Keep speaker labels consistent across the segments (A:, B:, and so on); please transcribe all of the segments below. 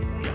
A: 模样。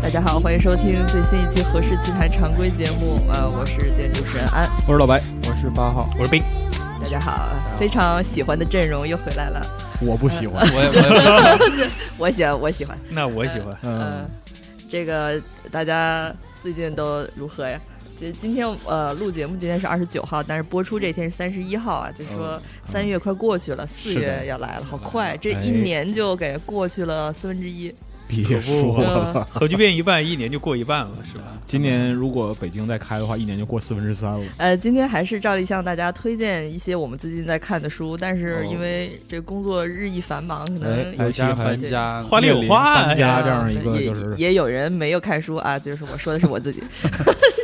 B: 大家好，欢迎收听最新一期《何氏奇谈》常规节目。呃，我是节目主持人安。
C: 我是老白，
D: 我是八号，
E: 我是冰，
B: 大家好，非常喜欢的阵容又回来了。
C: 我不喜欢，
D: 我也我
B: 我喜欢，我喜欢。
E: 那我喜欢。
B: 呃
C: 嗯，，
B: 这个大家最近都如何呀？就今天呃录节目，今天是二十九号，但是播出这天是三十一号啊，就说三月快过去了，四、
C: 哦嗯是的
B: 月要来了，好快，这
C: 哎
B: 一年就给过去了四分之一。
C: 别说
B: 可
C: 了，
E: 核聚变一办，一年就过一半了，是吧？
C: 今年如果北京再开的话，一年就过四分之三了。
B: 呃，今天还是照例向大家推荐一些我们最近在看的书，但是因为这工作日益繁忙，可能
C: 哦哎
B: 有
C: 哎
D: 有
C: 家
D: 家
C: 搬
D: 搬
B: 嗯家
D: 家，
E: 花里有花啊呀，
C: 面临搬家啊这样一个就是
B: 啊也也有人没有看书啊，就是我说的是我 自己。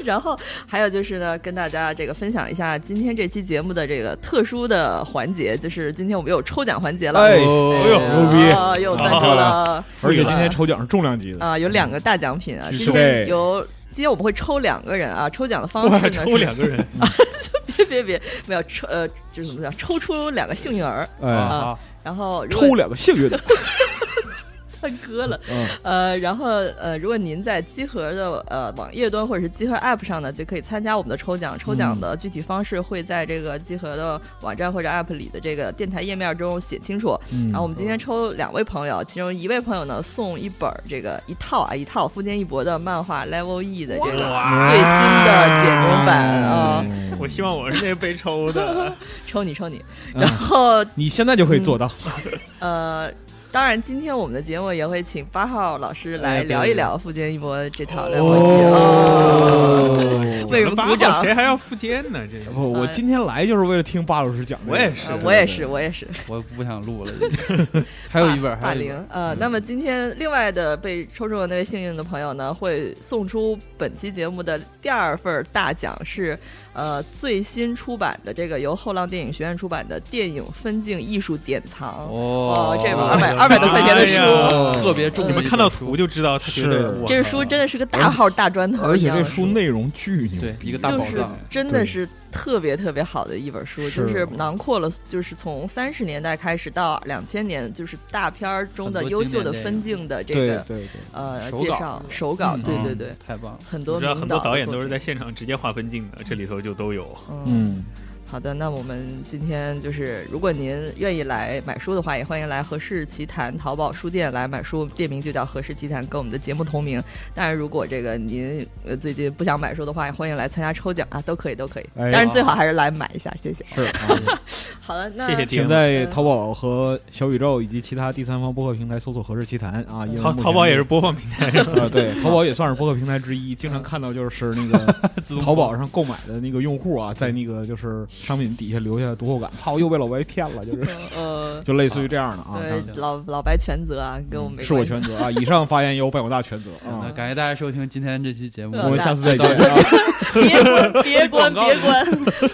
B: 然后还有就是呢，跟大家这个分享一下今天这期节目的这个特殊的环节，就是今天我们有抽奖环节了。
C: 哎
E: 呦
C: 牛逼
B: 啊又赞助
E: 好
B: 了
C: 而且今天抽奖是重量级的，
B: 啊，有两个大奖品啊，
C: 是
B: 今天有。今天我们会抽两个人啊，抽奖的方式
E: 哇，
B: 呢？
E: 抽两个 人
B: 是 别别别，没有抽呃，就是怎么讲，抽出两个幸运儿，
C: 哎，
E: 啊！
B: 然后如果
C: 抽两个幸运的，
B: 他割了，
C: 嗯，
B: 呃，然后呃，如果您在集合的呃网页端或者是集合 App 上呢，就可以参加我们的抽奖。抽奖的具体方式会在这个集合的网站或者 App 里的这个电台页面中写清楚。
C: 嗯
B: 然后我们今天抽两位朋友，其中一位朋友呢送一本儿这个一套啊一套富坚义博的漫画 Level E 的这个最新的简中版啊、呃
C: 嗯
E: 我希望我是那被抽的。
B: 抽你抽你。
C: 嗯
B: 然后
C: 你现在就可以做到，
B: 呃。当然，今天我们的节目也会请八号老师
C: 哎
B: 来
C: 对
B: 聊一
C: 对
B: 聊富坚义博这套 Level E 哦
C: 哦
B: 为什么鼓掌
E: 八
B: 啊
E: 号？谁还要复健呢？这
C: 不，我今天来就是为了听巴老师讲这个。
E: 我也是
B: 呃
C: 对
B: 我也是，，我也是。
D: 我不想录了。还有 一本，
B: 霸
D: 还有一
B: 凌
D: 本，
B: 呃，那么今天另外的被抽中的那位幸运的朋友呢，会送出本期节目的第二份大奖是，呃，最新出版的这个由后浪电影学院出版的电影分镜艺术典藏。哦
D: 哦，
B: 这本
E: 哇
B: 二百二百多块钱的
E: 哎呀
B: 书，
D: 哦特别重，
E: 你们看到图就知道，他绝对
C: 是
E: 我
B: 这个书真的是个大号大砖头
C: 而
B: 一
C: 且
B: 样
C: 这
B: 的
C: 书内容巨牛，
D: 对一个大
B: 就
D: 宝
B: 是
D: 藏，
B: 真的是特别特别好的一本书，
C: 是
B: 就是囊括了就是从三十年代开始到两千年，就是大片儿中的
D: 很多
B: 优秀的
D: 经典电影
B: 分镜的这
C: 对
B: 个
C: 对对，
B: 呃
D: 手
B: 介
D: 稿
B: 绍手稿，
C: 嗯
B: 对对
C: 嗯
B: 对，
D: 太棒了。
B: 很多
E: 我知道很
B: 名
E: 多
B: 导
E: 导演都是
B: 作
E: 在现场直接划分镜的，这里头就都有。
B: 品嗯。
C: 嗯，
B: 好的，那我们今天就是，如果您愿意来买书的话，也欢迎来和氏奇谈淘宝书店来买书，店名就叫和氏奇谈，跟我们的节目同名。当然，如果这个您呃最近不想买书的话，也欢迎来参加抽奖啊，都可以，都可以。
C: 哎呀
B: 但是最好还是来买一下，谢谢。
C: 是。啊
B: 好了，那呃
E: 谢谢
C: 请在淘宝和小宇宙以及其他第三方播客平台搜索“何氏奇谈”啊，因为
E: 淘
C: 目前
E: 淘宝也是播放平台上
C: 啊，对，淘宝也算是播客平台之一，经常看到就是那个淘宝上购买的那个用户啊，在那个就是商品底下留下的读后感，操，又被老白骗了，就是
B: 呃，
C: 就类似于这样的啊。
B: 对老老白全责啊，跟我们没
C: 是我
B: 关系
C: 全责啊！以上发言由百广大全责
D: 行
C: 啊
D: 那！感谢大家收听今天这期节目，
B: 嗯
C: 我们下次再
D: 到
C: 见啊！
B: 别关，别关，
D: 广 告
B: 别关，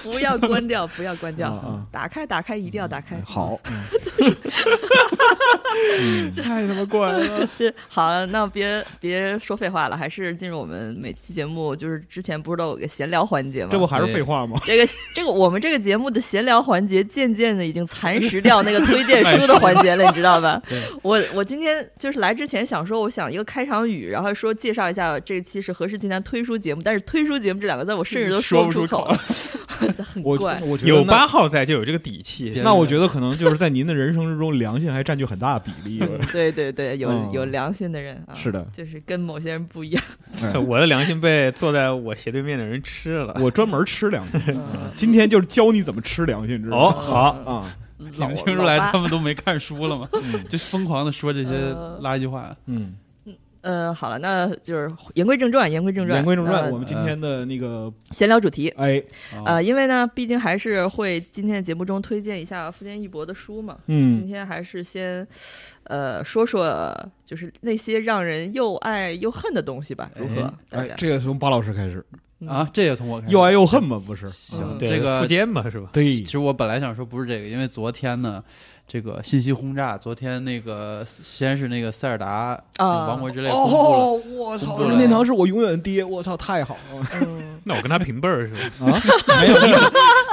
B: 不要关掉，不要关
C: 啊
B: 掉
C: 啊，
B: 打开，打开，一定要打开。
C: 嗯好，
D: 太他妈怪了，
B: 这好了，那别别说废话了，还是进入我们每期节目，就是之前不是都有个闲聊环节吗？
C: 这不还是废话吗？
B: 这个这个我们这个节目的闲聊环节，渐渐的已经蚕食掉那个推荐书的环节了，你知道 吧
D: 对？
B: 我我今天就是来之前想说，我想一个开场语，然后说介绍一下这期是何氏集团推书节目，但是推书节目这两个字我甚至都
A: 说
B: 不
A: 不
B: 出
A: 出
B: 口， 很
C: 我
B: 怪。
C: 我觉得
A: 有
C: 那
A: 八号在就有这个底气
D: 别。
C: 那我觉得可能就是在您的人生之中，良性还占据很大的比例。
B: 对对对，有、
C: 嗯
B: 有良心的人啊，
C: 是的，
B: 就是跟某些人不一 样。
C: 哎
A: 我的良心被坐在我斜对面的人吃了。
C: 我专门吃良心，
B: 嗯
C: 今天就是教你怎么吃良心，知道
A: 哦，
C: 吗？
D: 嗯
A: 好，
C: 啊，
D: 你们听出来他
B: 他
D: 们都没看书了吗？就疯狂的说这些
B: 呃
D: 垃圾话，
C: 嗯，
B: 呃，好了，那就是言归正传，言归正传，
C: 言归正传，
B: 呃
C: 我们今天的那个
B: 闲聊主题。
C: 哎，
D: 哦
B: 呃，因为呢，毕竟还是会今天的节目中推荐一下富坚义博的书嘛。今
C: 嗯，
B: 天还是先，呃，说说就是那些让人又爱又恨的东西吧，如何？大
C: 哎，
B: 家
C: 这个从巴老师开始，
B: 嗯
D: 啊，这也从我开始
C: 又爱又恨嘛，不是？
D: 行，
B: 嗯
A: 对
D: 这个
A: 附件嘛是吧？
C: 对
D: 其，实我本来想说不是这个，因为昨天呢，这个信息轰炸，昨天那个先是那个塞尔达
B: 啊
D: 王国之泪公布了，
C: 哦，我操，
D: 公布了
C: 任天堂是我永远的爹，我操，太好了
B: 嗯
A: 那我跟他平辈儿是吧？
C: 啊！没有，你比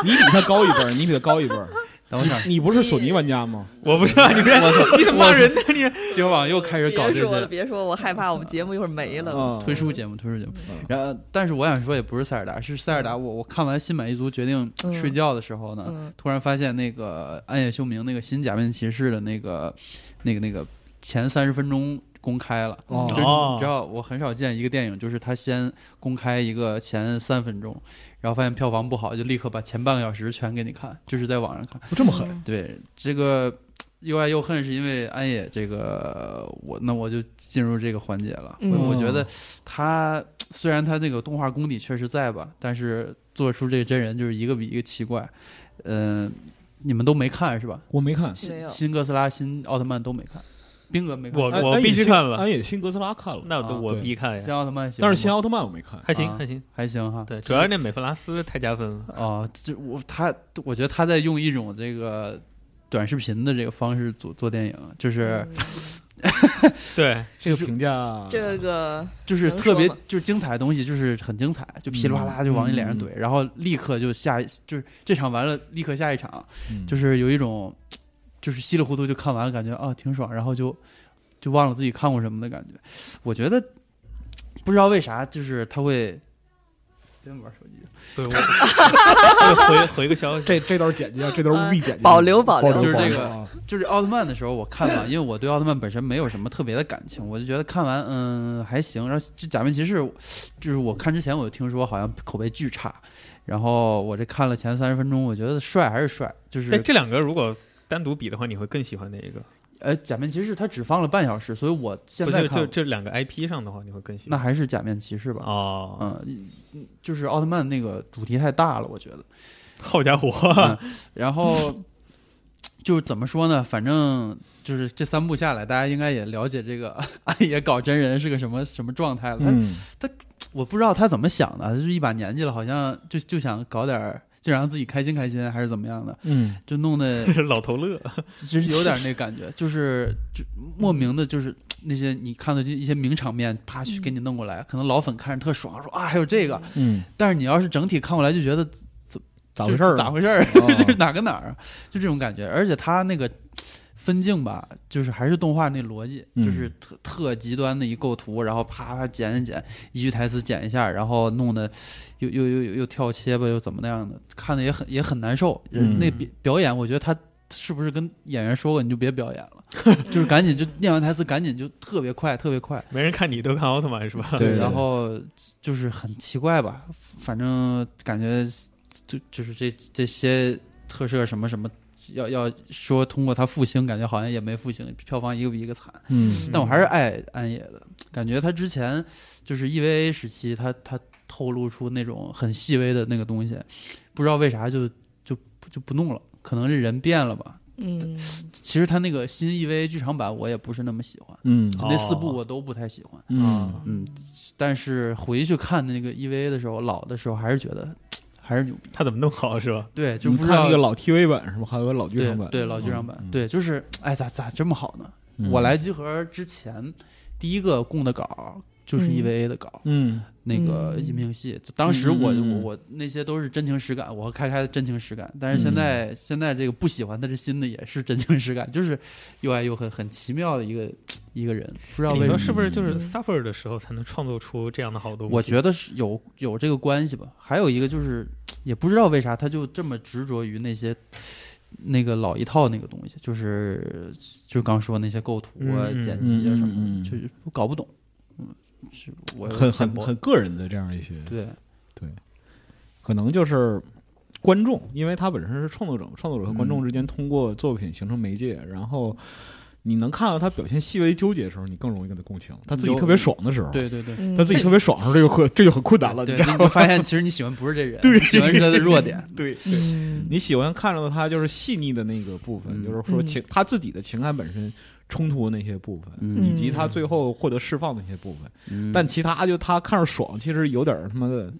C: 你比他高一辈儿，你比他高一 辈儿，
D: 等我想，
C: 你不是索尼玩家吗？
A: 我不知道，你别
D: 我操，
A: 你怎么骂人呢？你
D: 今儿晚上又开始搞
B: 别
D: 这
B: 说了，
D: 些
B: 别说，我害怕我们节目一会儿没了。
C: 啊，
D: 推书节目，推书节目
C: 嗯。
D: 然后，但是我想说，也不是塞尔达，是塞尔达。我我看完《心满意足》，决定
B: 嗯
D: 睡觉的时候呢，
B: 嗯
D: 突然发现那个暗夜修明那个新假面骑士的那个那个那个前三十分钟公开了。
C: 哦
D: 就是你知道，我很少见一个电影，就是他先公开一个前三分钟，然后发现票房不好，就立刻把前半个小时全给你看，就是在网上看。
C: 这么狠，
B: 嗯
D: 对这个又爱又恨，是因为安野这个我，那我就进入这个环节了。
B: 嗯
D: 我我觉得他虽然他那个动画功底确实在吧，但是做出这个真人就是一个比一个奇怪。嗯、你们都没看是吧？
C: 我没看，
B: 没有
D: 新新哥斯拉、新奥特曼都没看，兵哥没看，
A: 我
C: 安
A: 我必须看了，
C: 安野新哥斯拉看
D: 嗯
C: 了，
A: 那我
C: 对
A: 必看呀。
D: 新奥特哎啊曼行吗，
C: 但是新奥特曼我没看，
A: 还行
D: 啊
A: 还行，
D: 还行哈。
A: 对，主要是那美弗拉斯太加分了。
D: 哦，这我他，我觉得他在用一种这个短视频的这个方式做做电影，就是
B: 嗯
A: 对，
C: 这个评价，
B: 这个
D: 就是
B: 能
D: 特别
B: 说吗
D: 就是精彩的东西，就是很精彩，就噼里啪啦就往你脸上怼，然后立刻就下一，就是这场完了立刻下一场，
C: 嗯
D: 就是是有一种就是稀里糊涂就看完了，感觉啊挺爽，然后就就忘了自己看过什么的感觉。我觉得不知道为啥，就是他会别玩手机，
A: 对我我回回个消息，
C: 这这段剪辑
D: 嗯
C: 啊，这段务必剪辑，
B: 保留保
C: 保
B: 留
D: 就是这
C: 留
D: 个
C: 啊
D: 就是奥特曼的时候，我看完，因为我对奥特曼本身没有什么特别的感情，我就觉得看完嗯还行。然后这假面骑士，就是我看之前我就听说好像口碑巨差，然后我这看了前三十分钟，我觉得帅还是帅，就
A: 这
D: 是
A: 这两个如果单独比的话，你会更喜欢哪一个？
D: 呃假面骑士它只放了半小时，所以我现
A: 不
D: 在
A: 是，就
D: 看
A: 这两个 IP 上的话，你会更喜
D: 那
A: 欢？
D: 还是假面骑士吧。
A: 哦，
D: 嗯，就是奥特曼那个主题太大了，我觉得。
A: 好家伙，
C: 嗯
D: 然后就是怎么说呢？反正就是这三部下来，大家应该也了解这个 暗野搞真人是个什么什么状态了。他
C: 嗯，
D: 我不知道他怎么想的，他就是一把年纪了，好像就就想搞点儿，就想让自己开心开心，还是怎么样的，
C: 嗯，
D: 就弄得
A: 老头乐，
D: 就是有点那感觉， 就是就莫名的，就是那些你看到一些名场面，啪去给你弄过来，可能老粉看着特爽，说啊还有这个，
C: 嗯，
D: 但是你要是整体看过来就觉得
C: 咋
D: 就
C: 回
D: 是
C: 事儿？
D: 咋回事儿？
C: 哦
D: 这是哪个哪儿啊？就这种感觉，而且他那个分镜吧，就是还是动画那逻辑，
C: 嗯
D: 就是特特极端的一构图，然后啪啪剪一剪，一句台词剪一下，然后弄得又又又又又跳切吧，又怎么那样的，看的也很也很难受。
C: 嗯
D: 那表表演，我觉得他。是不是跟演员说过你就别表演了， 就是赶紧就念完台词赶紧就特别快特别快，
A: 没人看你都看奥特曼是吧？
C: 对
D: 啊然后就是很奇怪吧，反正感觉就就是这这些特摄什么什么，要要说通过它复兴，感觉好像也没复兴，票房一个比一个惨。
C: 嗯，
D: 但我还是爱安野的，感觉他之前就是 E EVA 时期，他他透露出那种很细微的那个东西，不知道为啥就就不弄了，可能是人变了吧。
B: 嗯，
D: 其实他那个新 EVA 剧场版我也不是那么喜欢，
C: 嗯
D: 就那四部我都不太喜欢。
C: 嗯
D: 嗯，但是回去看那个 EVA 的时候，老的时候还是觉得还是牛逼。
A: 他怎么弄好是吧？
D: 对，就
C: 你
D: 不知
C: 看
D: 道
C: 那个老 TV 版是吧？还有个老剧
D: 对
C: 场版，
D: 对老剧场版，
C: 嗯
D: 对，就是哎，咋咋这么好呢？
C: 嗯
D: 我来集合之前，第一个供的稿就是
B: 嗯
D: EVA 的稿，
C: 嗯
D: 那个
B: 嗯
D: 音频系，就当时我、
C: 嗯嗯嗯
D: 我我那些都是真情实感，我和开开的真情实感，但
C: 嗯
D: 是现在、现在这个不喜欢但是新的也是真情实感，就是又爱又恨，很奇妙的一个一个人，不知
C: 哎
D: 道
A: 你
D: 为
A: 说
D: 什么。
A: 是不是就是
B: 嗯
A: suffer 的时候才能创作出这样的好东西？
D: 我觉得是有有这个关系吧，还有一个就是，也不知道为啥他就这么执着于那些那个老一套那个东西，就是就刚说那些构图啊、
A: 嗯嗯
D: 剪
C: 嗯
D: 辑啊什么的，
C: 嗯嗯
D: 就是我搞不懂，嗯，是我
C: 嗯很
D: 浅
C: 很
D: 薄
C: 很个人的这样一些，
D: 对，
C: 可能就是观众，因为他本身是创作者嘛，创作者和
D: 嗯
C: 观众之间通过作品形成媒介，然后你能看到他表现细微纠结的时候，你更容易跟他共情；他自己特别爽的时候，
D: 对对对。
B: 嗯
C: 他自己特别爽的时候，这就困，这就很困难了，你
D: 对，
C: 知道
D: 你
C: 吗？
D: 就发现其实你喜欢不是这 人，你喜欢是他的弱点。
C: 对。
B: 嗯
C: 你喜欢看到他就是细腻的那个部分，
D: 嗯
C: 就是说
B: 嗯
C: 情他自己的情感本身冲突的那些部分，
D: 嗯
C: 以及他最后获得释放的那些部分。
D: 嗯
C: 但其他就他看着爽，其实有点儿他妈的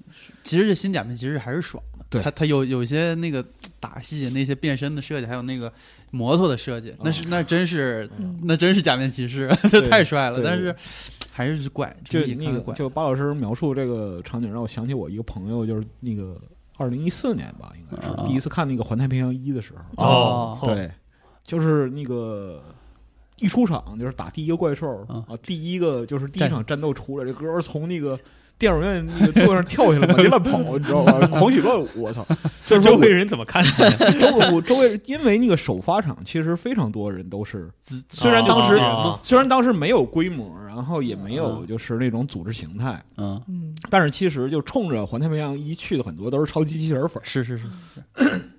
D: 其实这新假面其实还是爽的，
C: 对
D: 它它有有一些那个打戏、那些变身的设计，还有那个摩托的设计，那
C: 哦
D: 是那真是
B: 嗯
D: 那真是假面骑 士，这
C: 对
D: 太帅了。
C: 对
D: 但是还是怪，
C: 就
D: 整体
C: 那
D: 看着
C: 个
D: 怪。
C: 就巴老师描述这个场景，让我想起我一个朋友，就是那个二零一四年吧，应该是、
D: 啊
C: 第一次看那个《环太平洋一》的时候，
A: 哦，哦，
C: 对，就是那个。一出场就是打第一个怪兽
D: 啊
C: 啊，第一个就是第一
D: 战
C: 场战斗出来，这哥们儿从那个电影院那个座位上跳 下来，满地乱跑，你知道吧？狂喜乱舞，我操！就是说
A: 周
C: 我
A: 围人怎么看的呀？
C: 周我周围，因为那个首发场其实非常多人都是，虽然当时啊
A: 哦哦
C: 虽然当时没有规模，然后也没有
D: 嗯
C: 就是那种组织形态，
D: 嗯，
B: 嗯
C: 但是其实就冲着环太平洋一去的很多都是超级机器人粉儿，
D: 是是是，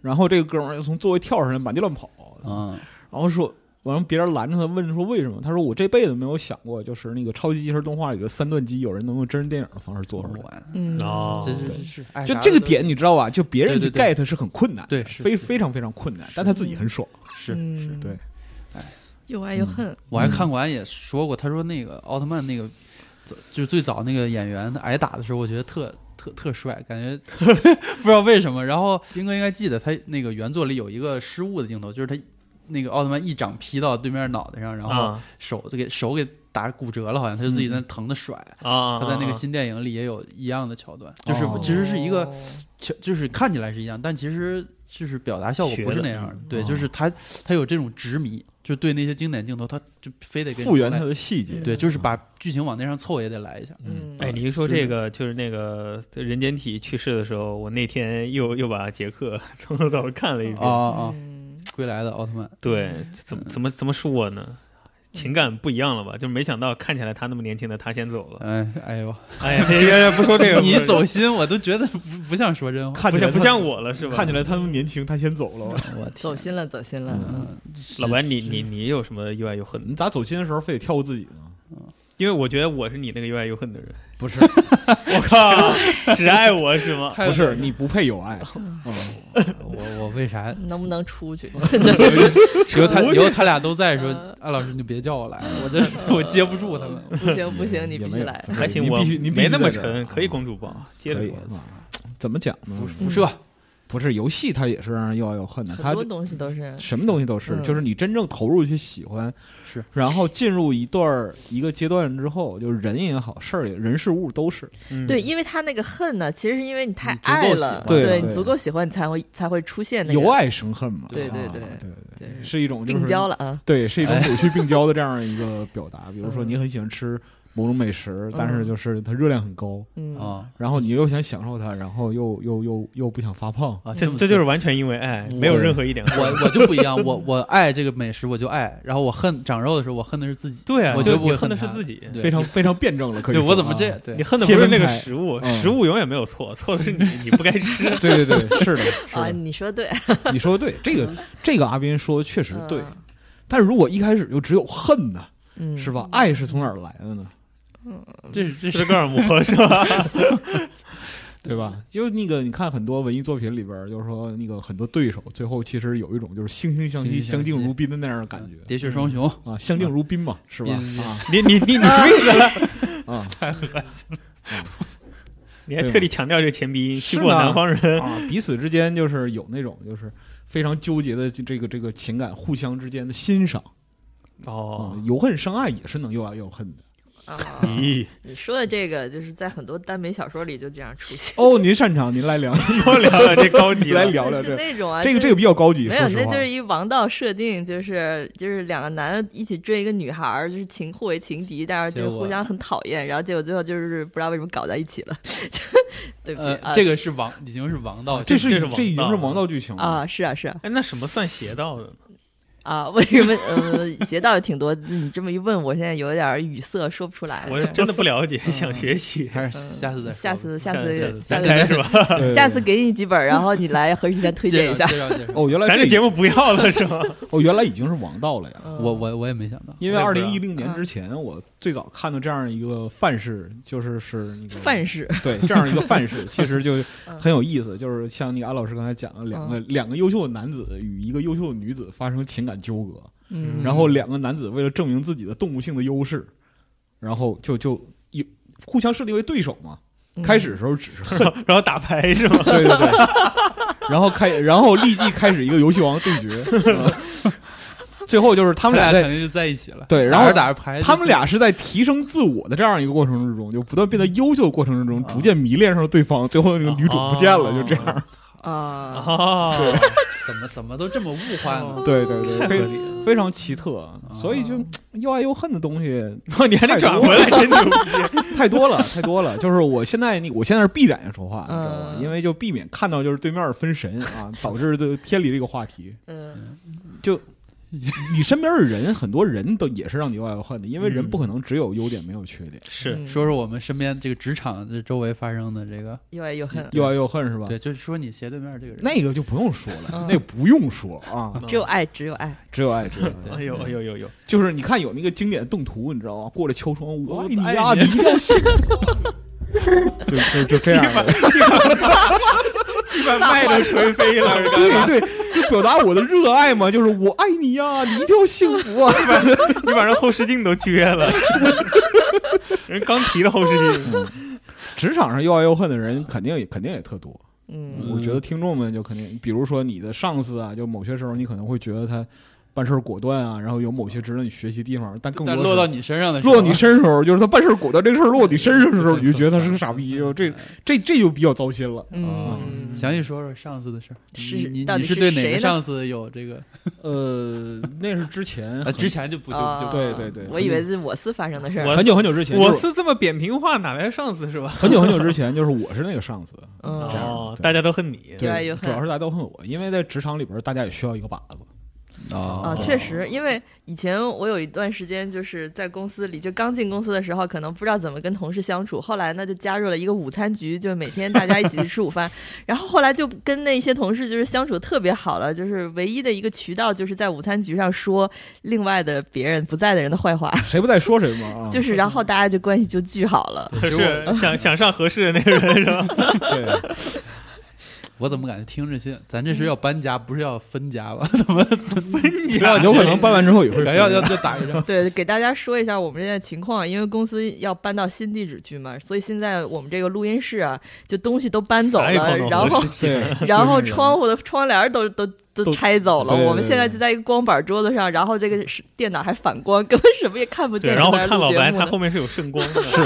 C: 然后这个哥们儿就从座位跳上来满地乱跑，
D: 嗯
C: 然后说。完了，别人拦着他问说为什么？他说我这辈子没有想过，就是那个超级机器人动画里的三段机，有人能用真人电影的方式做出来。
D: 完，
B: 嗯
A: 哦
D: 这是
C: 对
D: 是是，爱
C: 就
D: 啥
C: 这个
D: 都
C: 点，你知道吧？就别人去
D: 对对
C: get 是很困难，
D: 对是
C: 非
D: 是
C: 非常非常困难，但他自己很爽。
D: 是是。
B: 嗯
C: 对，
D: 哎，
B: 又爱又恨，
D: 我还看完也说过，他说那个奥特曼那个，就是最早那个演员他挨打的时候，我觉得特特特帅，感 觉不知道为什么。然后兵哥应该记得他那个原作里有一个失误的镜头，就是他那个奥特曼一掌劈到对面脑袋上，然后
A: 啊
D: 手就给手给打骨折了，好像他就自
C: 嗯
D: 己在那疼的甩。
A: 啊，
D: 他在那个
A: 啊
D: 新电影里也有一样的桥段，就是
C: 哦
D: 其实是一个其就是看起来是一样，但其实就是表达效果不是那样
A: 学
D: 的
A: 的。
D: 嗯对，
C: 哦
D: 就是他他有这种执迷，就对那些经典镜头，他就非得给你
C: 复原
D: 来
C: 它的细节，
A: 嗯
D: 对，就是把剧情往那上凑也得来一下。
B: 嗯，
A: 哎，你一说这个，就是那个人间体去世的时候，我那天又又把杰克 从头到尾看了一遍。
D: 啊啊！
B: 嗯
D: 归来的奥特曼，
A: 对，怎么怎么怎么说呢？情感不一样了吧？就没想到看起来他那么年轻的他先走了。
D: 哎哎呦，
A: 哎呀，别别别不说这个，
D: 你
A: 不是
D: 走心，我都觉得不不像说真话。
C: 看
A: 不
C: 起来
A: 像不
C: 他
A: 像我了是吧？嗯
C: 看起来他们年轻，他先走了。
D: 我
B: 走
D: 天，
B: 心了，走心了，
D: 嗯
A: 老白，你你你有什么又爱又恨的？
C: 你咋走心的时候非得跳过自己呢？
A: 因为我觉得我是你那个又爱又恨的人。
C: 不是，
A: 我靠，只爱我是吗？
D: 太
C: 不是，你不配 有爱。
D: 我我为啥？
B: 能不能出去？
D: 以后他以后他俩都在说啊
B: 嗯，
D: 安老师你就别叫我来，我这
A: 嗯
D: 我接不住他们。
B: 不行不行，你
C: 也
B: 必
C: 没
B: 须
C: 有
B: 来。
A: 还行，
C: 你
A: 我
C: 必须你必须
A: 没那么
C: 在这儿啊嗯
A: 沉，可以公主抱，接着
C: 可以
A: 说。
C: 啊怎么讲呢？
D: 辐射，
C: 不是游戏，它也是让人又爱又恨的。
B: 很
C: 它
B: 多东西都是，
C: 什么东西都是，
B: 嗯
C: 就是你真正投入去喜欢，
D: 是，
C: 然后进入一段儿一个阶段之后，就是人也好，事儿也人事物都是。
A: 嗯
B: 对，因为他那个恨呢，其实是因为你太
D: 你足够
B: 爱
D: 喜
B: 了
D: 欢，
C: 对
B: 对
C: 对
B: 你足够喜欢，你才会才会出现那个
C: 由爱生恨嘛。
B: 对对
C: 啊
B: 对
C: 对
B: 对
C: 对，是一种就是
B: 病娇了啊，
C: 对，是一种扭曲并交的这样一个表达。比如
B: 嗯
C: 说，你很喜欢吃某种美食，但是就是它热量很高，
B: 嗯，
D: 啊
C: 然后你又想享受它，然后又又又又不想发胖。
D: 啊！
A: 这
D: 么
A: 这嗯就是完全因为哎爱，没有任何一点恨。
D: 我我就不一样，我我爱这个美食我就爱，然后我恨长肉的时候我恨的是自己。
A: 对啊，
D: 我
A: 就
D: 就不
A: 你
D: 会
A: 恨的是
D: 恨他
A: 自己。
D: 对
C: 非常非常辩证了，可以
D: 对
C: 说。
D: 我怎么
C: 啊
D: 这？对
A: 你，恨的不
C: 谢
A: 是
C: 文
A: 那个
C: 凯
A: 食物，
C: 嗯
A: 食物永远没有错，错的是你，你不该 吃。
C: 对对对，是的，
B: 啊，
C: 是
B: 你说对，
C: 的，你说的对，这个这个阿斌说的确实对
B: 嗯，
C: 但如果一开始就只有恨呢，
B: 嗯，
C: 是？吧？爱是从哪儿来的呢？
D: 这是这
A: 斯德哥尔摩是吧？
C: 对吧？就那个，你看很多文艺作品里边儿，就是说那个很多对手，最后其实有一种就是惺惺相惜、
D: 惺惺相
C: 相
D: 惜
C: 敬如宾的那样的感觉
D: 喋血双雄，
C: 啊，相敬如宾嘛，是吧？
D: 宾
C: 啊
A: 你你你你什么意思？
C: 啊
A: 太恶心
C: 嗯
A: 了！你还特地强调这个前鼻音，
C: 是
A: 西部
C: 吗
A: 南方人，
C: 啊！彼此之间就是有那种就是非常纠结的这个这个情感，互相之间的欣赏啊
A: 哦，，
C: 有恨生爱也是能又爱又恨的。
B: 啊，
C: 嗯
A: 咦，
B: 你说的这个就是在很多耽美小说里就经常出现。
C: 哦，您擅长，您 来聊，
A: 又聊了这高级
C: 来
A: 了，
C: 聊聊
B: 就
C: 这
B: 那种啊，
C: 这个
B: 就
C: 这个比较高级，
B: 没有，
C: 说实
B: 那
C: 话
B: 就是一王道设定，就是就是两个男的一起追一个女孩儿，就是情互为情敌，但是
D: 结
B: 就
D: 果
B: 互相很讨厌，然后结果最后就是不知道为什么搞在一起了。 对不起，
D: 呃，
B: 啊
D: 这个是王，已经是王道，
C: 啊这
A: 这
C: 是
A: 是王道
C: 这已经是王道剧情了。
B: 啊，是啊是啊
A: 哎，那什么算邪道的呢？
B: 啊，为什么呃邪道也挺多？你这么一问，我现在有点儿语塞，说不出来。
A: 我真的不了解，想学习。
D: 还是
B: 嗯
D: 下次再说吧
B: 下次
A: 下
B: 次
A: 下
B: 下
A: 次是吧？
C: 对
B: 下次给你几本儿，然后你来和之前推
D: 介
B: 荐
D: 绍
B: 一下。
D: 介绍介 绍。
C: 哦，原来
A: 咱
C: 这
A: 这
C: 已
A: 节目不要了是 吗？
C: 哦，原来已经是王道了呀。
B: 嗯
D: 我我我也没想到，
C: 因为二
A: 我也
C: 零
A: 不
C: 一
A: 知
C: 零年之前，我最早看到这样一个范式，就是是那个
B: 范式嗯
C: 对这样一个范 式，其实就很有意思。就是像那个安老师刚才讲的，两个两个优秀的男子与一个优秀的女子发生情感纠葛，
B: 嗯，
C: 然后两个男子为了证明自己的动物性的优势，然后就就一互相设定为对手嘛。
B: 嗯
C: 开始的时候只是恨，
A: 然后打牌是吗？
C: 对对对， 然后开然后立即开始一个游戏王对决，嗯最后就是 他
D: 他
C: 们俩
D: 肯
C: 在
D: 定就在一起了。
C: 对然
D: 打
C: 后
D: 着打着牌，
C: 他们俩是在提升自我的这样一个过程之中，就不断变得优秀的过程之中，
D: 啊
C: 逐渐迷恋上了对方，最后那个女主不见了，
A: 哦
C: 就这 样。
B: 啊，
A: 哦，
D: 怎么怎么都这么物化
B: 哦
D: 呢？
C: 对对对，
A: 太合
C: 非
A: 理
B: 嗯
A: 了。
C: 非常奇特，所以就又爱又恨的东西
A: 哦，你还得转回来，真牛逼！
C: 太多了，太多了。就是我现在那我现在是闭着眼睛说话，你知道吧？
B: 嗯
C: 因为就避免看到就是对面分神啊，导致的偏离这个话题。
B: 嗯
C: 你身边的人，很多人都也是让你又爱又恨的，因为人
A: 嗯
C: 不可能只有优点没有缺点，
A: 是
B: 嗯
D: 说说我们身边这个职场这周围发生的这个，
B: 又爱又恨，
C: 又爱又恨是吧？
D: 对，就是说你斜对面这个人，
C: 那个就不用说了
B: 嗯，
C: 那个不用说啊，
B: 只有爱，只有爱。
C: 只有爱，只有爱。
D: 对
A: 哎呦哎呦哎呦呦！
C: 就是你看有那个经典动图，你知道吗？过来敲窗，我爱你
D: 爱
C: 呀，
D: 你
C: 你一定要信我。就就就这样的，
A: 一 把麦都吹飞了，是吧
C: 对对，就表达我的热爱嘛，就是我爱你呀，你一定要幸福啊。
A: 你把人后视镜都撅了。人刚提的后视镜，
C: 职场上又爱又恨的人，肯定也肯定也特多。
B: 嗯
C: 我觉得听众们就肯定，比如说你的上司啊，就某些时候你可能会觉得他办事儿果断啊，然后有某些值得你学习地方，但更多
D: 但
C: 是
D: 落到你身上的时候，
C: 落到你身上的时候，就是他办事儿果断这事儿落到你身上的 时候，你就觉得他是个傻逼，就这这这就比较糟心了。
B: 嗯，
D: 详细说说上司的事儿，
B: 是
D: 你你
B: 到
D: 你
B: 底
D: 是
B: 是
D: 对哪
B: 谁
D: 个
B: 呢
D: 上司有这个？
C: 呃，那是呃之前
D: 啊，之前就不就
B: 啊
D: 就
C: 对对对
B: 我以为是我司发生的事儿。
A: 我
C: 很久很久之前，
A: 我
C: 就是
A: 这么扁平化，哪来的上司是吧？
C: 很久很久之前，就是我是那个上司，
B: 嗯
C: 这样哦
A: 哦
C: 对
A: 大家都恨你。
B: 又爱又
C: 对，
B: 恨
C: 主要是大家都恨我，因为在职场里边，大家也需要一个靶子。
B: 啊，
D: 啊
C: 哦
B: 确实，因为以前我有一段时间就是在公司里，就刚进公司的时候，可能不知道怎么跟同事相处。后来呢，就加入了一个午餐局，就每天大家一起去吃午饭。然后后来就跟那些同事就是相处特别好了，就是唯一的一个渠道就是在午餐局上说另外的别人不在的人的坏话，
C: 谁不在说谁嘛啊？
B: 就是然后大家就关系就巨好了。
A: 是想想上合适的那个人是吧？
C: 对，
D: 我怎么感觉听着些？咱这是要搬家，不是要分 家吧？怎么分
A: 家
C: 有可能办完之后也会
D: 要要要打 一仗？
B: 对，给大家说一下我们现在情况，因为公司要搬到新地址去嘛，所以现在我们这个录音室啊，就东西都搬走
A: 啥也搞
B: 了，
A: 不懂
B: 然
A: 的
B: 后
A: 事情
C: 对，
B: 然后
C: 就是
B: 窗户的窗帘儿都都
C: 都
B: 都拆走了。
C: 对对
B: 我们
C: 对
B: 现在就在一个光板桌子上，然后这个是电脑还反光，根本什么也看不
A: 对，
B: 见。
A: 然后
B: 在那儿
A: 看
B: 录
A: 老
B: 节
A: 白，
B: 目
A: 他
B: 呢
A: 后面是有圣光 的。
C: 是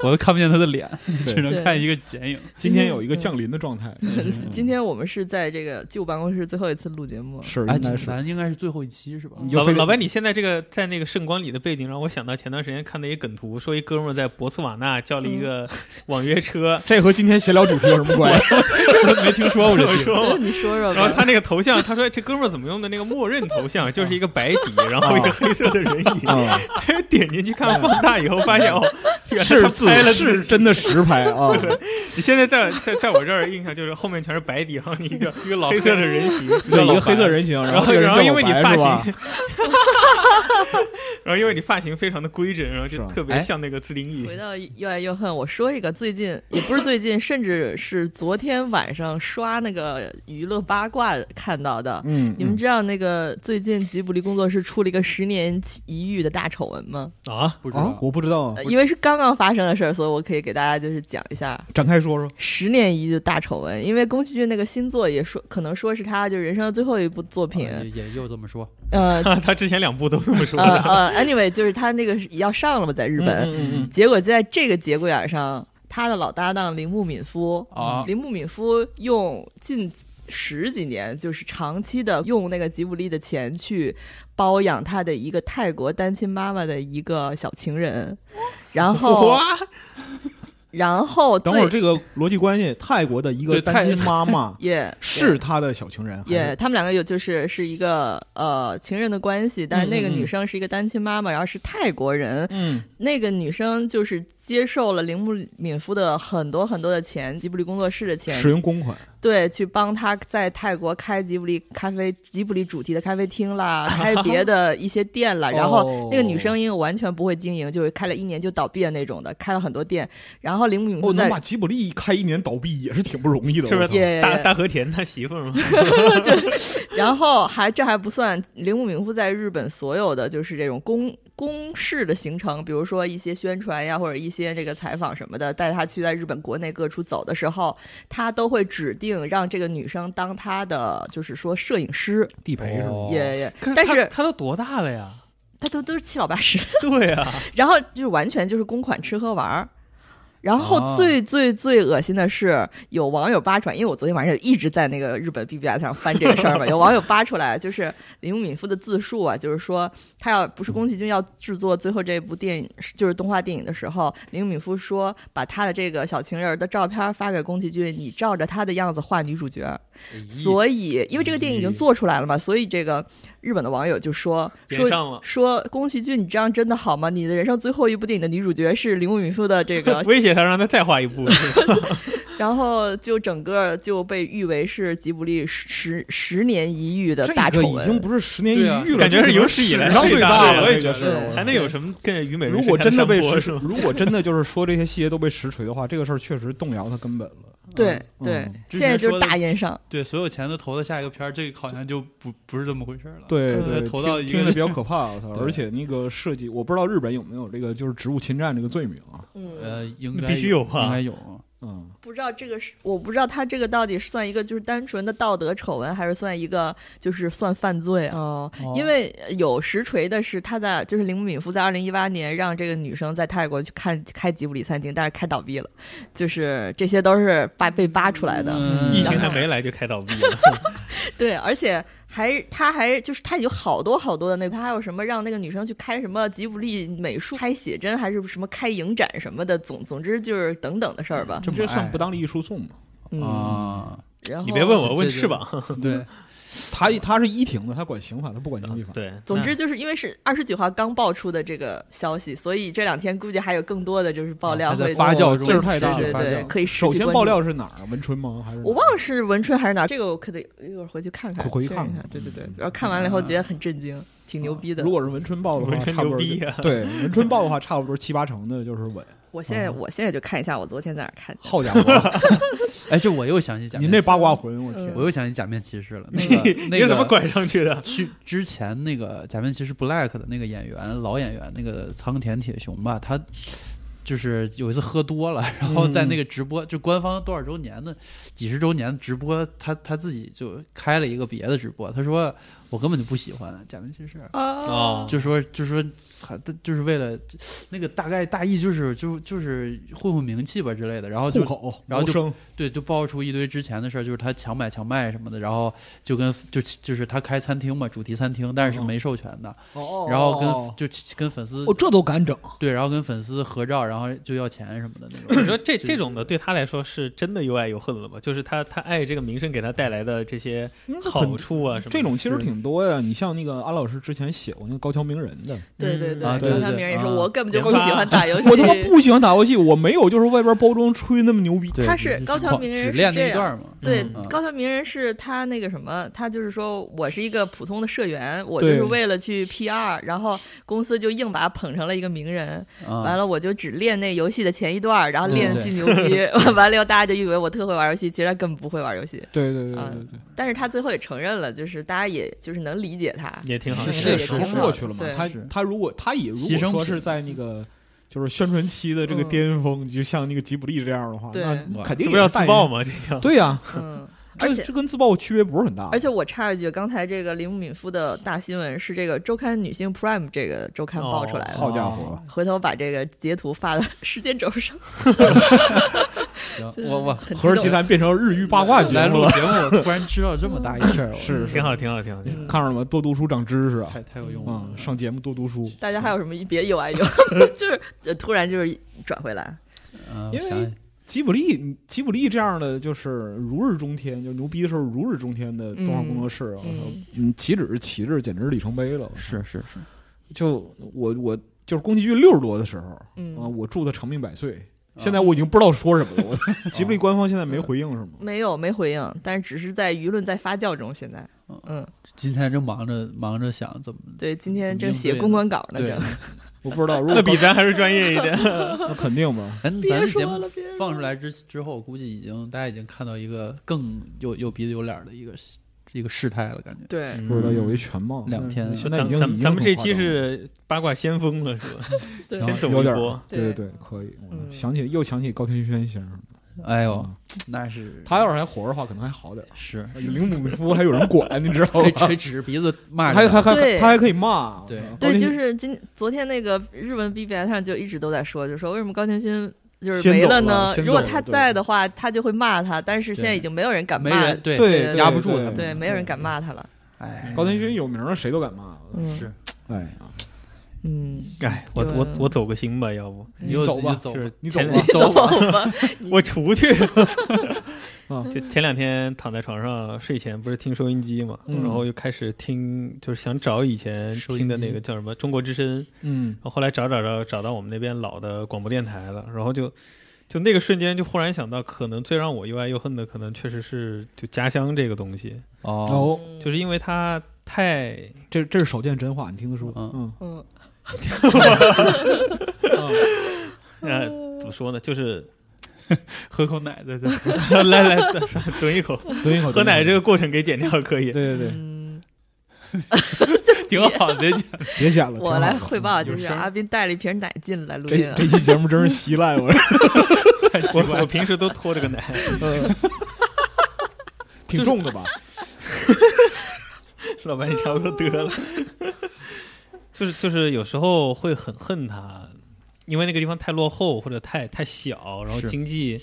D: 我都看不见他的 脸，只
C: 对
D: 能看一个剪影。
C: 今天有一个降临的状态，
B: 今天我们是在这个旧办公室最后一次录节目，
C: 是
D: 哎，
C: 应该是嗯
D: 咱应该是最后一期是吧？
C: 你就
A: 老
C: 非得
A: 老白，你现在这个在那个圣光里的背景，让我想到前段时间看的一梗图，说一哥们儿在博茨瓦纳叫了一
B: 嗯
A: 个 网约车，
C: 这和今天闲聊主题有什么关系？
D: 没听说过这
A: 我
D: 地方。
A: 说
B: 你说说
A: 然后
B: 吧。
A: 他那个头像，他说这哥们儿怎么用的那个默认头像，就是一个白底，然后一
C: 哦
A: 个黑色的人 影，
C: 啊，
A: 他点进去看放大以后，发现哦，原来
C: 是
A: 他
C: 自
A: 拍了
C: 是真的实拍啊，
A: 你现在在在在我这儿印象就是后面全是白底，然后你一个一个老黑色的人形，
C: 对，一个黑色
A: 人，
C: 人 形，
A: 然
C: 后这个人
A: 然后
C: 叫
A: 因
C: 我
A: 为你
C: 白
A: 发
C: 是吧
A: 型， 然后因为你发型非常的规整，然后
C: 是
A: 就
C: 吧哎
A: 特别像那个自定义
B: 回。到又爱又恨，我说一个最近也不是最近，甚至是昨天晚上刷那个娱乐八卦看到的。
C: 嗯，
B: 你们知道那个最近吉卜力工作室出了一个十年一遇的大丑闻吗？
A: 啊，
D: 不知
C: 啊
D: 道，，
C: 我不知道啊
B: 呃，因为是刚刚发生的事儿，所以我可以给大家就是讲一下
C: 展开说说，
B: 十年一遇的大丑闻。因为宫崎骏那个新作也说，可能说是他就人生的最后一部作品。
C: 哎
D: 也也又这么说，
B: 呃
A: 他之前两部都这么说
B: 呃呃，anyway，就是他那个是要上了嘛，在日本。
C: 嗯
B: 结果就在这个节骨眼上，他的老搭档铃木敏夫，
C: 嗯
D: 啊
B: 铃木敏夫用近十几年，就是长期的用那个吉卜力的钱去包养他的一个泰国单亲妈妈的一个小情人，然后
A: 哇，
B: 然后
C: 等会儿
B: 最
C: 这个逻辑关系，泰国的一个
D: 对
C: 单亲
D: 泰
C: 妈 妈
B: 也
C: 是他的小情人，还是
B: 也，他们两个有就是是一个呃情人的关系，但是那个女生是一个单亲妈妈，然后是泰国人，
C: 嗯，
B: 那个女生就是接受了铃木敏夫的很多很多的钱，吉卜力工作室的钱，
C: 使用公款，
B: 对，去帮他在泰国开吉卜力咖啡、吉卜力主题的咖啡厅啦，开别的一些店啦。然后那个女生因为完全不会经营，就是开了一年就倒闭的那种的，开了很多店。然后铃木敏夫
C: 哦，
B: 在
C: 能把吉卜力开一年倒闭也是挺不容易的，
A: 是不
C: 我
A: 是
C: 操
B: 也
A: 大大和田他媳妇儿吗？
B: 然后还这还不算，铃木敏夫在日本所有的就是这种公公事的行程，比如说一些宣传呀，或者一些这个采访什么的，带他去在日本国内各处走的时候，他都会指定让这个女生当他的就是说摄影师，
C: 地陪是吗？
D: 哦
B: 也也，
A: 可
B: 但
A: 他
B: 是
A: 他都多大了呀？
B: 他都都是七老八十，
A: 对啊，
B: 然后就是完全就是公款吃喝玩儿。然后
D: 哦
B: 最最最恶心的是，有网友扒出来，因为我昨天晚上一直在那个日本 B B S 上翻这个事儿嘛，有网友扒出来，就是铃木敏夫的自述啊，就是说他要不是宫崎骏要制作最后这部电影，就是动画电影的时候，铃木敏夫说把他的这个小情人儿的照片发给宫崎骏，你照着他的样子画女主角，所以，因为这个电影已经做出来了嘛，所以这个日本的网友就说
A: 连
B: 说
A: 上了，
B: 说宫崎骏，你这样真的好吗？你的人生最后一部电影的女主角是铃木敏夫的这个
A: 威胁他让他再画一部，
B: 然后就整个就被誉为是吉卜力十十十年一遇的
C: 这
B: 大丑
C: 个
B: 闻。
C: 已经不是十年一
D: 对啊
C: 遇了，
A: 感觉是
C: 这可能
A: 有史以来
C: 史上
A: 最
C: 最
A: 大
C: 的，
A: 的
C: 我也
A: 这
C: 觉
A: 个
C: 得是。
A: 还能有什么跟虞美人
C: 如果真的被
A: 说
C: 实
A: 是吗？
C: 如果真的就是说这些细节都被实锤的话，这个事儿确实动摇他根本了。
B: 对
C: 嗯
B: 对
C: 嗯，
B: 现在就是
D: 之前说的
B: 大烟上。
D: 对，所有钱都投到下一个片儿，这个好像就不不是这么回事儿了。，
C: 对
B: 嗯
C: 对，
D: 投到
C: 听
D: 一个
C: 听着比较可 怕，我操！
D: 啊对
C: 而且那个设计，我不知道日本有没有这个就是职务侵占这个罪名啊？
B: 嗯，
D: 呃，应该
A: 必须有啊
D: 应该有。
C: 嗯，
B: 不知道这个是，我不知道他这个到底是算一个就是单纯的道德丑闻，还是算一个就是算犯罪啊？哦
D: 哦
B: 因为有实锤的是，他在就是铃木敏夫在二零一八年让这个女生在泰国去看开吉卜力餐厅，但是开倒闭了，就是这些都是扒被扒出来的。
D: 嗯
A: 疫情还没来就开倒闭了，
B: 对，而且还他还就是他有好多好多的那个，他还有什么让那个女生去开什么吉卜力美术开写真，还是什么开影展什么的，总总之就是等等的事儿吧。
D: 这么哎
C: 这算
D: 爱
C: 不当利益输送吗？
B: 嗯，
D: 啊，
B: 然后
A: 哦你别问我，
D: 这
A: 问
D: 这
A: 翅膀。
D: 对，
C: 他他是一庭的，他管刑法，他不管经济法。
A: 对，
B: 总之
C: 嗯
A: 那
B: 就是因为是二十九号刚爆出的这个消息，所以这两天估计还有更多的就是
C: 啊
B: 爆料
D: 还在
B: 会
D: 发酵中，
C: 劲儿太大了
B: 对对
D: 发
B: 对，
D: 酵。
B: 可以持
C: 首
B: 续
C: 先
B: 关
C: 爆
B: 注
C: 料是哪儿啊？文春吗？还是
B: 我忘了是文春还是哪儿，这个我可得一会儿回去看看，
C: 回去
B: 确认
C: 看
B: 一下
C: 看嗯
B: 对对对，然后看完了以后觉得很震惊，挺牛逼的。
C: 啊如果是文春报的话，
A: 文春
C: 差不
A: 牛
C: 多
A: 逼
C: 就
A: 啊
C: 对文春报的话，差不多七八成的就是稳。
B: 我现在我现在就看一下我昨天在哪儿看的。
C: 嗯好家伙，
D: 哎，这我又想起假面
C: 您这
D: 骑
C: 八卦魂，我
B: 嗯
C: 天！
D: 我又想起假面骑士 了。那
A: 你
D: 个
A: 你
D: 那
A: 是
D: 个
A: 怎么拐上去的？
D: 去之前那个假面骑士 Black 的那个演员，老演员那个仓田铁雄吧，他就是有一次喝多了，然后在
A: 嗯
D: 那个直播，就官方多少周年的几十周年直播，他他自己就开了一个别的直播，他说。我根本就不喜欢假面骑士。
B: 啊
A: 哦
D: 就说就说，操就是为了那个大概大意就是就就是混混名气吧之类的，然后就
C: 户口，
D: 然后就
C: 谋生
D: 对，就爆出一堆之前的事儿，就是他强买强卖什么的，然后就跟就就是他开餐厅嘛，主题餐厅，但是是没授权的，
C: 嗯哦
D: 然后跟
C: 哦
D: 就跟粉丝、
C: 哦这都敢整，
D: 对，然后跟粉丝合照，然后就要钱什么的
A: 你
D: 那种。
A: 说这这种的对他来说是真的有爱有恨了吗？就是他他爱这个名声给他带来的这些好处啊什么的
C: 这种其实
A: 是
C: 挺多呀。你像那个安老师之前写过那个高桥名人的，
B: 对对
C: 嗯
B: 对，
D: 啊对
B: 刚才
D: 对对
B: 明人说，
D: 啊
B: 我根本就不
A: 研发
B: 喜 欢打游戏，
C: 我他妈不喜欢打游戏，我没有就是外边包装吹那么牛逼。
D: 对
B: 他
D: 就是
B: 高桥
D: 狂
B: 名人
D: 只
B: 是
D: 练那
B: 这
D: 一
B: 样
D: 段嘛，
B: 对，
D: 嗯
B: 高桥名人是他那个什么，他就是说我是一个普通的社员，我就
C: 对
B: 是为了去 PR，然后公司就硬把他捧成了一个名人。完
D: 完
B: 了，我就只练那游戏的前一段儿，然后
D: 对
B: 练
D: 嗯对
B: 巨牛逼。完了以后，大家就以为我特会玩游戏，其实他根本不会玩游戏。
C: 对对对
B: 啊
C: 对对，
B: 但是他最后也承认了，就是大家也就是能理解他。
A: 也挺好的，
B: 是是
C: 那个
B: 也
C: 时
B: 挺
C: 候
B: 好
C: 过
B: 的
C: 去了嘛
B: 对。
C: 他
D: 是
C: 他如果他也如
D: 牺
C: 果
D: 牲
C: 说
D: 品
C: 是在那个就是宣传期的这个
B: 嗯
C: 巅峰，就像那个吉卜力这样的话，
B: 对
C: 那
A: 这
C: 肯定
A: 不叫
C: 要
A: 自爆。吗？这叫
C: 对呀，
B: 嗯，而
C: 这
B: 且
C: 这跟自爆区别不是很大。
B: 而且我插一句，刚才这个铃木敏夫的大新闻是这个周刊女性 Prime 这个周刊爆出来的。
C: 好家伙，
B: 回头把这个截图发到 时间轴上。
D: 行，
B: 就是
D: 我我
B: 很
C: 合着
B: 激
C: 奇
B: 动
C: 谈变成日语八卦节
D: 来
C: 目
D: 录
C: 了，
D: 节目， 我突然知道这么大一
B: 嗯
D: 事儿，我
C: 是
A: 挺好，挺好，挺好，挺好。
C: 看着了吗？多读书长知识啊！
D: 太太有用
C: 啊、
B: 嗯
D: 了。
C: 上节目多读书。
B: 大家还有什么别有啊有，就是呃突然就是转回来，
D: 嗯，
C: 因为
D: 我想想
C: 吉卜力，吉卜力这样的就是如日中天，就牛逼的时候如日中天的动画工作室啊，
B: 嗯
C: 我操
B: 嗯，
C: 嗯，岂止是旗帜，简直是里程碑了。我操
D: 是是是，
C: 就我我就是宫崎骏六十多的时候啊、
B: 嗯，
C: 我祝他长命百岁。现在我已经不知道说什么了。我操吉卜力官方现在没回应是吗？
B: 没有没回应，但是只是在舆论在发酵中。现在
D: 嗯，
B: 嗯，
D: 今天正忙着忙着想怎么
B: 对，今
D: 怎
B: 天
D: 么
B: 正
D: 应
B: 写
D: 对
B: 公
D: 呢
B: 关稿呢，
D: 对
B: 正。
C: 我不知道。如果
A: 那比咱还是专业一点，
C: 那肯定吧。
D: 咱
B: 别
D: 咱的
B: 说
D: 节目
B: 了别
D: 放出来之之后，估计已经大家已经看到一个更有有鼻子有脸儿的一个一个事态了，感觉。
B: 对，
C: 不知道有一全貌。
D: 嗯两天
C: 那现在已
A: 咱嗯
C: 经
A: 咱们咱们这期
C: 已经很夸张了
A: 是八卦先锋了，是吧？
B: 对
A: 先走
C: 有
A: 一
C: 点
A: 波，
C: 对
B: 对
C: 对，可以。我
B: 嗯
C: 想起又想起高天轩先生，
D: 哎呦
C: 嗯，
D: 那是
C: 他要是还活着的话，可能还好点儿。
D: 是
C: 铃木敏夫还有人管，你知
D: 可
C: 道吗
D: 以？可以指着鼻子骂
C: 还
D: 人
C: 还
D: 的，
C: 还
B: 对
C: 哦他还可以骂，啊
D: 对
C: 高
B: 对，
C: 天
B: 就
C: 勋
B: 是今昨天那个日文 BBS 上就一直都在说，就说为什么高天勋就是
C: 先
B: 没
C: 走了
B: 呢？
C: 先
B: 如果
C: 走了
B: 他
C: 对
B: 在的话，他就会骂他，但是现在
D: 对
B: 已经没有人敢
D: 没
B: 骂，
D: 人对
B: 对
C: 对
B: 对
D: 压不住他
C: 对
D: 们。
B: 对，没有人敢骂他了。
D: 哎，
C: 高天勋有名了，谁都敢骂。
B: 嗯，
D: 是
C: 哎，
B: 嗯，
A: 哎，我
B: 对
A: 我我走个心吧，要不
D: 你就
C: 走吧
D: 你就走
A: 就是
C: 你走吧
A: 前两
D: 走吧，
B: 吧，
A: 我出去。
C: 啊
A: 就前两天躺在床上睡前不是听收音机嘛，
C: 嗯
A: 然后又开始听，就是想找以前
D: 收音
A: 听的那
D: 机
A: 个叫什么中国之声，
C: 嗯，
A: 然后后来找找找找到我们那边老的广播电台了，然后就就那个瞬间就忽然想到，可能最让我又爱又恨的，可能确实是就家乡这个东西，
D: 哦，
C: 哦，
B: 嗯
A: 就是因为它太
C: 这这是少见真话，你听得出？嗯
D: 嗯，
B: 嗯
A: 呃怎么说呢， 就是
D: 喝口奶再再
A: 来来蹲一口，
C: 对，
A: 喝奶这
C: 个，
A: 个过程给剪掉可 以，
C: 对对对，
B: 嗯，
D: 挺好的，
C: 别剪了，
B: 我
C: 挺好
B: 来
C: 的
B: 汇报，就
A: 有
B: 是
A: 声儿
B: 阿斌带了一瓶奶进来录
C: 这
B: 音啊
C: 这，期节目真是稀烂，我
A: 我我平时都拖着个奶，
C: 挺重的吧？
A: 老板你差不多得了， 就是就是有时候会很恨他，因为那个地方太落后或者太太小，然后
D: 是
A: 经济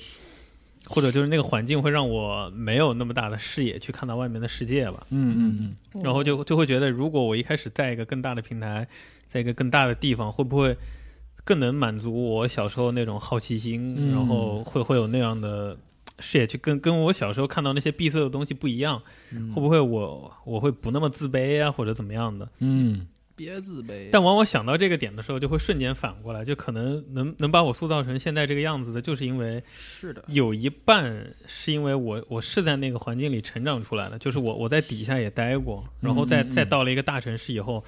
A: 或者就是那个环境会让我没有那么大的视野去看到外面的世界吧，
C: 嗯
D: 嗯嗯，
A: 然后就就会觉得如果我一开始在一个更大的平台，在一个更大的地方，会不会更能满足我小时候那种好奇心，
C: 嗯
A: 然后会会有那样的。视野去跟跟我小时候看到那些闭塞的东西不一样，
D: 嗯
A: 会不会我我会不那么自卑啊，或者怎么样的？
C: 嗯，
D: 别自卑。
A: 但往往想到这个点的时候，就会瞬间反过来，就可能能能把我塑造成现在这个样子的，就是因为
D: 是的，
A: 有一半是因为我我是在那个环境里成长出来的，就是我我在底下也待过，然后再
C: 嗯嗯嗯
A: 再到了一个大城市以后，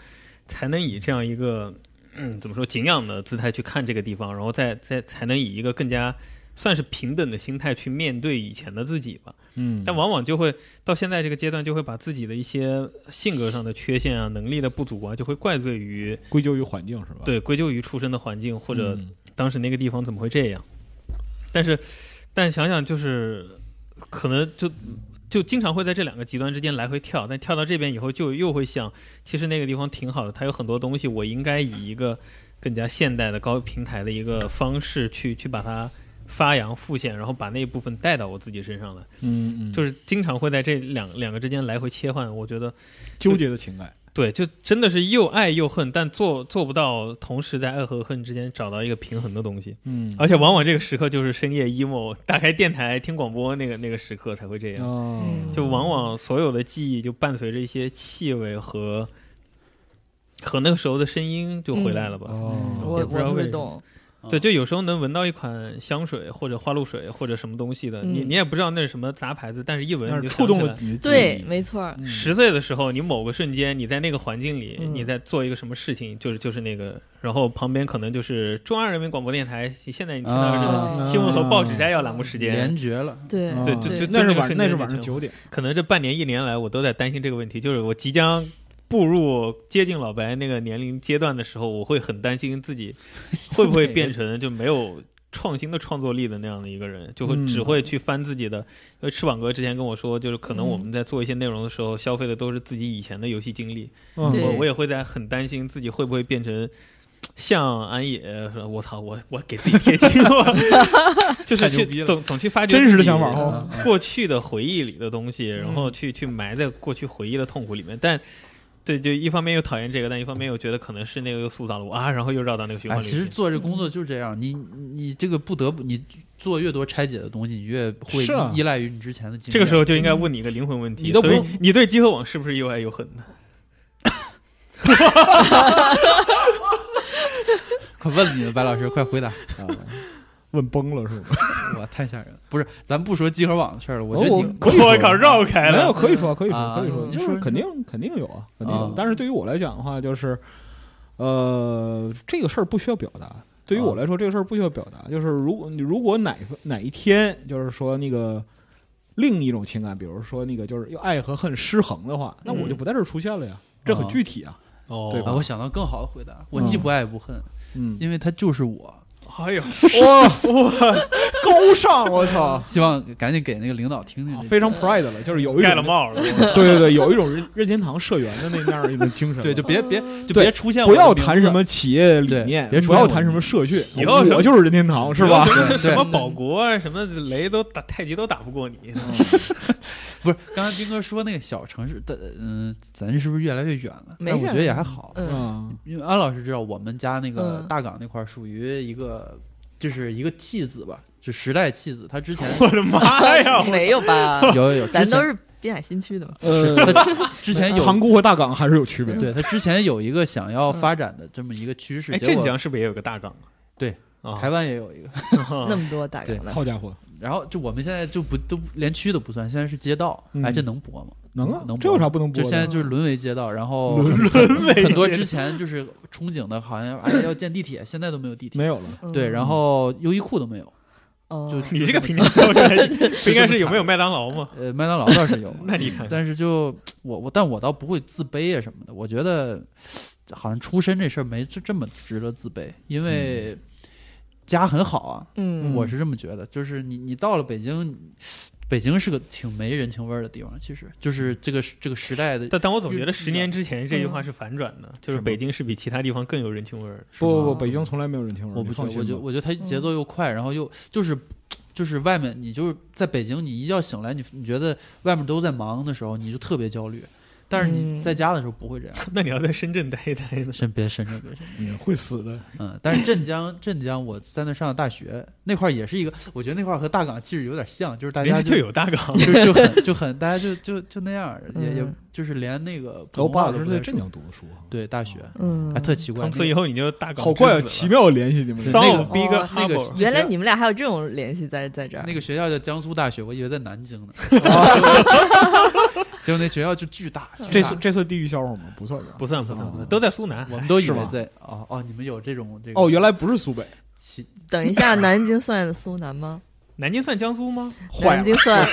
A: 才能以这样一个嗯怎么说敬仰的姿态去看这个地方，然后再再才能以一个更加算是平等的心态去面对以前的自己吧。
C: 嗯，
A: 但往往就会到现在这个阶段，就会把自己的一些性格上的缺陷啊、能力的不足啊，就会怪罪于。
C: 归咎于环境是吧？，
A: 对，归咎于出生的环境或者当时那个地方怎么会这样。但是，但想想就是可能就就经常会在这两个极端之间来回跳，但跳到这边以后，就又会想，其实那个地方挺好的，它有很多东西，我应该以一个更加现代的高平台的一个方式去去把它发扬复现，然后把那一部分带到我自己身上来，
C: 嗯嗯，
A: 就是是经常会在这两两个之间来回切换。我觉得
C: 纠结的情感。
A: 对，就真的是又爱又恨，但做做不到同时在爱和恨之间找到一个平衡的东西，
C: 嗯，
A: 而且往往这个时刻就是深夜 emo，打开电台听广播那个那个时刻才会这样。
C: 哦，
B: 嗯
A: 就往往所有的记忆就伴随着一些气味和和那个时候的声音就回来了吧。
B: 嗯
C: 哦，
D: 嗯
B: 我
A: 也
B: 我
A: 不知道
B: 特别
A: 为什么
B: 懂，
A: 对，就有时候能闻到一款香水或者花露水或者什么东西的，你
B: 嗯
A: 你也不知道那是什么杂牌子，但是一闻
C: 但
A: 你就
C: 是触
A: 想
C: 动
A: 起
C: 了
A: 来。
C: 你的记忆
B: 对，没错儿，
C: 嗯
A: 十岁的时候，你某个瞬间，你在那个环境里，
B: 嗯
A: 你在做一个什么事情，就是就是那个，然后旁边可能就是中央人民广播电台，现在你听到的是
B: 啊嗯
A: 新闻和报纸摘要栏目时间，
D: 联觉了，
B: 对
C: 啊
A: 对
B: 对
A: 就
B: 对
A: 就
C: 那是
A: 那个
C: 晚
A: 瞬
C: 那
A: 间
C: 是
A: 就
C: 晚上
A: 行
C: 九点，
A: 可能这半年一年来，我都在担心这个问题，就是我即将步入接近老白那个年龄阶段的时候，我会很担心自己会不会变成就没有创新的创作力的那样的一个人，就会
C: 嗯
A: 只会去翻自己的。因为翅膀哥之前跟我说，就是可能我们在做一些内容的时候，消费的都是自己以前的游戏经历，
C: 嗯
B: 对
A: 我我也会在很担心自己会不会变成。像安野，呃我操，我我给自己贴金， 就是
D: 太牛
A: 去
D: 逼了
A: 总总去发掘
C: 真实
A: 自
C: 的
A: 己
C: 想法
B: 嗯
C: 哦，嗯
A: 过去的回忆里的东西，然后去去埋在过去回忆的痛苦里面。但对，就一方面又讨厌这个，但一方面又觉得可能是那个又塑造了我啊，然后又绕到那个循
D: 哎，
A: 环里
D: 其
A: 去。
D: 实做这工作就是这样，你你这个不得不你做越多拆解的东西，你越会
C: 是啊
D: 依赖于你之前的经验。
A: 这个时候就应该问你一个灵魂问题，
C: 嗯你都不
A: 所以
C: 用
A: 你对集合网是不是又爱又恨呢？
D: 快问你了，白老师，快回答！
C: 啊问崩了是吗？
D: 哇，太吓人了。不是，咱不说集合网的事儿了，我觉
C: 哦
D: 得
C: 我
D: 你
C: 可以说
A: 我靠，绕开
C: 没有，
A: 了。
C: 可以说，可以说，
D: 啊
C: 可以说，
B: 嗯
C: 就是肯定肯定有啊，肯定有
D: 啊。
C: 但是对于我来讲的话，就是，呃，这个事儿不需要表达。对于我来说，这个事儿不需要表达。就是如果你如果哪哪一天，就是说那个另一种情感，比如说那个就是要爱和恨失衡的话，那我就不在这儿出现了呀。这很具体啊，
A: 哦
C: 对
D: 啊，
C: 吧
D: 我想到更好的回答，我既
C: 嗯
D: 不爱也不恨，
C: 嗯，
D: 因为他就是我。
A: 哎呦，
C: 哇哇，高尚，我操，
D: 希望赶紧给那个领导听听这
C: 啊
D: 个，
C: 非常 pride 了，就是有一
A: 盖了
C: 种，
A: 帽了。 我
C: 对对对，有一种任任天堂社员的那那样一种精神 了。
D: 对，
B: 嗯
D: 就别别就
C: 对
D: 别出现我
C: 不
D: 的
C: 要
D: 名字
C: 谈什么企业理念，
D: 对别
C: 不
D: 出现
C: 要
D: 我
C: 谈什么社训，
A: 以后什
C: 我
A: 么
C: 就是任天堂，是吧？
A: 什么
D: 对
A: 什么
B: 对
A: 保国啊，什么雷都打太极都打不过你。
D: 嗯 不是，刚才斌哥说那个小城市的，嗯，咱是不是越来越远了？
B: 没
D: 但
B: 事
D: 我
B: 儿
D: 觉得也还好，
B: 嗯
C: 嗯
D: 因为安老师知道我们家那个
B: 嗯
D: 大港那块儿属于一个，就是一个弃子吧，就时代弃子。他之 前
A: 我的妈哎呀！
B: 没有吧？
D: 有有有，之
B: 咱都
D: 前
B: 是滨海新区的嘛，
C: 呃，
D: 之前有
C: 塘沽和大港还是有区别。
D: 对他之前有一个想要
B: 嗯
D: 发展的这么一个趋势，
A: 哎，
D: 结
A: 镇
D: 果
A: 江是不是也有个大港啊？
D: 对
A: 啊，
D: 台湾也有一个，
B: 那么多大
D: 对
B: 港的，
C: 好家伙，
D: 然后就我们现在就不都不连区都不算，现在是街道，
C: 嗯
D: 哎，这能播吗？
C: 能啊
D: 能，
C: 这有啥不能
D: 就
C: 播
D: 现在
C: 的？
D: 就是沦为街道，然后
C: 沦
D: 很 多之前就是憧憬的，好像哎要建地铁，现在都没有地铁。
C: 没有了，
B: 嗯
D: 对，然后优衣库都没有，
B: 哦
D: 就
A: 你这个评价标 准不应该是有没有麦当劳吗？，
D: 呃，麦当劳倒是 有
A: 那你看
D: 但是就我我，但我倒不会自卑啊什么的。我觉得好像出身这事儿没这这么值得自卑，因
C: 嗯
D: 为家很好啊，
B: 嗯，
D: 我是这么觉得。就是你你到了北京，北京是个挺没人情味儿的地方，其实就是这个这个时代的
A: 但但我总觉得十年之前这句
D: 嗯
A: 话是反转的，就是
D: 是吗
A: 北京是比其他地方更有人情味儿。
C: 不不不，
B: 吗
C: 北京从来没有人听
D: 我
C: 你
D: 不
C: 放
D: 觉得，我
C: 心
D: 觉得
C: 吧。
D: 我觉得它节奏又快，然后又就是就是外面，你就是在北京，你一觉醒来，你你觉得外面都在忙的时候，你就特别焦虑。但是你
B: 嗯
D: 在家的时候不会这样，
A: 那你要在深圳待一待呢？
D: 深别深圳别深圳，
C: 嗯，会 死的。
D: 嗯，但是镇江镇江，我在那上的大学那块儿也是一个，我觉得那块儿和大港其实有点像，就是大
A: 人
D: 家
A: 家
D: 就
A: 就有大港，
D: 就 就很 就很大家就就就那样儿，也也
B: 嗯
D: 就是连那个普
C: 我
D: 通
C: 爸
D: 话
C: 老
D: 都
C: 师
D: 不
C: 在
D: 太
C: 镇
D: 说
C: 江读的书啊，
D: 对大学，
B: 嗯
D: 还特奇怪，
A: 从
D: 那
A: 此以
D: 个
A: 后你就大港
C: 好怪啊，奇妙的联系你们。
D: 那个啊
A: Solve bigger
B: 哦
D: 那个
A: harbor，
B: 原来你们俩还有这种联系在在这儿
D: 那，个学校叫江苏大学，我以为在南京呢，结果那学校就巨大，巨大
C: 这算这算地域笑话吗？不算吧。
A: 不算不算，不
C: 哦
A: 算都在苏南。
D: 啊我们都以
C: 是
D: 为
C: 吗
D: 在哦哦，你们有这种这个
C: 哦，原来不 是苏北，
D: 奇
B: 等一下，南京算苏南吗？
A: 南京算 江苏吗？
C: 坏
B: 南
C: 了，
B: 京算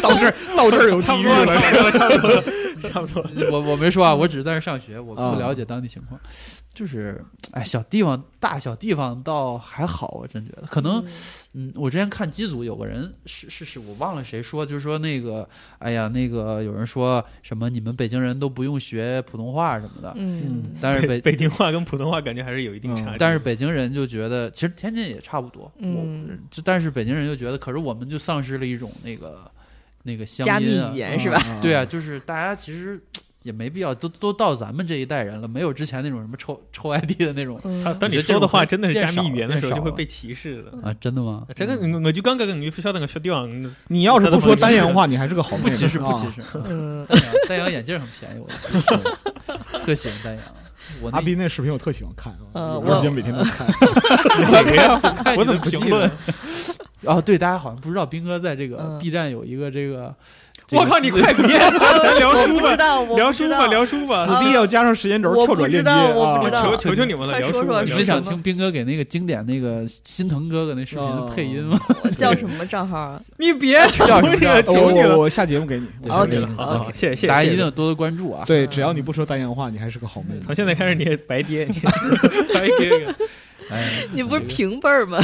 C: 到这儿到这儿有
A: 差
C: 地
A: 不
C: 域
A: 多，
C: 了。
A: 差不多，差不多。差不多。
D: 我我没说啊，我只是在那儿上学，我
C: 啊
D: 不了解当地情况。就是，哎，小地方大小地方倒还好，我真觉得可能，嗯，我之前看机组有个人是是是我忘了谁说，就是说那个，哎呀，那个有人说什么你们北京人都不用学普通话什么的，
B: 嗯，
D: 但是嗯
A: 北 北京话跟普通话感觉还是有一定差距。
D: 但是北京人就觉得，其实天津也差不多。
B: 嗯
D: 我就但是北京人就觉得，可是我们就丧失了一种那个那个乡
B: 加密
D: 音啊
B: 语，
C: 嗯
B: 言是吧？
D: 对
A: 嗯
D: 啊，，就是大家其实也没必要，都都到咱们这一代人了，没有之前那种什么抽抽 ID 的那种
A: 他
B: 嗯
A: 当你
D: 我觉得这
A: 说的
D: 种
A: 话
D: 会
A: 真的是
D: 变
A: 加密语言的时候，
D: 少
A: 就
D: 了
A: 会被歧视的。
D: 啊，真的吗？
A: 这个我就刚刚跟你说晓得我小地方，
C: 你要是不说单元化，你还是个好妹
D: 不
C: 妹
D: 歧视，不
C: 啊
D: 歧视。
B: 嗯，
D: 丹阳丹阳眼镜很便宜，我特喜欢丹阳。我那
C: 阿斌那视频我特喜欢看，
B: 呃
C: 有段时间
B: 我
C: 每天都看。
A: 我
D: 我
A: 怎么
D: 怎么
A: 评
D: 评
A: 论
D: 论？哦，对，大家好像不知道，斌哥在这个
B: 嗯
D: B 站有一个这个，这个
A: 我靠，你快别，咱聊
B: 我
A: 书
B: 不知
A: 吧，
B: 道，我
A: 聊
B: 不
A: 书
B: 知
A: 吧，
B: 道，
A: 聊书吧。
C: 此地要加上时间轴
B: 我
C: 跳
B: 不
C: 转
B: 知
C: 链接
B: 道我不知道
C: 啊！
A: 求求求你们了，
B: 快
A: 聊
B: 说
A: 书
B: 说
A: 吧。
B: 你
D: 你
A: 聊
B: 是
D: 们
A: 书
D: 想
B: 什么
D: 听斌哥给那个经典那个心疼哥哥那视频的配音吗？
B: 我叫什么账号啊？
A: 你别求
D: 叫什么
A: 你了，
D: 叫
A: 求
C: 我
A: 你
C: 我
A: 了，
C: 我下节目给你，我
D: 好
C: 下
A: 求
B: 我
A: 你了。
C: 节目给你
A: 好好，哦谢谢谢谢，
D: 大家一定
A: 谢谢
D: 要多多关注啊！
C: 对，只要你不说单元化，你还是个好妹妹。
A: 从现在开始你也白爹， 你白爹。
D: 哎，
B: 你不是
D: 这个
B: 平辈儿吗？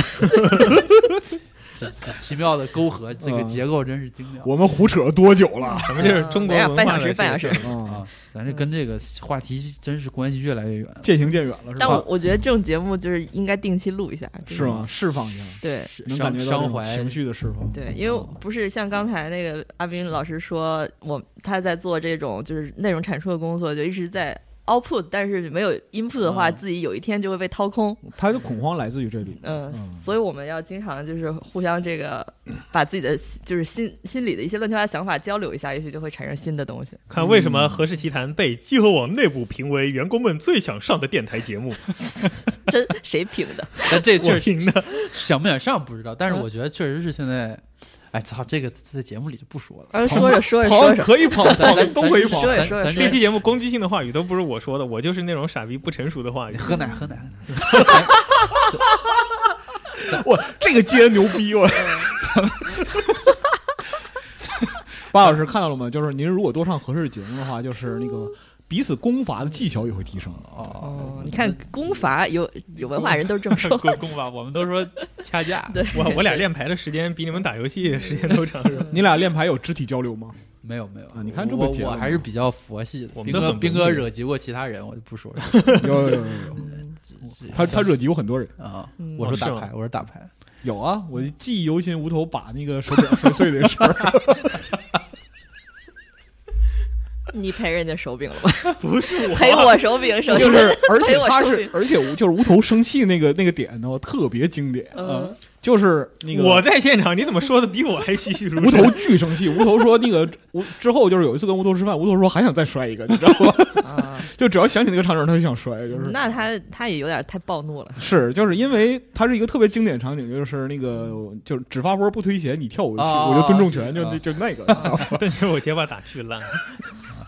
D: 这这奇妙的沟合，这个
C: 嗯
D: 结构真是精妙。
C: 我们胡扯多久了？
A: 咱们这是中国文化
B: 哎半小
A: 的
B: 时，半小时
A: 这。个
C: 啊
D: 啊，，咱这跟这个话题真是关系越来越远。
C: 渐行渐远了，是
B: 但我
C: 吧？
B: 我觉得这种节目就是应该定期录一下，
C: 是吗？？释放一下，
B: 对
C: 能感
D: 伤
C: 觉到这
D: 伤
C: 种
D: 怀
C: 情绪的释放。
B: 对，因为不是像刚才那个阿斌老师说，我他在做这种就是内容产出的工作，就一直在 output，但是没有 input 的话，
C: 哦
D: 嗯
B: 自己有一天就会被掏空。
C: 他的恐慌来自于这里。
B: 嗯，
C: 嗯
B: 所以我们要经常就是互相这个，把自己的就是心心里的一些乱七八糟想法交流一下，也许就会产生新的东西。
A: 看为
D: 嗯
A: 什么《何氏奇谈》被集合网内部评为员工们最想上的电台节目，
B: 真谁评 的？
D: 但这
A: 我
D: 确实
A: 评的。
D: 想不想上不知道，但是
B: 嗯
D: 我觉得确实是现在，哎操，这个在节目里就不说了。
B: 而嗯说着说着
C: 跑
B: 说 着，
C: 哦可以跑，
D: 咱
C: 跑
D: 咱
C: 都可以跑
B: 说。着
D: 咱
B: 说着说
D: 咱
A: 这
B: 着，
A: 期节目攻击性的话语都不是我说的，我就是那种傻逼不成熟的话语。
D: 喝奶喝奶，喝奶
C: 我这个接牛逼，我。 巴老师看到了吗？就是您如果多上合适节目的话，就是那个彼此攻伐的技巧也会提升。啊
D: 哦
B: 哦，，你看功法有有文化人都是这么说。
D: 公公吧，我们都 说掐架，
B: 对，
A: 我我俩练牌的时间比你们打游戏的时间都长，是吧
C: 你俩练牌有肢体交流吗？
D: 没有没有
C: 啊，你看这不
D: 我
C: 结了
D: 我
C: 吗
D: 还是比较佛系的。
A: 我们
D: 兵
A: 都
D: 哥
A: 很
D: 兵
A: 文
D: 哥
A: 明
D: 惹急过其他人，我就不说了
C: 有 有有有有，他他惹急过很多人。
D: 啊
B: 嗯。
D: 我说
A: 哦
D: 打
A: 是吗
D: 牌，我说打牌，
C: 有啊，我记忆犹新，无头把那个手表摔碎的事 儿。
B: 你赔人家手柄了吗？
A: 不是我
B: 赔我手柄，手柄
C: 就是， 而且
B: 哎我
C: 他
B: 受
C: 是
B: 不，
C: 而且我就是无头生气那个那个点呢，特别经典，
B: 嗯
C: 就是那个
A: 我在现场，你怎么说的比我还栩栩如
C: 无
A: 生
C: 头？巨生气，无头说那个 无之后就是有一次跟无头吃饭，无头说还想再摔一个，你知道吗？
B: 啊，
C: 就只要想起那个场景，他就想摔，就是
B: 嗯那他他也有点太暴怒了。
C: 是就是因为它是一个特别经典场景，就是那个就是只发波不推鞋，你跳我就
D: 啊
C: 我就蹲重拳，就
D: 啊
C: 那就那个，
A: 但是我结巴打巨烂，
D: 啊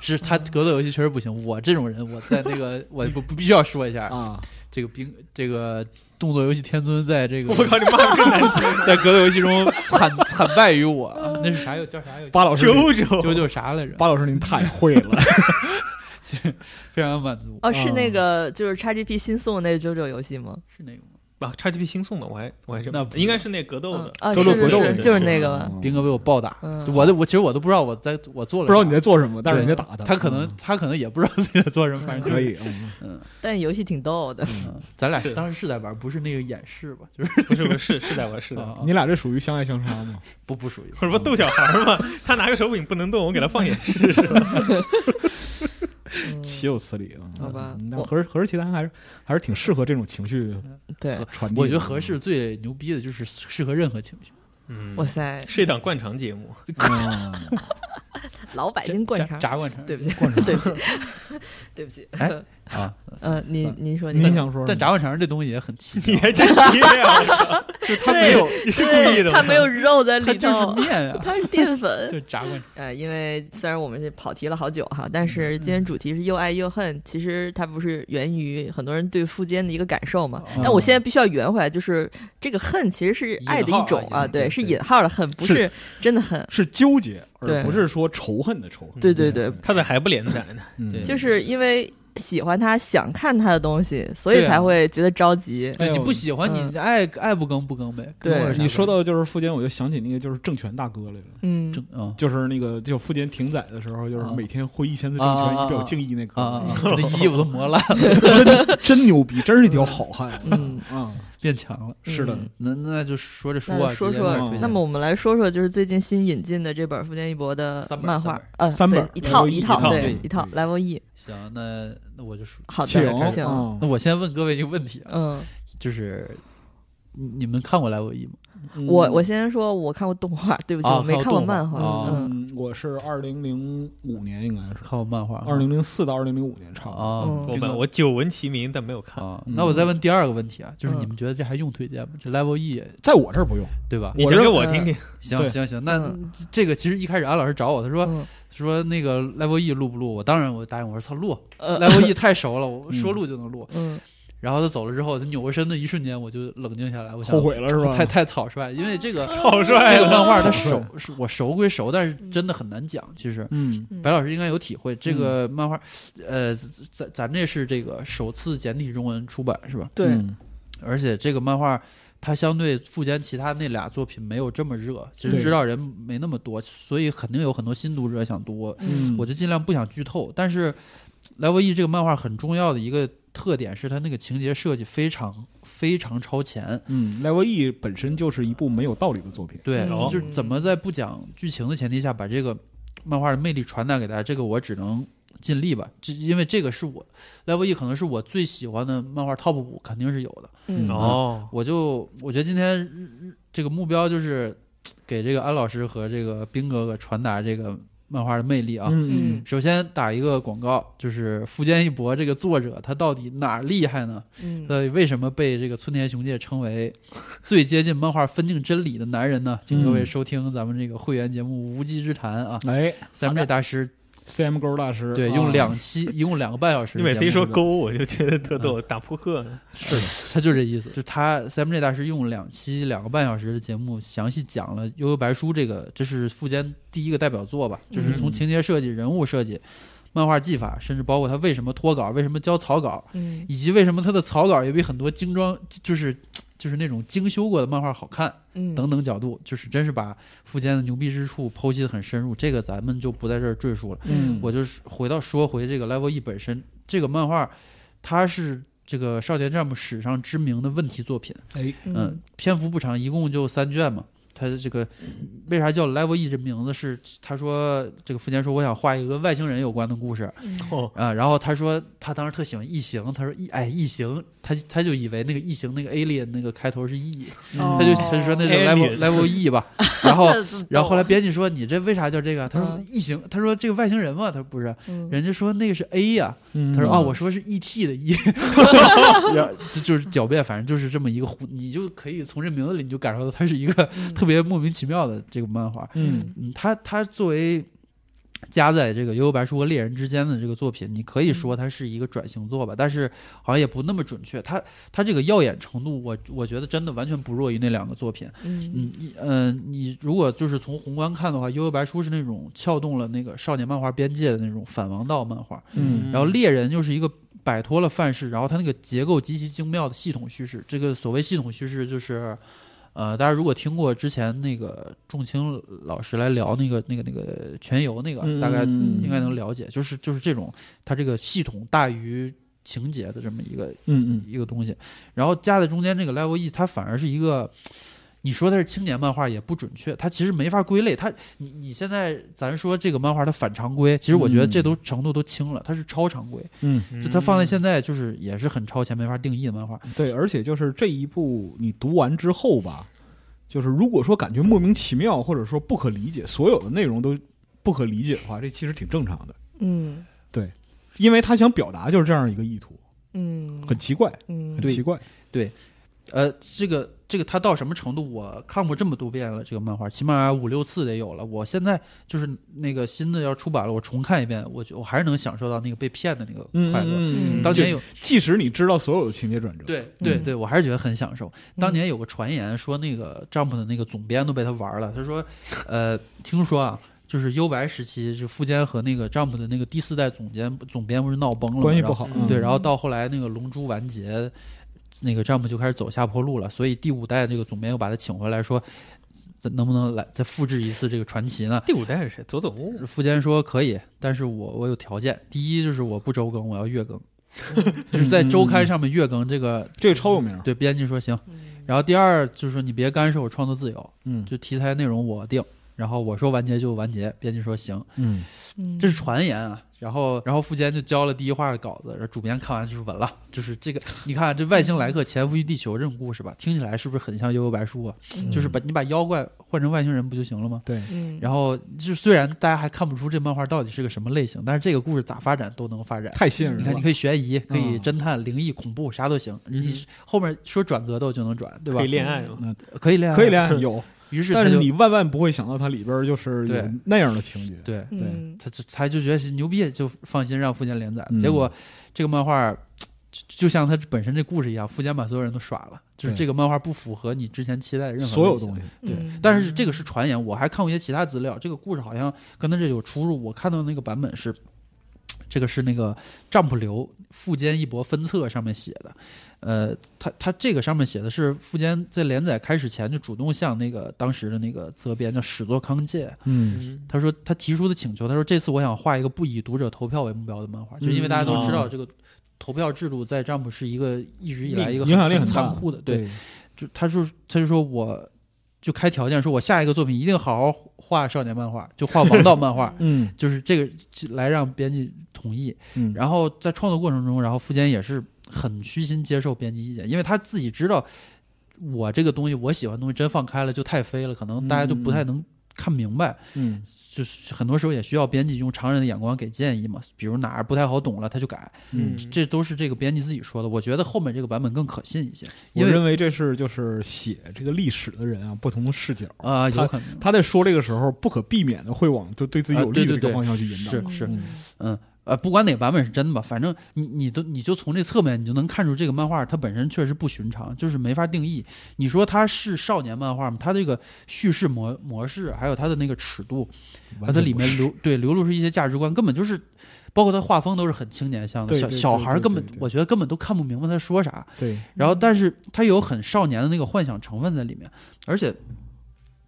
D: 是他
B: 嗯
D: 格斗游戏确实不行。我这种人，我在那个我不不必须要说一下，
C: 啊，
D: 这个兵这个动作游戏天尊在这个
A: 我靠，你骂得更难听。
D: 在格斗游戏中惨惨败于我，啊那是啥 又叫啥又
C: 巴老师，
A: 周周，
D: 九九啥来着？
C: 巴老师您太会了，
D: 非常满足，
B: 哦，是那个就是 XGP 新送的那个 JoJo 游戏吗？
D: 是那个吗？
A: 啊，XGP 新送的，我还我还是
D: 那不
A: 应该是那格斗
B: 嗯
A: 的，，
B: 啊，
C: 周
B: 是
C: 六格
B: 是
C: 斗
B: 是，就是那个吧
C: 吧？。
D: 兵哥被我暴打，
B: 嗯
D: 我的我其实我都不知道我在我做了
C: 不
D: 啥，
C: 知道你在做什么，但是人家打他，
D: 他可能
C: 嗯
D: 他可能也不知道自己在做什么，反正就
C: 可
D: 是
C: 以，嗯
D: 嗯
B: 但游戏挺逗的。
D: 嗯，咱俩
A: 是
D: 当时是在玩，不是那个演示吧？就是
A: 不是不是是是在玩是的。
D: 啊啊
C: 嗯你俩这属于相爱相杀吗？
D: 不不属于
A: 我这不逗小孩儿吗？他拿个手柄不能动，我给他放演示。
B: 嗯
C: 岂有此理啊！
B: 好吧
C: 嗯那
B: 我
C: 和和氏奇谈还是还是挺适合这种情绪
B: 对，
C: 传递的。
D: 我觉得合适最牛逼的就是适合任何情绪，
A: 嗯
B: 哇塞，
A: 是一档惯常节目，
C: 嗯。
B: 老北京灌肠
D: 炸，炸灌肠，
B: 对不起，
C: 灌肠
B: 对不起，对不起。
D: 哎啊，
B: 呃，
C: 算
B: 您您说，
C: 您想说什
D: 但
C: 么？
D: 炸灌肠这东西也很奇
A: 你
D: 妙，
A: 还真提呀？
D: 就它没有，
A: 你是故意
B: 对
A: 的吗？
B: 它没有肉在
D: 它
B: 里
D: 就是
B: 头，
D: 面啊，
B: 它是淀 粉。
D: 就炸 灌肠。
B: 呃，因为虽然我们是跑题了好久哈，但是今天主题是又爱又恨，其实它不是源于很多人对富坚的一个感受嘛。
C: 嗯
D: 哦
B: 但我现在必须要圆回来，就是这个恨其实是爱的一种
C: 引号啊
B: 啊，
C: 引号
B: 对，是
C: 对
B: 引号的恨，不
C: 是
B: 是真的恨。
C: 是纠结，而
B: 对
C: 不是说仇恨的仇恨。
B: 对对对，
A: 他咋还不连载呢？
C: 嗯，
B: 就是因为喜欢他，想看他的东西，所以
D: 对啊
B: 才会觉得着急。
D: 对
C: 哎呦
D: 你不喜欢
B: 嗯
D: 你爱爱不更不更呗。
B: 对
D: 跟我有啥
C: 你说
D: 关系
C: 到就是富坚，我就想起那个就是政权大哥来了。
B: 嗯，
D: 正啊
C: 就是那个，就富坚停载的时候，就是每天挥一千次政
D: 啊
C: 权
D: 啊啊
C: 以表敬意那
D: 啊
C: 个，
D: 啊，那衣服都磨烂了，
C: 真真牛逼，真是一条好汉
B: 嗯
C: 啊！
D: 变强了。
C: 是的，
B: 嗯
D: 那那就说这书
B: 那
D: 啊，
B: 就说
D: 直接开始
B: 说
D: 推，
B: 那
D: 荐
B: 么我们来说说，就是最近新引进的这本富坚义博的
D: 三本
B: 漫
D: 三
B: 画
D: 本，
B: 呃，
C: 三
B: 对
C: 本
B: 一套
C: Level
B: 一
C: E，
B: 套，
A: 一套
B: 对
D: 对，
B: 一套
C: 对
B: Level E，
D: 行，那那我就说，
B: 好
C: 请
B: 的，
D: 开始
B: 行，
C: 啊
D: 那我先问各位一个问题啊，
B: 嗯，
D: 就是你你们看过《莱沃伊》E 吗？
B: 我我先说，我看过动画，对不起，
D: 啊
B: 我没
D: 看
B: 看过
D: 过动画
B: 漫画，
D: 哦
B: 嗯
C: 嗯，我是二零零五年应该是
D: 看过漫画啊？
C: 二零零四到二零零五年差不多。
D: 啊
B: 嗯
A: 我们我久闻其名，但没有看。
D: 啊，
C: 嗯
D: 那我再问第二个问题啊，就是
B: 嗯
D: 你们觉得这还用推荐吗？这 Level E
C: 在我这儿不用，
D: 对吧？
A: 你
C: 我
A: 讲给
C: 认
A: 我听听，
D: 行
C: 对
D: 行行，那
B: 嗯
D: 这个其实一开始安老师找我，他说
B: 嗯
D: 说那个 Level E 录不录？我当然我答应，我说操录
C: 嗯
B: 呃
D: Level E 太熟了，我说录就能录。
B: 嗯
D: 然后他走了之后，他扭过身的一瞬间，我就冷静下来，我想
C: 后悔了是吧？嗯
D: 太太草率，因为这
B: 嗯
D: 个
A: 草率
D: 这个漫
A: 了。
D: 画它
C: 草率
D: 熟是我熟归熟，但是真的很难讲。其实
C: 嗯
B: 嗯
D: 白老师应该有体会，这个漫画，呃，咱咱这是这个首次简体中文出版是吧？
B: 对，
C: 嗯
D: 而且这个漫画它相对富坚其他那俩作品没有这么热，其实
C: 对
D: 知道人没那么多，所以肯定有很多新读者想读，
C: 嗯，
D: 我就尽量不想剧透。但是《莱沃伊》这个漫画很重要的一个特点是它那个情节设计非常非常超前。
C: 嗯，Level E 本身就是一部没有道理的作品。
D: 对，
B: 嗯
D: 就是怎么在不讲剧情的前提下把这个漫画的魅力传达给大家，这个我只能尽力吧。这因为这个是我 Level E 可能是我最喜欢的漫画 Top 五，肯定是有的。
B: 嗯
C: 嗯
A: 哦，
D: 我就我觉得今天呃这个目标就是给这个安老师和这个兵哥哥传达这个漫画的魅力啊。
C: 嗯
D: 首先打一个广告，就是富坚义博这个作者，他到底哪儿厉害呢？
B: 嗯
D: 呃，为什么被这个村田雄介称为最接近漫画分镜真理的男人呢？请各位
C: 嗯
D: 收听咱们这个会员节目《无稽之谈》啊
C: 哎
D: ，CMJ 大师
C: ，CM 勾大师
D: 对
C: 啊
D: 用两期，一共两个嗯半小时
A: 你
D: 的节目。
A: 每次一说勾，我就觉得特逗，打扑克呢。
C: 是 的，
D: 他就这意思，就他 CMJ 大师用两期两个半小时的节目，详细讲了《悠悠白书》这个，这是富坚第一个代表作吧，就是从
C: 嗯
D: 情节设计、人物设计、漫画技法，甚至包括他为什么脱稿、为什么交草稿，
B: 嗯
D: 以及为什么他的草稿也比很多精装，就是就是那种精修过的漫画好看
B: 嗯
D: 等等角度，就是真是把富坚的牛逼之处剖析的很深入。这个咱们就不在这儿赘述了。
C: 嗯，
D: 我就是回到说回这个 Level E 本身，这个漫画它是这个少年战 u 史上知名的问题作品，
C: 哎，
D: 嗯，篇幅不长，一共就三卷嘛。它这个为啥叫 Level E 这名字是？他说这个福建说我想画一个跟外星人有关的故事
A: 哦，
D: 啊，然后他说他当时特喜欢异形，他说异哎异形，他他就以为那个异形那个 alien 那个开头是 E，
B: 哦
D: 他就他就说那就
B: 哎
D: Level
A: Alien
D: Level E 吧，然后
B: 嗯
D: 然后后来编辑说你这为啥叫这个？他说
B: 嗯
D: 异形，他说这个外星人嘛，他说不是，
B: 嗯
D: 人家说那个是 A 呀、
C: 他
D: 他说
B: 嗯
D: 啊、我说是 E T 的 E，就就是狡辩，反正就是这么一个胡，你就可以从这名字里你就感受到它是一个
B: 嗯
D: 特别莫名其妙的这个漫画。
C: 嗯
D: 嗯，它它作为夹在这个《幽游白书》和《猎人》之间的这个作品，你可以说它是一个转型作吧，但是好像也不那么准确。它它这个耀眼程度，我我觉得真的完全不弱于那两个作品。
B: 嗯
D: 嗯，你呃，你如果就是从宏观看的话，《幽游白书》是那种撬动了那个少年漫画边界的那种反王道漫画，
C: 嗯
D: 然后猎人又是一个摆脱了范式，然后它那个结构极其精妙的系统叙事。这个所谓系统叙事，就是呃，大家如果听过之前那个仲青老师来聊那个那个那个全游那个，大概
C: 嗯
D: 应该能了解，就是就是这种它这个系统大于情节的这么一个
C: 嗯
D: 一个东西。然后夹在中间这个 Level E，它反而是一个。你说它是青年漫画也不准确，它其实没法归类。它你你现在咱说这个漫画它反常规，其实我觉得
B: 嗯
D: 这都程度都轻了，它是超常规，
C: 嗯
A: 嗯
D: 就它放在现在就是也是很超前没法定义的漫画。
C: 嗯，对，而且就是这一部你读完之后吧，就是如果说感觉莫名其妙或者说不可理解，所有的内容都不可理解的话，这其实挺正常的，
B: 嗯
C: 因为他想表达就是这样一个意图。
B: 嗯，
C: 很奇怪，
B: 嗯
C: 很奇怪。
D: 呃，这个这个它到什么程度？我看过这么多遍了，这个漫画起码五六次得有了。我现在就是那个新的要出版了，我重看一遍，我就我还是能享受到那个被骗的那个快乐。
B: 嗯
D: 当
C: 就
D: 年有
C: 即使你知道所有的情节转折，
D: 对对
B: 嗯
D: 对，我还是觉得很享受。
C: 嗯
D: 当年有个传言说，那个 Jump 的那个总编都被他玩了。他说，呃，听说啊，就是优白时期，就富坚和那个 Jump 的那个第四代总监总编不是闹崩了吗，
C: 关系
D: 然
C: 不
D: 后
C: 好。
B: 嗯
D: 对，然后到后来那个《龙珠》完结，那个詹姆就开始走下坡路了，所以第五代这个总编又把他请回来说，咱能不能来再复制一次这个传奇呢？
A: 第五代是谁？佐佐木。
D: 富坚说可以，但是我我有条件，第一就是我不周更，我要月更， 就是在
C: 嗯
D: 周刊上面月更这个，
C: 这个超有名。
D: 对编辑说行。然后第二就是说你别干涉我创作自由，
C: 嗯
D: 就题材内容我定。然后我说完结就完结，编辑说行，
C: 嗯，
D: 这是传言啊。然后，然后富坚就交了第一话的稿子，然后主编看完就是稳了，就是这个，你看这外星来客潜伏于地球这种故事吧，听起来是不是很像幽游白书啊？就是把你把妖怪换成外星人不就行了吗？
C: 对，
B: 嗯，
D: 然后就虽然大家还看不出这漫画到底是个什么类型，但是这个故事咋发展都能发展。
C: 太吸引
D: 你
C: 人
D: 看，你
C: 了。
D: 可以悬疑，可以
C: 嗯
D: 侦探、灵异、恐怖，啥都行。你后面说转格斗就能转，对吧
A: 可以？恋爱吗？
D: 可以练，
C: 可以恋爱 有，
D: 于是他
C: 但是
D: 就
C: 你万万不会想到它里边就是有
D: 对
C: 那样的情节。
D: 对
B: 嗯
D: 对，他就他就觉得是牛逼，就放心让富坚连载。
C: 嗯
D: 结果这个漫画就就像他本身这故事一样，富坚把所有人都耍了，就是
C: 对
D: 这个漫画不符合你之前期待的任何
C: 所有
D: 类型
C: 东西。
D: 对
B: 嗯，
D: 但是这个是传言，我还看过一些其他资料，这个故事好像跟他这有出入。我看到那个版本是，这个是那个占卜流富坚义博分册上面写的，呃，他他这个上面写的是富坚在连载开始前就主动向那个当时的那个责编叫史作康介，
C: 嗯
A: 嗯，
D: 他说他提出的请求，他说这次我想画一个不以读者投票为目标的漫画，就因为大家都
C: 嗯
D: 知道这个投票制度在占卜是一个一直以来一个
C: 影响力
D: 很
C: 很大，
D: 残酷的，对，，就他说他就说我就开条件说我下一个作品一定好好画少年漫画，就画王道漫画
C: 嗯
D: 就是这个就来让编辑同意。
C: 嗯，
D: 然后在创作过程中，然后富坚也是很虚心接受编辑意见，因为他自己知道我这个东西我喜欢的东西真放开了就太飞了，可能大家就不太能看明白。
C: 嗯
D: 就是很多时候也需要编辑用常人的眼光给建议嘛，比如哪儿不太好懂了，他就改，
C: 嗯，
D: 这都是这个编辑自己说的。我觉得后面这个版本更可信一些，
C: 我
D: 因为
C: 认为这是就是写这个历史的人啊，不同的视角。
D: 啊、有可能
C: 他在说这个时候，不可避免的会往就对
D: 啊
C: 自己有利的这个方向去引导。
D: 是是，
C: 嗯
D: 嗯呃，不管哪版本是真的吧，反正你你都你就从这侧面你就能看出这个漫画它本身确实不寻常，就是没法定义。你说它是少年漫画吗？它这个叙事模模式，还有它的那个尺度，
C: 完
D: 它
C: 全
D: 里
C: 不
D: 面
C: 是
D: 流对流露出一些价值观，根本就是，包括它画风都是很青年向的，
C: 对
D: 小
C: 对
D: 小
C: 对
D: 孩儿
C: 对
D: 根本
C: 对对嗯
D: 我觉得根本都看不明白他说啥。
C: 对，
D: 然后，但是它有很少年的那个幻想成分在里面，而且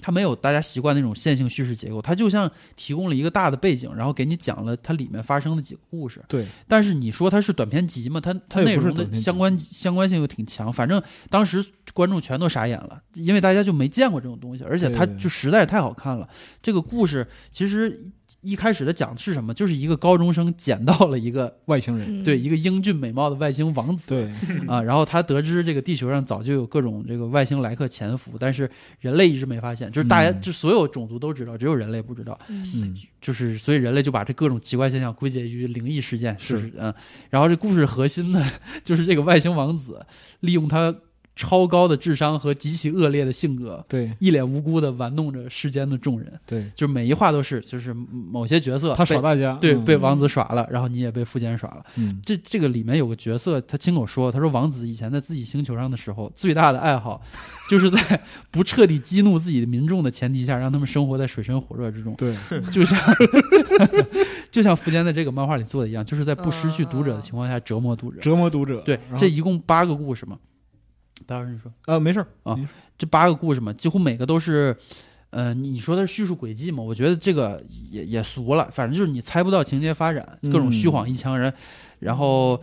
D: 它没有大家习惯那种线性叙事结构，它就像提供了一个大的背景，然后给你讲了它里面发生的几个故事。
C: 对，
D: 但是你说它是短篇集嘛，它它
C: 它也
D: 内
C: 不是
D: 容的
C: 短篇集
D: 相关相关性又挺强，反正当时观众全都傻眼了，因为大家就没见过这种东西，而且
C: 对
D: 它就实在是太好看了。这个故事其实一开始它讲的是什么，就是一个高中生捡到了一个
C: 外星人，
B: 嗯
D: 对一个英俊美貌的外星王子，
C: 对，
D: 啊，然后他得知这个地球上早就有各种这个外星来客潜伏，但是人类一直没发现，就是大家、
C: 嗯
D: 就所有种族都知道，只有人类不知道，
C: 嗯，
D: 就是所以人类就把这各种奇怪现象归结于灵异事件，是不
C: 是
D: 是？嗯，然后这故事核心呢， 就是这个外星王子利用他超高的智商和极其恶劣的性格，
C: 对
D: 一脸无辜的玩弄着世间的众人，
C: 对，
D: 就是每一话都是，就是某些角色
C: 他
D: 啊被
C: 耍大家，
D: 对
C: 嗯
D: 被王子耍了，然后你也被富坚耍了。
C: 嗯
D: 这这个里面有个角色，他亲口说，他说王子以前在自己星球上的时候，最大的爱好就是在 不彻底激怒自己的民众的前提下，让他们生活在水深火热之中，
C: 对，
D: 就像 就像福坚在这个漫画里做的一样，就是在不失去读者的情况下折磨读者。
C: 折磨读者。
D: 对，
C: 然后
D: 这一共八个故事嘛，白老师你说
C: 呃没事儿
D: 啊
C: 您
D: 这八个故事嘛，几乎每个都是。呃，你说的是叙述轨迹嘛？我觉得这个也也俗了，反正就是你猜不到情节发展，各种虚晃一枪
C: 嗯
D: 人，然后，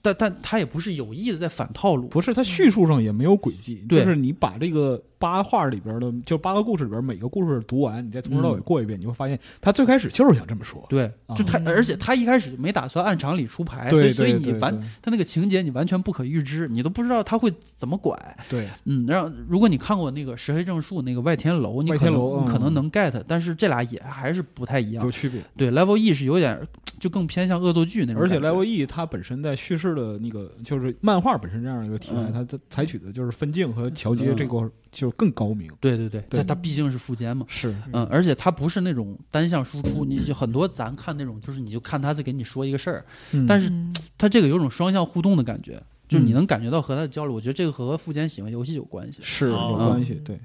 D: 但但他也不是有意的在反套路，
C: 不是，他叙述上也没有轨迹，就
D: 对
C: 是你把这个八话里边的，就八个故事里边每个故事读完，你再从头到
D: 嗯
C: 尾过一遍，你会发现他最开始就是想这么说。
D: 对，
C: 啊
D: 就他，而且他一开始没打算按常理出牌，哎所
C: 对
D: 以所以
C: 对
D: 你
C: 对
D: 完他那个情节你完全不可预知，你都不知道他会怎么拐。
C: 对
D: 嗯，然后如果你看过那个《石黑正数》那个外天楼，你
C: 外
D: 可
C: 天
D: 能
C: 楼
D: 你可能
C: 嗯
D: 能 get，但是这俩也还是不太一
C: 对
D: 样
C: 有。区别。
D: 对，Level E 是有点就更偏向恶作剧那种
C: 而
D: 感觉，
C: 且 Level E 它本身在叙事的那个就是漫画本身这样的一个题材，
D: 嗯
C: 它它采取的就是分镜和桥接
D: 嗯
C: 这个就更高明。
D: 对对对，
C: 对
D: 它它毕竟是副监嘛。
C: 是
D: 嗯，而且它不是那种单向输出，你就很多咱看那种，就是你就看他在给你说一个事儿，但是
B: 嗯
D: 它这个有种双向互动的感觉，
C: 嗯
D: 就是你能感觉到和他的交流。我觉得这个和富坚喜欢游戏有关系。
C: 是有
A: 哦
C: 关系。对，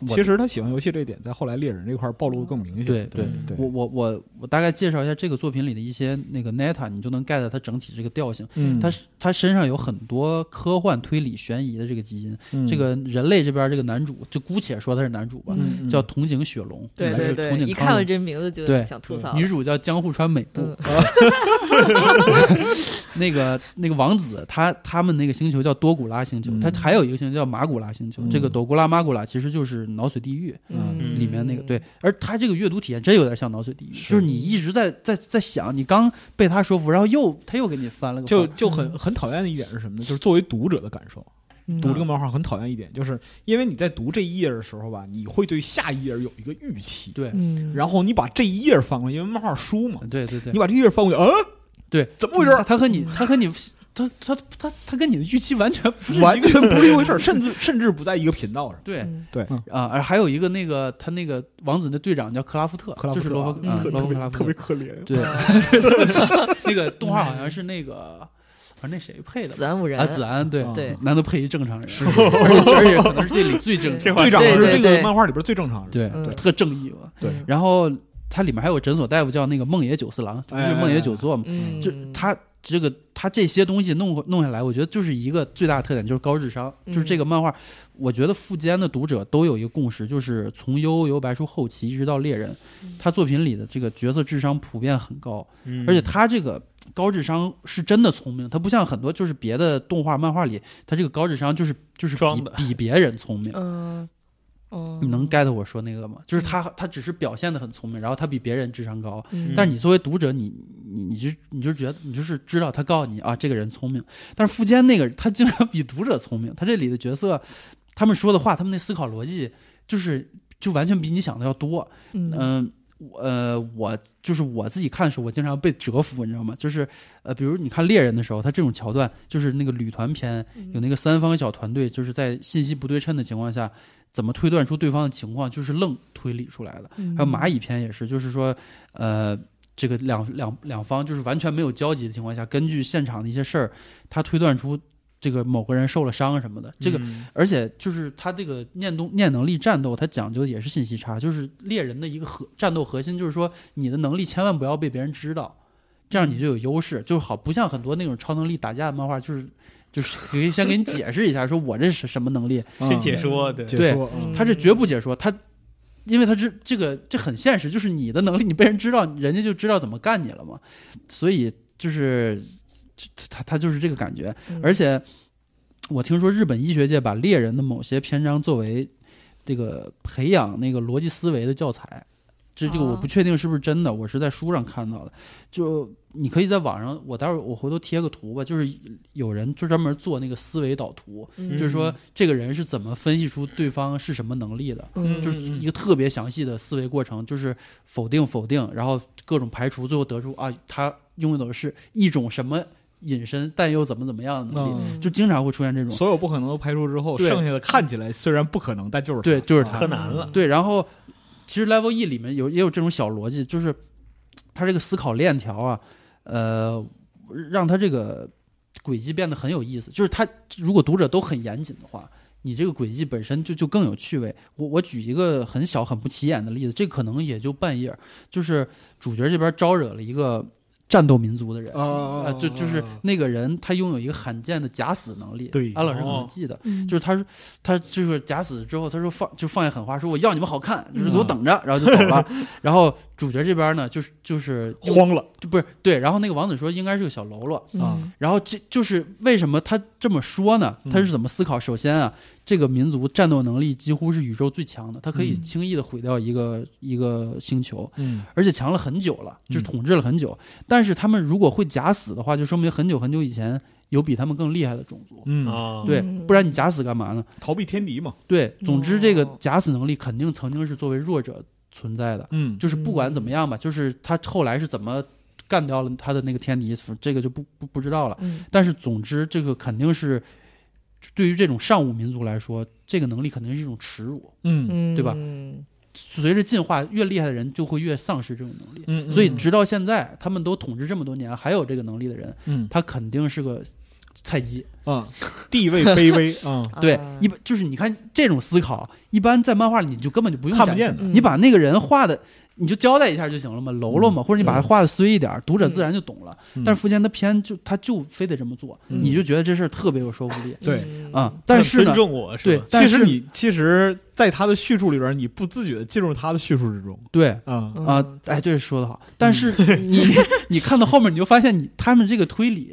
D: 我
C: 其实他喜欢游戏这一点，在后来猎人这块暴露的更明显。
D: 对
C: 对
D: 我我我我大概介绍一下这个作品里的一些那个 Neta，你就能 get 它整体这个调性。
C: 嗯，
D: 它它身上有很多科幻、推理、悬疑的这个基因。
C: 嗯
D: 这个人类这边这个男主，就姑且说他是男主吧，
B: 嗯
D: 叫筒井雪龙，
B: 对
D: 就
B: 对
D: 是筒
B: 对，
D: 井
B: 一
D: 康
B: 看到
D: 隆
B: 这名字就
D: 对
B: 想吐槽了。
D: 女主叫江户川美布，
B: 嗯
D: 那个那个王子，他他们那个星球叫多古拉星球，
C: 嗯
D: 他还有一个星球叫马古拉星球。
C: 嗯
D: 这个朵古拉马古拉其实就是脑髓地狱
A: 嗯
D: 里面那个对，而他这个阅读体验真有点像脑髓地狱，
C: 是
D: 就是你一直在在在想，你刚被他说服，然后又他又给你翻了个
C: 就
D: 翻
C: 就很很讨厌的一点是什么呢？就是作为读者的感受，
B: 嗯
C: 读这个漫画很讨厌一点，就是因为你在读这一页的时候吧，你会对下一页有一个预期，
D: 对
B: 嗯，
C: 然后你把这一页翻过去，因为漫画书嘛，
D: 对对对
C: 你，把这一页翻过去，嗯，
D: 对，
C: 怎么回事儿？
D: 他和你他和你他他他他跟你的预期完全不是一个
C: 完全不是一回事儿，甚至甚至不在一个频道上。
D: 对。
B: 嗯
C: 对，
D: 啊，而还有一个那个他那个王子的队长叫克拉夫特，
C: 克拉夫
D: 就
C: 特
D: 是罗伯
B: 嗯
D: 啊
C: 特
D: 罗伯克
C: 别
D: 拉夫
C: 特
D: 特
C: 别，啊可怜，
D: 对，那个动画好像是那个，反正那谁配的
B: 子
D: 吧？
B: 安五人
D: 啊，子安对
C: 啊
B: 对
D: 难得配一正常人，而且而且可能是这里最 正
A: 这
D: 常，
A: 话
C: 队长
B: 对
C: 是
B: 对
C: 这个
B: 对
C: 漫画里边最正常人。
D: 对，
B: 嗯
D: 对特正义嘛。
C: 对
D: 然后它里面还有诊所大夫叫那个梦野久四郎，就
C: 哎哎
D: 是
C: 哎
D: 梦野久作嘛，
B: 嗯，
D: 就他。这个他这些东西弄弄下来，我觉得就是一个最大的特点，就是高智商。
B: 嗯
D: 就是这个漫画，我觉得富坚的读者都有一个共识，就是从《幽游白书》后期一直到《猎人》，
B: 嗯
D: 他作品里的这个角色智商普遍很高。
A: 嗯
D: 而且他这个高智商是真的聪明，他不像很多就是别的动画漫画里，他这个高智商就是就是
A: 装
D: 比
A: 的
D: 比别人聪明。
B: 嗯哦，
D: 你能 get 我说那个吗？就是他他只是表现的很聪明，然后他比别人智商高，
B: 嗯，
D: 但是你作为读者，你你你就你就觉得你就是知道他告诉你啊，这个人聪明，但是富坚那个他竟然比读者聪明，他这里的角色，他们说的话，他们那思考逻辑就是就完全比你想的要多，
B: 嗯
D: 嗯，我呃，我就是我自己看的时候，我经常被折服，你知道吗？就是呃，比如你看猎人的时候，他这种桥段，就是那个旅团篇
B: 嗯
D: 有那个三方小团队，就是在信息不对称的情况下，怎么推断出对方的情况，就是愣推理出来的。还有蚂蚁篇也是，就是说，呃，这个两两两方就是完全没有交集的情况下，根据现场的一些事儿，他推断出这个某个人受了伤什么的，
A: 嗯
D: 这个而且就是他这个念动念能力战斗，它讲究的也是信息差，就是猎人的一个核战斗核心就是说你的能力千万不要被别人知道，这样你就有优势，就好不像很多那种超能力打架的漫画，就是就是可以先给你解释一下，说我这是什么能力，
C: 嗯
A: 先解说对
C: 解
D: 对
C: 说，嗯
D: 他是绝不解说，他因为他这这个这很现实，就是你的能力你被人知道，人家就知道怎么干你了嘛，所以就是他他就是这个感觉，
B: 嗯
D: 而且我听说日本医学界把猎人的某些篇章作为这个培养那个逻辑思维的教材，这这个
B: 哦
D: 我不确定是不是真的，我是在书上看到的。就你可以在网上，我待会儿我回头贴个图吧，就是有人就专门做那个思维导图，
B: 嗯
D: 就是说这个人是怎么分析出对方是什么能力的。
B: 嗯
D: 就是一个特别详细的思维过程，就是否定、否定，然后各种排除，最后得出啊，他拥有的是一种什么隐身但又怎么怎么样的能力，
C: 嗯
D: 就经常会出现这种。
C: 所有不可能都排除之后，
D: 对
C: 剩下的看起来虽然不可能，但就是
D: 对就是他
A: 柯南了，
D: 对，然后其实 Level E 里面有也有这种小逻辑，就是他这个思考链条啊，呃，让他这个轨迹变得很有意思。就是他如果读者都很严谨的话，你这个轨迹本身就就更有趣味。我我举一个很小很不起眼的例子，这可能也就半页儿，就是主角这边招惹了一个战斗民族的人。
C: 啊
D: 啊，就就是那个人，他拥有一个罕见的假死能力。
C: 对
D: 安老师可
A: 哦
D: 能记得，
B: 嗯
D: 就是他说他就是假死之后，他说放就放下狠话，说我要你们好看，就是给我
C: 嗯
D: 等着，然后就走了。然后 主角这边呢，就是就是
C: 慌了
D: 就不是对，然后那个王子说应该是个小喽啰，
B: 嗯
D: 然后这就是为什么他这么说呢？他
C: 嗯
D: 是怎么思考？首先啊，这个民族战斗能力几乎是宇宙最强的，他可以
C: 嗯
D: 轻易的毁掉一个、一个星球，
C: 嗯
D: 而且强了很久了，就是统治了很久。但是他们如果会假死的话，就说明很久很久以前有比他们更厉害的种族。
C: 嗯，
A: 啊，
D: 对
B: 嗯，
D: 不然你假死干嘛呢？
C: 逃避天敌嘛，
D: 对，总之这个
B: 哦
D: 假死能力肯定曾经是作为弱者存在的，
C: 嗯
D: 就是不管怎么样吧，就是他后来是怎么干掉了他的那个天敌，这个就不不不知道了。
B: 嗯
D: 但是总之，这个肯定是对于这种上古民族来说，这个能力肯定是一种耻辱。
C: 嗯
B: 嗯，
D: 对吧
B: 嗯
D: 随着进化，越厉害的人就会越丧失这种能力。
C: 嗯
D: 所以直到现在，他们都统治这么多年了，还有这个能力的人，
C: 嗯
D: 他肯定是个菜鸡。
C: 啊，地位 卑微啊，
D: 对
B: 啊，
D: 一般就是你看这种思考，一般在漫画里你就根本就不用
C: 看不
D: 展
C: 见
D: 现
C: 的
B: 嗯
D: 你把那个人画的，你就交代一下就行了嘛，喽
B: 嗯
D: 啰嘛，或者你把它画的衰一点，读者自然就懂了。
C: 嗯
D: 但是福建他偏就他就非得这么做，
B: 嗯
D: 你就觉得这事儿特别有说服力
C: 对
B: 嗯
D: 啊、但是呢
A: 尊，重我是
D: 对
A: 吧？，
D: 但
C: 其
D: 是
C: 实你其实，在他的叙述里边，你不自觉的进入他的叙述之中
D: 对。
C: 啊，
B: 嗯
D: 啊、哎，对，说的好。但是 你、你看到后面，你就发现你他们这个推理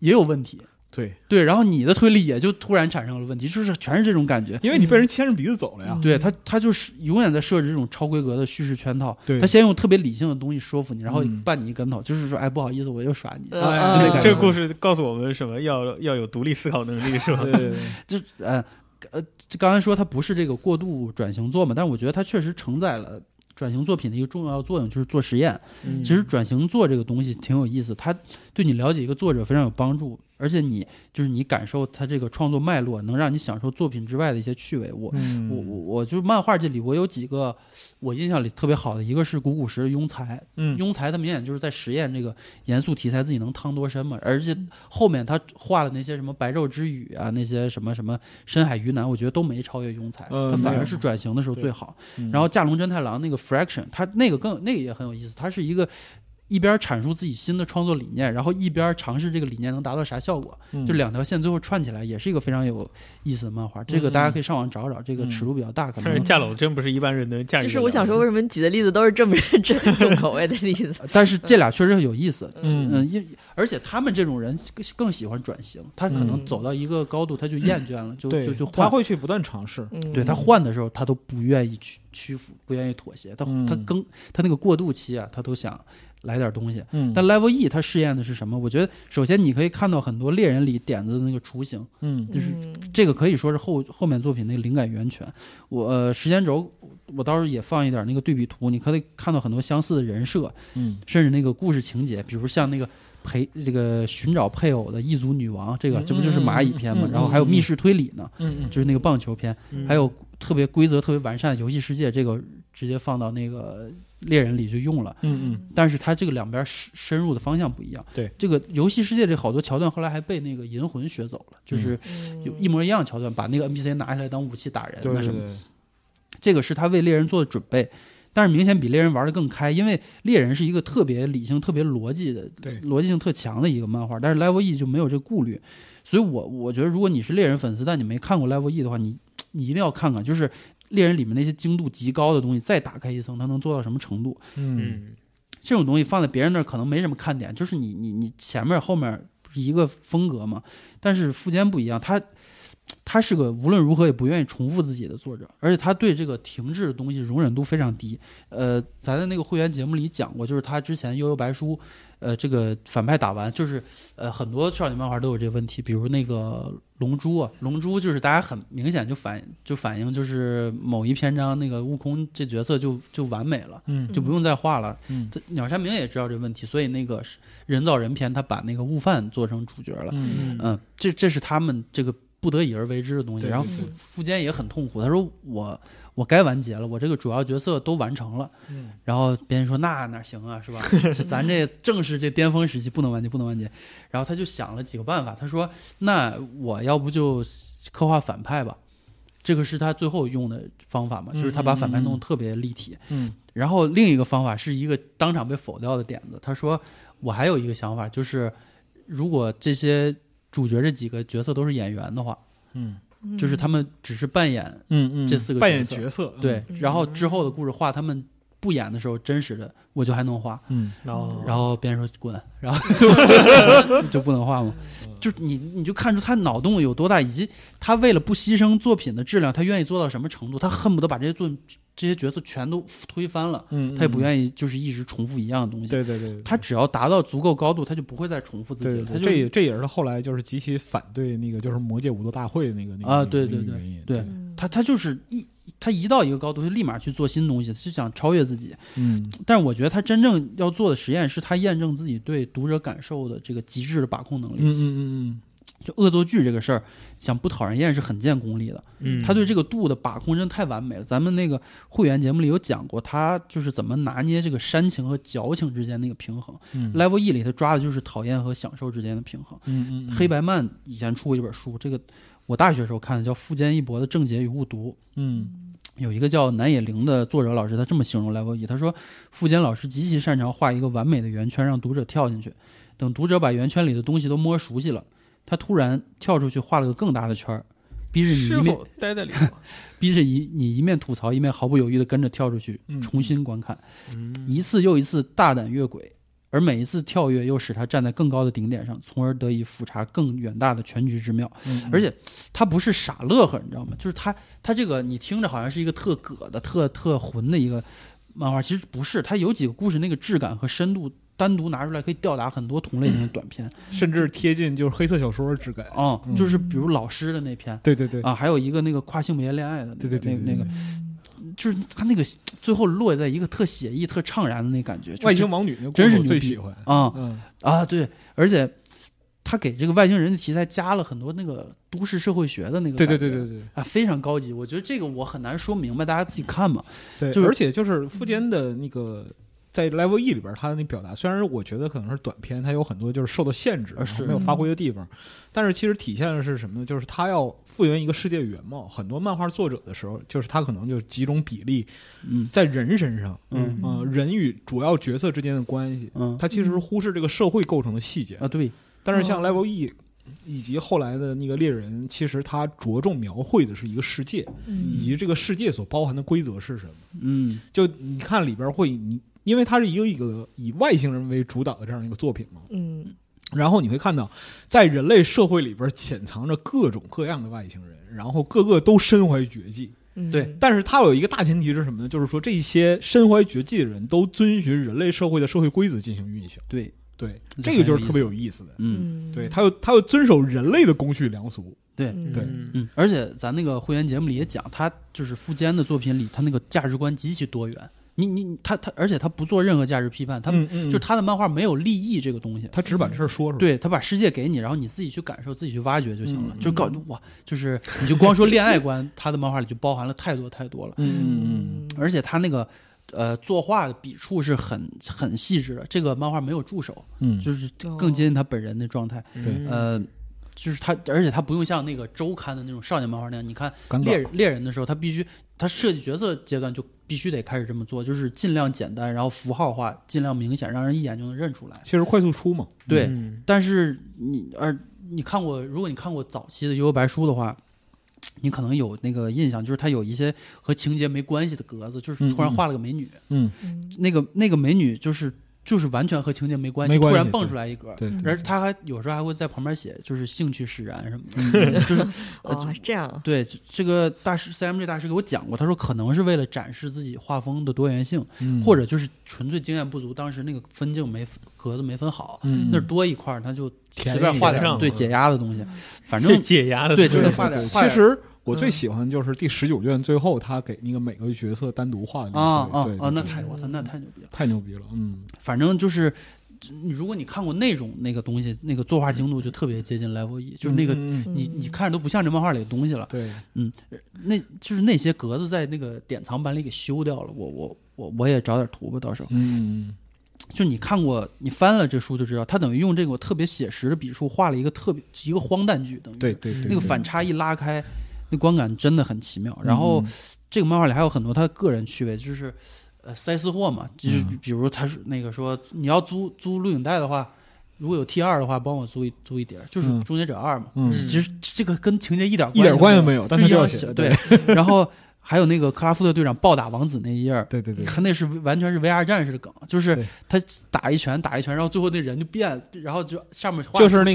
D: 也有问题，
C: 对，
D: 对，然后你的推理也就突然产生了问题，就是全是这种感觉。
C: 因为你被人牵着鼻子走了呀
B: 嗯，
D: 对他，他就是永远在设置这种超规格的叙事圈套。
C: 对
D: 他先用特别理性的东西说服你，然后
C: 嗯
D: 绊你一跟头，就是说，哎，不好意思，我又耍你。
B: 呃
C: 哎
D: 就那感觉
A: 这个故事告诉我们什么？要要有独立思考能力是吧？
D: 嗯
C: 对对对，
D: 就呃呃，这刚才说它不是这个过度转型作嘛，但是我觉得它确实承载了转型作品的一个重要作用，就是做实验。
B: 嗯
D: 其实转型做这个东西挺有意思，它对你了解一个作者非常有帮助，而且你就是你感受它这个创作脉络，能让你享受作品之外的一些趣味。我
C: 嗯
D: 我我我就是漫画这里，我有几个我印象里特别好的，一个是古古时的庸才，
C: 嗯
D: 庸才他明显就是在实验这个严肃题材自己能趟多深嘛，而且后面他画的那些什么白昼之雨啊，那些什么什么深海鱼腩，我觉得都没超越庸才，
C: 呃
D: 他反
C: 没有
D: 而是转型的时候
C: 对
D: 最好。
C: 嗯
D: 然后架龙真太郎那个 fraction，他那个更那个也很有意思，他是一个。一边阐述自己新的创作理念，然后一边尝试这个理念能达到啥效果，
C: 嗯
D: 就两条线最后串起来，也是一个非常有意思的漫画。这个大家可以上网找找，这个
C: 嗯
D: 尺度比较大，可
A: 但是
D: 能
A: 架楼真不是一般人能驾驭得
B: 就
A: 了的。
B: 是我想说，为什么你举的例子都是这么认真、重口味的例子？
D: 呃但是这俩确实很有意思，
C: 嗯
D: 嗯，因而且他们这种人更更喜欢转型，他可能
B: 嗯
D: 走到一个高度他就厌倦了，就
C: 对，
D: 就就
C: 他
D: 换。
C: 会去不断尝试，
B: 嗯
D: 对他换的时候，他都不愿意屈屈服，不愿意妥协。他
C: 嗯
D: 他更他那个过渡期啊，他都想来点东西。
C: 嗯
D: 但 Level E 他试验的是什么？我觉得首先你可以看到很多猎人里点子的那个雏形，
C: 嗯
D: 就是
B: 嗯
D: 这个可以说是后后面作品那个灵感源泉。我、呃、时间轴我到时候也放一点那个对比图，你可以看到很多相似的人设，
C: 嗯
D: 甚至那个故事情节，比如像那个陪这个寻找配偶的异族女王，这个
C: 嗯
D: 这不就是蚂蚁篇嘛？
C: 嗯嗯
D: 然后还有密室推理呢，
C: 嗯
D: 就是那个棒球篇，
A: 嗯
D: 还有特别规则特别完善的游戏世界，这个直接放到那个猎人里就用了。
C: 嗯
D: 但是它这个两边深深入的方向不一样。
C: 对，
D: 这个游戏世界这好多桥段后来还被那个银魂学走了，就是
B: 嗯
D: 有一模一样的桥段，把那个 NPC 拿下来当武器打人那
C: 嗯，对
D: 什
C: 对
D: 么
C: 对，
D: 这个是他为猎人做的准备，但是明显比猎人玩的更开，因为猎人是一个特别理性、特别逻辑的
C: 对，
D: 逻辑性特强的一个漫画，但是 Level E 就没有这个顾虑，所以我我觉得如果你是猎人粉丝，但你没看过 Level E 的话，你你一定要看看，就是猎人里面那些精度极高的东西，再打开一层，它能做到什么程度？
C: 嗯
A: 嗯，
D: 这种东西放在别人那儿可能没什么看点，就是你你你前面后面是一个风格嘛，但是富坚不一样，他他是个无论如何也不愿意重复自己的作者，而且他对这个停滞的东西容忍度非常低。呃，咱在那个会员节目里讲过，就是他之前《悠悠白书》，呃，这个反派打完，就是呃很多少女漫画都有这个问题，比如那个《龙珠》啊，《龙珠》就是大家很明显就反就反映就是某一篇章那个悟空这角色就就完美了。
C: 嗯
D: 就不用再画了。
C: 嗯
D: 这鸟山明也知道这问题，所以那个是人造人篇，他把那个悟饭做成主角了。
C: 嗯
A: 嗯
D: 嗯，这这是他们这个不得已而为之的东西。
C: 对
D: 然后
C: 对
D: 富
B: 对
D: 富坚也很痛苦，他说我我该完结了，我这个主要角色都完成了。
C: 嗯
D: 然后别人说那哪行啊，是 吧？是咱这正是这巅峰时期，不能完结，不能完结。然后他就想了几个办法，他说那我要不就刻画反派吧。这个是他最后用的方法嘛，就是他把反派弄得特别立体。
C: 嗯
D: 然后另一个方法是一个当场被否掉的点子，他说我还有一个想法，就是如果这些主角这几个角色都是演员的话，
C: 嗯
D: 就是他们只是扮演
C: 嗯嗯
D: 这四个
C: 扮演
D: 角色
C: 角色，
D: 对，
B: 嗯
D: 然后之后的故事画他们不演的时候真实的，我就还能画。
C: 嗯，
A: 然后
D: 然后别人说滚， 然 后就不能画嘛。
C: 嗯
D: 就是你你就看出他脑洞有多大，以及他为了不牺牲作品的质量，他愿意做到什么程度。他恨不得把这些作这些角色全都推翻了，
C: 嗯，
D: 他也不
C: 意。
D: 愿意就是一直重复一样的东西。
C: 对对对对，
D: 他只要达到足够高度，他就不会再重复自己
C: 对
D: 了。他
C: 对，
D: 就
C: 这也这也是他后来就是极其反对那个就是魔界武斗大会那个那个
D: 啊
C: 那个
D: 对
C: 那个
D: 对对
C: 原因
D: 对
B: 嗯
D: 他他就是一他一到一个高度，就立马去做新东西，就想超越自己。
C: 嗯
D: 但我觉得他真正要做的实验是他验证自己对读者感受的这个极致的把控能
C: 嗯
D: 力。
C: 嗯嗯
D: 就恶作剧这个事儿，想不讨人厌是很见功力的。
A: 嗯，
D: 他对这个度的把控真的太完美了。咱们那个会员节目里有讲过，他就是怎么拿捏这个煽情和矫情之间那个平衡。
C: 嗯
D: Level E 里他抓的就是讨厌和享受之间的平衡。
C: 嗯嗯，
D: 黑白漫以前出过一本书，这个我大学时候看的，叫富坚义博的《正解与误读》。
C: 嗯
D: 有一个叫南野绫的作者老师，他这么形容 Level 一，他说富坚老师极其擅长画一个完美的圆圈，让读者跳进去。等读者把圆圈里的东西都摸熟悉了，他突然跳出去画了个更大的圈儿，逼着你
A: 是
D: 一面
A: 否待在里 头？
D: 逼着一你一面吐槽，一面毫不犹豫地跟着跳出去
C: 嗯
D: 重新观看，
A: 嗯
D: 一次又一次大胆越轨，而每一次跳跃又使他站在更高的顶点上，从而得以俯察更远大的全局之妙。
C: 嗯，
D: 而且他不是傻乐呵，你知道吗？就是他他这个你听着好像是一个特葛的、特特混的一个漫画，其实不是。他有几个故事那个质感和深度单独拿出来，可以吊打很多同类型的短片。
C: 甚至贴近就是黑色小说质感。
D: 嗯，就是比如老师的那篇
C: 对对对，
D: 啊，还有一个那个跨性别恋爱的那个，
C: 对对对
D: 那
C: 对
D: 个那个，就是他那个最后落在一个特写意、特怅然的那感觉。就是
C: 外星盲女那个
D: 真是
C: 我
D: 牛
C: 最
D: 逼
C: 喜欢。
D: 啊
C: 嗯
D: 啊，对，而且。他给这个外星人的题材加了很多那个都市社会学的那个，
C: 对对对对对
D: 啊，非常高级。我觉得这个我很难说明白，大家自己看嘛。
C: 对，
D: 就是
C: 而且就是富坚的那个。在 Level E 里边，他的那表达，虽然我觉得可能是短片，它有很多就是受到限制，
D: 呃
C: 然后
D: 是
C: 没有发挥的地方，但是其实体现的是什么呢？就是他要复原一个世界原貌。很多漫画作者的时候，就是他可能就几种比例
D: 嗯
C: 在人身上，
D: 嗯
C: 嗯、人与主要角色之间的关系，
D: 嗯
C: 他其实是忽视这个社会构成的细节。
D: 啊，对，
C: 但是像 Level E 以及后来的那个猎人，其实他着重描绘的是一个世界，
B: 嗯
C: 以及这个世界所包含的规则是什么。
D: 嗯
C: 就你看里边会你。因为它是一个一个以外星人为主导的这样一个作品嘛，
B: 嗯
C: 然后你会看到，在人类社会里边潜藏着各种各样的外星人，然后个个都身怀绝技，
B: 嗯，
D: 对
C: 但是它有一个大前提是什么呢？就是说这些身怀绝技的人都遵循人类社会的社会规则进行运行。
D: 对，
C: 对，
D: 这
C: 这个就是特别有意思的。
D: 嗯
B: 嗯，
C: 对，他要他要遵守人类的公序良俗。
D: 对
B: 嗯
C: 对
A: 嗯
D: 嗯，而且咱那个会员节目里也讲，他就是富坚的作品里，他那个价值观极其多元。你你他他，而且他不做任何价值批判，他
C: 嗯嗯
D: 就他的漫画没有利益这个东西。
C: 他只把这事儿说出来。
D: 对他把世界给你，然后你自己去感受，自己去挖掘就行了。
C: 嗯
D: 就告哇，就是你就光说恋爱观，他的漫画里就包含了太多太多了。
C: 嗯，嗯嗯
D: 而且他那个呃作画的笔触是很很细致的，这个漫画没有助手，
C: 嗯，
D: 就是
B: 哦
D: 更接近他本人的状态。
A: 嗯
C: 对
D: 呃，就是他，而且他不用像那个周刊的那种少年漫画那样，你看
C: 尴
D: 猎
C: 尬。
D: 人猎人的时候，他必须他设计角色阶段就必须得开始这么做，就是尽量简单，然后符号化，尽量明显，让人一眼就能认出来。
C: 其实快速出嘛，
D: 对，
A: 嗯
D: 但是你而你看过，如果你看过早期的《幽游白书》的话，你可能有那个印象，就是他有一些和情节没关系的格子，就是突然
C: 嗯嗯
D: 画了个美女，
C: 嗯，
B: 嗯
D: 那个那个美女就是就是完全和情节没关系，
C: 没关
D: 突
C: 系
D: 然蹦出来一格。
C: 对对
D: 而他还有时候还会在旁边写，就是兴趣使然什么的， 就是呃
B: 哦，这样啊，
D: 对这这个大师 CMG 大师给我讲过，他说可能是为了展示自己画风的多元性，
C: 嗯
D: 或者就是纯粹经验不足，当时那个分镜没格子没分好，
C: 嗯
D: 那儿多一块儿他就
C: 填
D: 随便画
A: 一
D: 点
A: 下
D: 儿对解压的东
C: 嗯
D: 西，反
A: 这
D: 正
A: 解压的
D: 对
A: 东
D: 就
A: 西
D: 是画点
C: 对
D: 画点嗯
C: 其实我最喜欢就是第十九卷最后他给那个每个角色单独画的那
D: 啊
C: 个
D: 啊
C: 对对
D: 啊，那
C: 对
D: 太我操那太牛逼了。
C: 太牛逼了，嗯
D: 反正就是，你如果你看过那种那个东西，那个作画精度就特别接近 Level 一，就是那个、
C: 嗯嗯嗯
D: 你你看着都不像这漫画里的东西了。
C: 对，
D: 嗯，那就是那些格子在那个典藏版里给修掉了。我我我我也找点图吧，到时候
C: 嗯
D: 就你看过你翻了这书就知道，他等于用这个特别写实的笔触画了一个特别一个荒诞剧，等于
C: 对对对，
D: 那个反差一拉开，那观感真的很奇妙。然后。
C: 嗯
D: 这个漫画里还有很多他个人趣味，就是呃塞私货嘛，就是
C: 嗯
D: 比如他是那个说你要租租录影带的话，如果有 T 二的话，帮我租一租一碟儿，就是
C: 嗯
D: 《终结者二》嘛。
C: 嗯
A: 嗯
D: 其实这个跟情节一点
C: 一点关系
D: 没
C: 没有但
D: 就
C: 他就要
D: 要
C: 写
D: 对。然后还有那个克拉夫特队长暴打王子那一页儿，
C: 对对对，
D: 他那是完全是 VR 战士的梗，就是
C: 对
D: 他打一拳打一拳，然后最后那人就变，然后就上面画
C: 就是那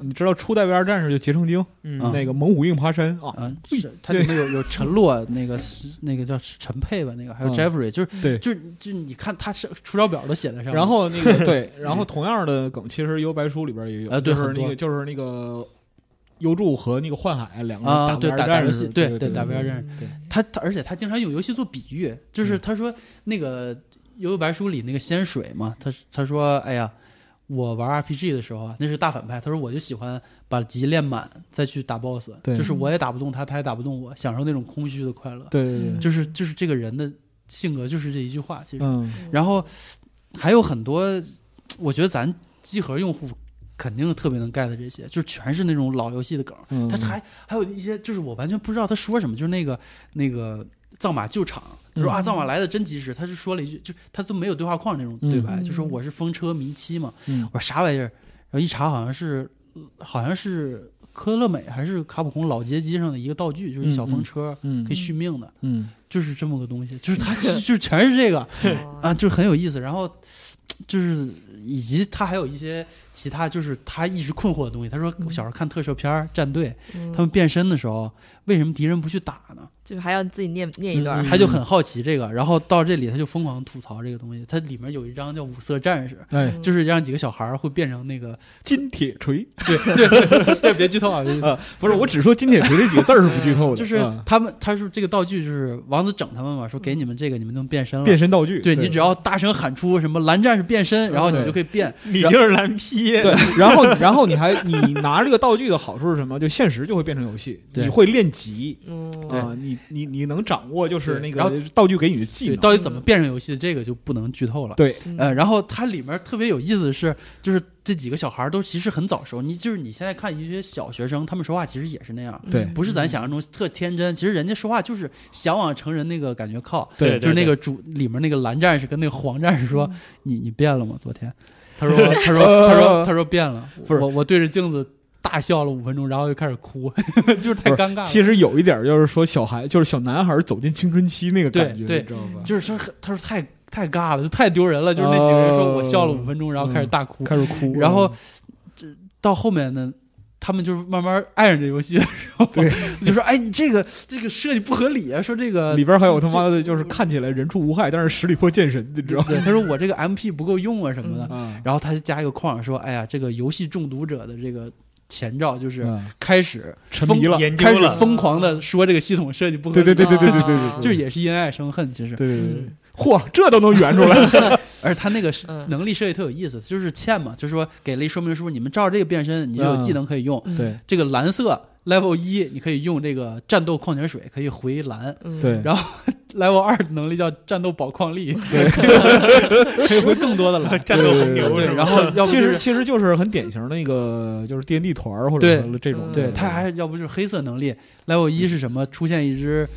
B: 呃
C: 你知道初代 VR 战士就结成精
A: 嗯
D: 啊
C: 那个猛虎硬爬山啊，
D: 啊，是他里面有有陈洛那个是那个叫陈佩吧，那个还有
C: 嗯
D: Jeffrey，、就是
C: 对。
D: 就是就是你看他是出招表都写在上面，
C: 然后那个 对，然后同样的梗其实《幽白书》里边也有，
D: 啊对
C: 就是
D: 很多
C: 那个就是那个幽助和那个幻海两个人
D: 啊，对
C: VR
D: 打打
C: 战
D: 游
C: 士
D: 戏，
C: 对
D: 对打 VR 战士，
B: 嗯
C: 对
D: 他他而且他经常用游戏做比喻，
C: 嗯
D: 就是他说那个《幽游白书》里那个仙水嘛，他他说哎呀，我玩 RPG 的时候啊，那是大反派，他说我就喜欢把级练满再去打 BOSS，
C: 对
D: 就是我也打不动他，他也打不动我，享受那种空虚的快乐，
C: 对对
B: 嗯
C: 对，
D: 就是就是这个人的性格就是这一句话，其实，
C: 嗯，
D: 然后还有很多，我觉得咱机核用户肯定特别能 get 这些，就是全是那种老游戏的梗。
C: 嗯
D: 他还还有一些就是我完全不知道他说什么，就是那个那个藏马救场，他说、
C: 嗯
D: 啊藏马来的真及时，他是说了一句，就是他都没有对话框那种
C: 嗯
D: 对白，
B: 嗯
D: 就说我是风车迷七嘛，
C: 嗯
D: 我说啥玩意儿，然后一查好像是好像是科乐美还是卡普空老街机上的一个道具，就是一小风车。
C: 嗯
D: 可以续命的，
C: 嗯
D: 就是这么个东西，就是他就全是这 个，
B: 哦
D: 啊，就很有意思。然后就是以及他还有一些其他，就是他一直困惑的东西。他说，我小时候看特摄片儿战队，
B: 嗯
D: 他们变身的时候，为什么敌人不去打呢？
B: 就是还要自己念念一段儿，
D: 他就很好奇这个。然后到这里，他就疯狂吐槽这个东西。它里面有一张叫《五色战士》。
C: 哎，
B: 嗯
D: 就是让几个小孩儿会变成那个，
C: 金铁锤
D: 对，别剧透啊！别 剧透
C: 啊，不是，我只说金铁锤这几个字儿是不剧透的，
D: 就是
C: 啊
D: 他们，他说这个道具就是王子整他们嘛，说给你们这个，你们能变身了。
C: 变身道具，
D: 对你只要大声喊出什么“蓝战士变身”，然后你
C: 对
D: 就可以变。
A: 你就是蓝 P，
C: 对，然后然后你还你拿这个道具的好处是什么？就现实就会变成游戏，
D: 对
C: 你会练级
B: 嗯
D: 对
C: 啊，你你你能掌握就是
D: 对
C: 那
D: 然
C: 个
D: 后
C: 道具给你的技
D: 对，
C: 能，
D: 到底怎么变成游戏这个就不能剧透了。
C: 对，
B: 嗯
D: 呃，然后它里面特别有意思的是，就是这几个小孩儿都其实很早熟，你就是你现在看一些小学生，他们说话其实也是那样，
C: 对
D: 不是咱想象中特天真，其实人家说话就是想往成人那个感觉靠，
A: 对
D: 就是那个主里面那个蓝战士跟那个黄战士说：“你你变了吗？昨天？”他说：“他说他 说他说变了。”
C: 不是
D: 我我对着镜子大笑了五分钟，然后就开始哭， 就是太
C: 不是
D: 尴尬了。
C: 其实有一点就是说小孩就是小男孩走进青春期那个感觉，
D: 对
C: 你知道吧？
D: 就是就是他说太太尬了，就太丢人了。就是那几个人说
C: 哦
D: 我笑了五分钟，然后开始大哭，
C: 嗯开始哭，
D: 然后这到后面呢。他们就是慢慢爱上这游戏的时候，
C: 对，
D: 就说：“哎，你这个这个设计不合理啊！”说这个
C: 里边还有他妈的就是看起来人畜无害，但是十里破剑神，你知道吗？
D: 对，他说我这个 MP 不够用啊什么的。
C: 啊，
D: 然后他就加一个框说：“哎呀，这个游戏中毒者的这个前兆就是
C: 啊
D: 开始
C: 沉
D: 疯
C: 迷了，
A: 研究
D: 开始
A: 了，
D: 疯狂的说这个系统设计不合
C: 对
D: 理，
C: 对对对对对对
B: 啊
C: 对，
D: 就是也是因爱生恨，其实。
C: 对对对对
B: 嗯，
C: 嚯，这都能圆出来，
D: 而他那个是
B: 嗯
D: 能力设计特有意思，就是欠嘛，就是说给了一说明书，你们照着这个变身，你就有技能可以用。
B: 嗯
C: 对
D: 这个蓝色 level 一，你可以用这个战斗矿泉水，可以回蓝。
B: 嗯
C: 对，
D: 然后 level 二的能力叫战斗宝矿力， 可以回更多的 蓝。
A: 战斗红牛
D: 对
A: 是，吧
D: 然后要不
C: 其
D: 就
C: 实
D: 是
C: 其实就是很典型的那个就是 D N D 团儿或
D: 对
C: 者什么这种，
B: 嗯
D: 对，他还要不就是黑色能力，level 一是什么？出现一只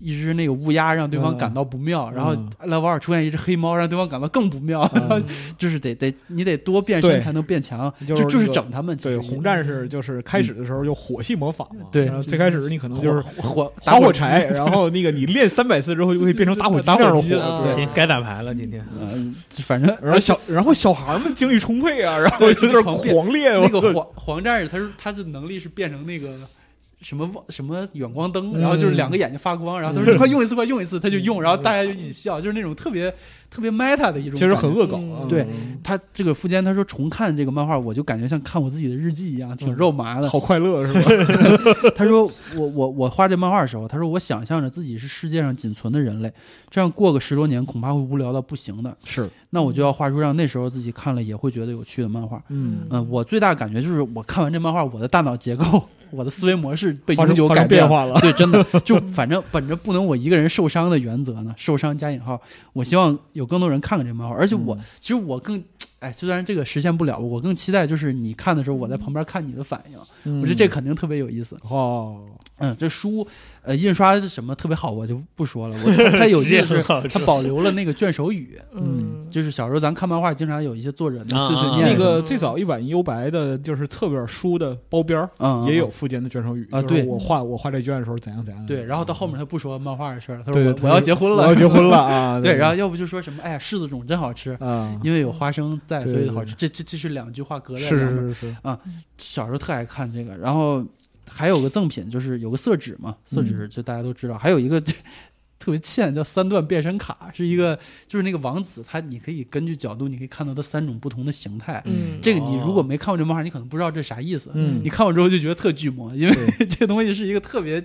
D: 一只那个乌鸦，让对方感到不妙；
C: 嗯
D: 然后 level 二出现一只黑猫，让对方感到更不妙。
C: 嗯
D: 就是得得你得多变身
C: 对
D: 才能变强，就
C: 就是
D: 就是
C: 那个
D: 整他们。
C: 对红战士就是开始的时候就火系魔法嘛，
D: 对
C: 然后最开始你可能就
D: 就是是火
C: 打火
D: 机
C: 柴，然后那个你练三百次之后就会变成打火机那样的
D: 打火机了
C: 火，
B: 对
A: 行，该打牌了，今天
D: 嗯，反 正
C: 然后小然后小孩们精力充沛啊，然后
D: 对
C: 就
D: 就是
C: 是
D: 狂
C: 狂
D: 变
C: 练，
D: 那个
C: 哎我
D: 黄黄战士，他说他的能力是变成那个什么望什么远光灯，
C: 嗯
D: 然后就是两个眼睛发光，然后他说
C: 嗯
D: 快用一次，快用一次，他就用，然后大家就一起笑，就是那种特别特别 meta 的一种感觉。
C: 其实很恶搞
B: 嗯
C: 啊，
D: 对他这个富坚他说重看这个漫画，我就感觉像看我自己的日记一样，
C: 嗯
D: 挺肉麻的。
C: 好快乐 是吧？
D: 他说我我我画这漫画的时候，他说我想象着自己是世界上仅存的人类，这样过个十多年恐怕会无聊到不行的。
C: 是，
D: 那我就要画出让那时候自己看了也会觉得有趣的漫画。
C: 嗯，
D: 嗯，我最大感觉就是我看完这漫画，我的大脑结构、我的思维模式被
C: 发
D: 永
C: 生
D: 久
C: 发
D: 改
C: 生变
D: 变。
C: 化了，
D: 对，真的就反正本着不能我一个人受伤
C: 嗯
D: 的原则呢，受伤加引号，我希望有更多人看看这漫画。而且我、其实我更哎，虽然这个实现不了，我更期待就是你看的时候，我在旁边看你的反应，
C: 嗯
D: 我觉得这肯定特别有意思。
C: 哦，
D: 嗯，这书呃印刷什么特别好，我就不说了。我它有 意思
A: 直接很
D: 是
A: 好
D: 它保留了那个卷首语，
C: 嗯
B: 嗯，
D: 就是小时候咱看漫画经常有一些作者那碎碎
A: 啊
D: 念
C: 那
D: 什么的，
C: 个最早一版幽白的，就是侧边书的包边儿
D: 嗯
C: 也有附件的卷首语
D: 啊
C: 就是
D: 对
C: 我画我画这卷的时候怎样怎样。
D: 对，然后到后面他不说漫画的事儿了，他说
C: 对，
D: 我我
C: 他
D: 要结婚了，
C: 我要结婚了 啊！
D: 对，然后要不就说什么哎呀柿子种真好吃，
C: 啊，
D: 因为有花生在，
C: 对
D: 所以
C: 对
D: 好吃。这这这是两句话隔在
C: 是
D: 两边
C: 是
D: 儿。
C: 是是，
D: 小时候特爱看这个，然后还有个赠品就是有个色纸嘛，色
C: 嗯
D: 纸就大家都知道，还有一个 特别欠叫三段变身卡，是一
C: 嗯
D: 个就是那个王子，他你可以根据角度你可以看到它三种不同的形态。
B: 嗯
D: 这个你如果没看过这漫画，你可能不知道这啥意思。
C: 哦 嗯
D: 你看过之后就觉得特巨魔，因为 这东西是一个特别，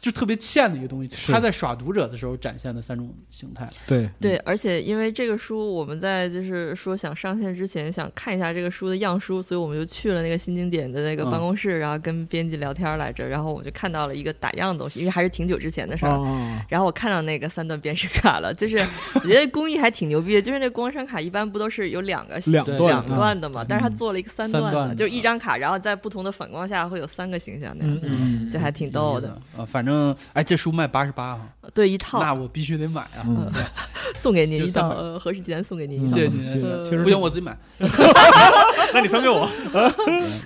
D: 就特别欠的一个东西。
C: 是
D: 他在耍读者的时候展现的三种形态，
C: 对
B: 对，而且因为这个书，我们在就是说想上线之前想看一下这个书的样书，所以我们就去了那个新经典的那
D: 嗯
B: 个办公室，然后跟编辑聊天来着，然后我就看到了一个打样的东西，因为还是挺久之前的事儿了。
C: 啊，
B: 然后我看到那个三段变身卡了， 就是我觉得工艺还挺牛逼的，就是那光山卡一般不都是有两个
C: 两
D: 对
C: 段
B: 两
C: 啊
B: 段的嘛，但是他做了一个三
D: 三
B: 段
D: 段
B: 的，
D: 的
B: 就是一张卡，然后在不同的反光下会有三个形象那样，
C: 嗯
B: 就还挺逗的。
D: 啊、反正哎，这书卖八十八啊，
B: 对，一
D: 那
B: 套
D: 我必须得买啊！
C: 嗯
B: 送给您
D: 就
B: 一
D: 三
B: 套，
D: 本
B: 呃，何氏集团送给您
C: 嗯
B: 一套
D: 谢。谢
C: 嗯
D: 您
C: 谢其实
D: 不行，我自己买。
A: 那你分给我，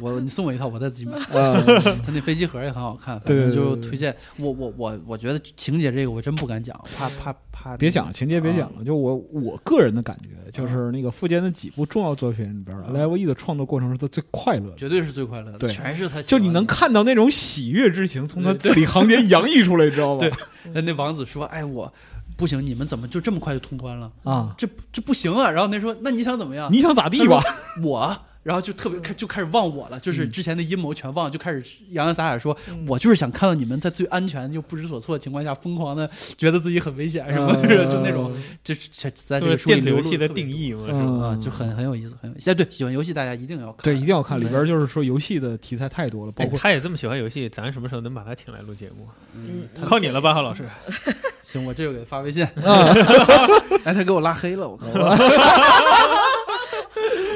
D: 我你送我一套，我再自己买。
C: 呃，
D: 他那飞机盒也很好看，反
C: 对
D: 正
C: 对对
D: 就
C: 对对
D: 推荐我我我我觉得情节这个我真不敢讲，怕怕怕
C: 别讲情节，别讲
D: 啊
C: 了。就我我个人的感觉，就是那个富坚的几部重要作品里边
D: 啊
C: ，Level E 的创作过程是他最快乐的。
D: 绝对是最快乐的，
C: 对
D: 全是他喜欢的。
C: 就你能看到那种喜悦之情从他字里行间洋溢出来，你知道吧？
D: 对那那王子说，哎我不行，你们怎么就这么快就通关了？
C: 啊，
D: 这这不行啊！然后那说，那你想怎么样？
C: 你想咋地吧？
D: 我。然后就特别开就开始忘我了，就是
C: 嗯
D: 之前的阴谋全忘，就开始洋洋洒洒说，
B: 嗯
D: 我就是想看到你们在最安全又不知所措的情况下，疯狂的觉得自己很危险 什么，
C: 呃
D: 就那种，就是在这
A: 就
D: 个
A: 是
D: 书里
A: 电子游
D: 流露
A: 戏的
D: 特别
A: 定
D: 多
A: 义嘛，是吧？
C: 嗯
D: 啊，就很很有意思，很有意思。哎，对，喜欢游戏大家一定要看。
C: 对，一定要看里边，就是说游戏的题材太多了，包
A: 哎
C: 括
A: 他也这么喜欢游戏，咱什么时候能把他请来录节目？
D: 嗯，
A: 靠你了，八号老 师。
D: 行，我这就给他发微信。
C: 啊，
D: 哎，他给我拉黑了，我靠！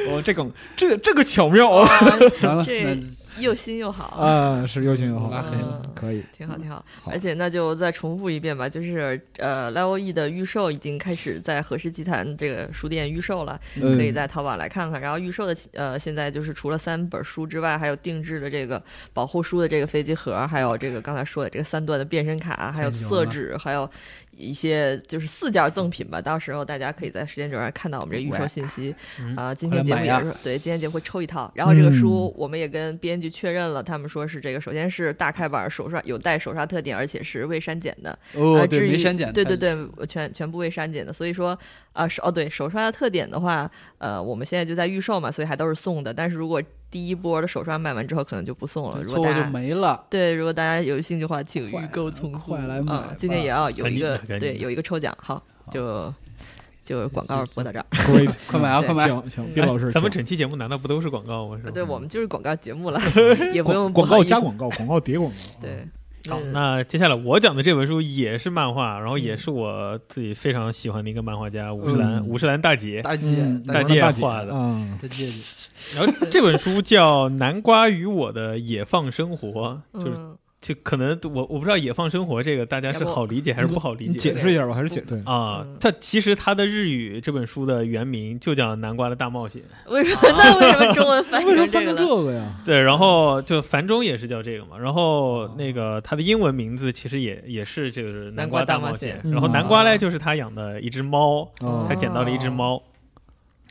C: 哦，这梗，这个这个巧妙啊，
D: 完了，
B: 这
D: 那
B: 又新又好，
C: 啊，是又情又好，
D: 拉黑
B: 了
C: 可以，
B: 挺好，挺嗯好。
C: 好
B: 而且那就再重复一遍吧，就是呃，Level E 的预售已经开始在和氏集团这个书店预售了，
D: 嗯
B: 可以在淘宝来看看。然后预售的呃，现在就是除了三本书之外，还有定制的这个保护书的这个飞机盒，还有这个刚才说的这个三段的变身卡，还有
D: 太牛
B: 色
D: 了
B: 纸，还有一些就是四件赠品吧。到时候大家可以在时间轴上看到我们这预售
D: 喂
B: 信息。
A: 嗯
B: 啊，今
D: 快
B: 天
D: 来
B: 节目
D: 买
B: 也
D: 呀
B: 是对，今天节目会抽一套。然后这个
C: 嗯
B: 书我们也跟编剧确认了，他们说是这个，首先是大开版手刷有带手刷特点，而且是未删减的。
D: 哦，
B: 呃，
D: 对，
B: 至于
D: 没删减，
B: 对对，对，我全全部未删减的。所以说，啊，手哦对，手刷的特点的话，呃，我们现在就在预售嘛，所以还都是送的。但是如果第一波的手刷卖完之后，可能就不送了。如
D: 错
B: 果
D: 过
B: 大
D: 就
B: 家
D: 没了。
B: 对，如果大家有兴趣的话，请
D: 快
B: 预购存货
D: 快来买
B: 啊
D: 吧！
B: 今天也要有一个
A: 赶紧买赶紧
B: 对
A: 买
B: 有一个抽奖，好就就广告播到这儿。
C: 可以，
D: 快买啊，
B: 嗯
D: 快买！哎
C: 行行，毕老师，
A: 哎咱们整期节目难道不都是广告吗？是吧？
B: 对，我们就是广告节 目了，也不用
C: 广广告加
B: 广
C: 广告，广告叠广告，啊
B: 对。
A: 好，
B: 嗯
A: 那接下来我讲的这本书也是漫画，然后也是我自己非常喜欢的一个漫画家吴世兰，
C: 嗯
A: 吴世兰大姐。
D: 大姐，啊
C: 嗯，
D: 大
A: 姐
C: 大姐
A: 画的
C: 嗯
D: 大姐姐，
A: 然后这本书叫《南瓜与我的野放生活》，就是
B: 嗯，
A: 就可能我我不知道“野放生活”这个大家是好理解还是不好理
C: 你
A: 解
C: 解释一下吧，还是解对
A: 啊
B: 嗯？
A: 它其实它的日语这本书的原名就叫《南瓜的大冒险》，
B: 为什么？ 那为什么中文翻译
C: 为什么
B: 成
C: 翻
B: 这个
C: 成
B: 了？
C: 这个呀？
A: 对，然后就繁中也是叫这个嘛，然后那
B: 嗯
A: 个它的英文名字其实也也是这个南瓜大冒险
B: 南瓜大冒，
C: 险
A: 然后
C: 嗯
A: 南瓜嘞就是他养的一只猫，
C: 哦
A: 他捡到了一只猫，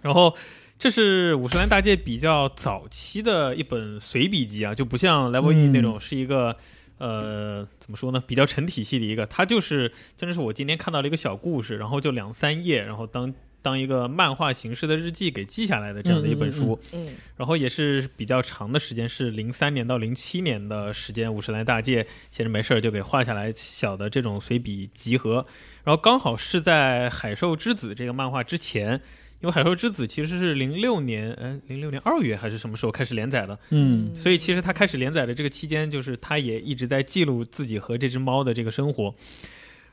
A: 然后这是五十岚大介比较早期的一本随笔集啊，就不像 Level E
C: 嗯
A: 那种是一个。呃，怎么说呢？比较成体系的一个，它就是真的是我今天看到了一个小故事，然后就两三页，然后当当一个漫画形式的日记给记下来的这样的一本书。
B: 嗯
A: 然后也是比较长的时间，是零三年到零七年的时间，五十来大介闲着没事儿就给画下来小的这种随笔集合，然后刚好是在《海兽之子》这个漫画之前。因为《海兽之子》其实是零六年，呃，零六年二月还是什么时候开始连载的？
C: 嗯
A: 所以其实他开始连载的这个期间，就是他也一直在记录自己和这只猫的这个生活。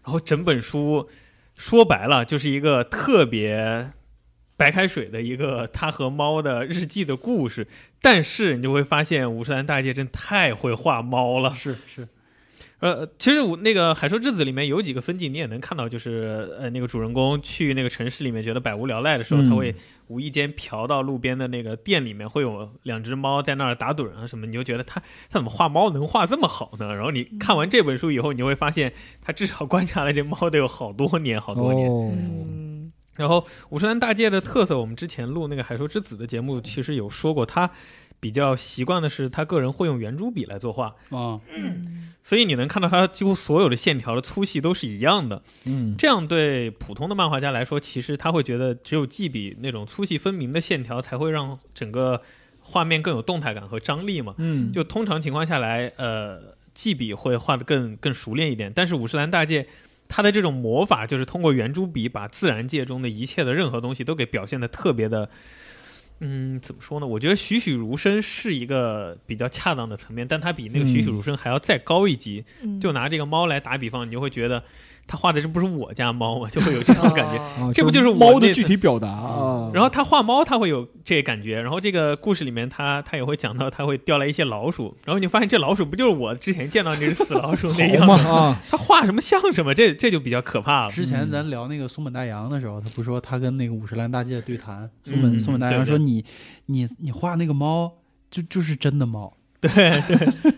A: 然后整本书说白了就是一个特别白开水的一个他和猫的日记的故事，但是你就会发现五十岚大介真太会画猫了。
D: 是是，
A: 呃，其实我那个《海兽之子》里面有几个分镜，你也能看到，就是呃，那个主人公去那个城市里面觉得百无聊赖的时候，
C: 嗯
A: 他会无意间瞟到路边的那个店里面，会有两只猫在那儿打盹啊什么，你就觉得他他怎么画猫能画这么好呢？然后你看完这本书以后，你就会发现他至少观察了这猫得有好多年，好多年。
C: 哦，
B: 嗯
A: 然后五十岚大介的特色，我们之前录那个《海兽之子》的节目，其实有说过，他比较习惯的是他个人会用圆珠笔来作画，
D: 啊，
A: 所以你能看到他几乎所有的线条的粗细都是一样的。
C: 嗯，
A: 这样对普通的漫画家来说，其实他会觉得只有几笔那种粗细分明的线条，才会让整个画面更有动态感和张力嘛。
C: 嗯，
A: 就通常情况下来，呃，记笔会画的更更熟练一点，但是五十岚大介。他的这种魔法就是通过圆珠笔把自然界中的一切的任何东西都给表现的特别的，嗯，怎么说呢？我觉得栩栩如生是一个比较恰当的层面，但它比那个栩栩如生还要再高一级。
B: 嗯
A: 就拿这个猫来打比方，你就会觉得他画的这不是我家猫啊 嘛，就会有这种感觉。
B: 哦
C: 啊
A: 这不就是我
C: 猫的
A: 那
C: 具体表达啊？
A: 然后他画猫，他会有这感觉。然后这个故事里面他，他也会讲到，他会叼来一些老鼠。然后你就发现这老鼠不就是我之前见到那只死老鼠那
C: 好
A: 样
C: 嘛
A: 吗？
C: 啊，
A: 他画什么像什么，这这就比较可怕了。
D: 之前
C: 嗯
D: 咱聊那个松本大洋的时候，他不说他跟那个五十岚大介对谈，
A: 嗯
D: 松本、松本大
A: 对
D: 洋
A: 对
D: 说你你你画那个猫就就是真 的猫，对对。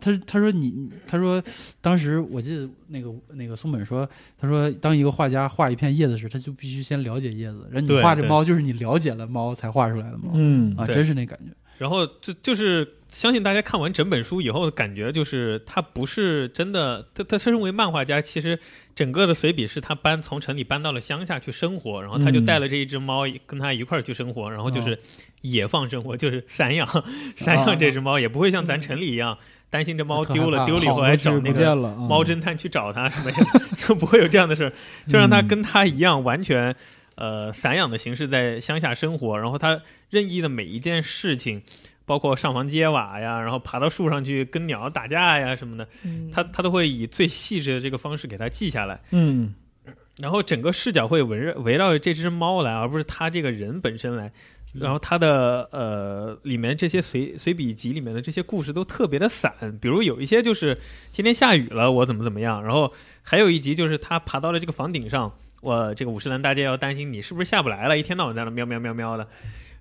D: 他他说你他说当时我记得那个那个松本说他说当一个画家画一片叶子时，他就必须先了解叶子，然后
A: 对
D: 你画这
A: 对
D: 猫就是你了解了猫才画出来的猫、
C: 嗯
D: 啊，
A: 对
D: 真是那感觉。
A: 然后就就是相信大家看完整本书以后的感觉，就是他不是真的，他他身为漫画家，其实整个的随笔是他搬从城里搬到了乡下去生活，然后他就
C: 嗯
A: 带了这一只猫跟他一块儿去生活，然后
D: 嗯
A: 就是野放生活，就是散养 散
D: 啊
A: 养这只猫，也不会像咱城里一样担心这猫
D: 可
A: 丢
D: 害
A: 了
D: 怕
A: 丢了以
C: 跑
A: 后
C: 过
A: 还
C: 去
A: 找
C: 不
A: 那
C: 见
A: 个。
C: 了，啊
A: 猫侦探去找它什么呀， 就不会有这样的事儿，就让它跟它一样完全呃散养的形式在乡下生活，然后它任意的每一件事情，包括上房揭瓦呀，然后爬到树上去跟鸟打架呀什么的，
B: 嗯
A: 它它都会以最细致的这个方式给它记下来，
C: 嗯，
A: 然后整个视角会围绕围绕着这只猫来，而不是它这个人本身来。然后它的呃里面这些随随笔集里面的这些故事都特别的散，比如有一些就是今天下雨了，我怎么怎么样，然后还有一集就是他爬到了这个房顶上，我这个五十岚大介要担心你是不是下不来了，一天到晚在那喵喵喵喵的，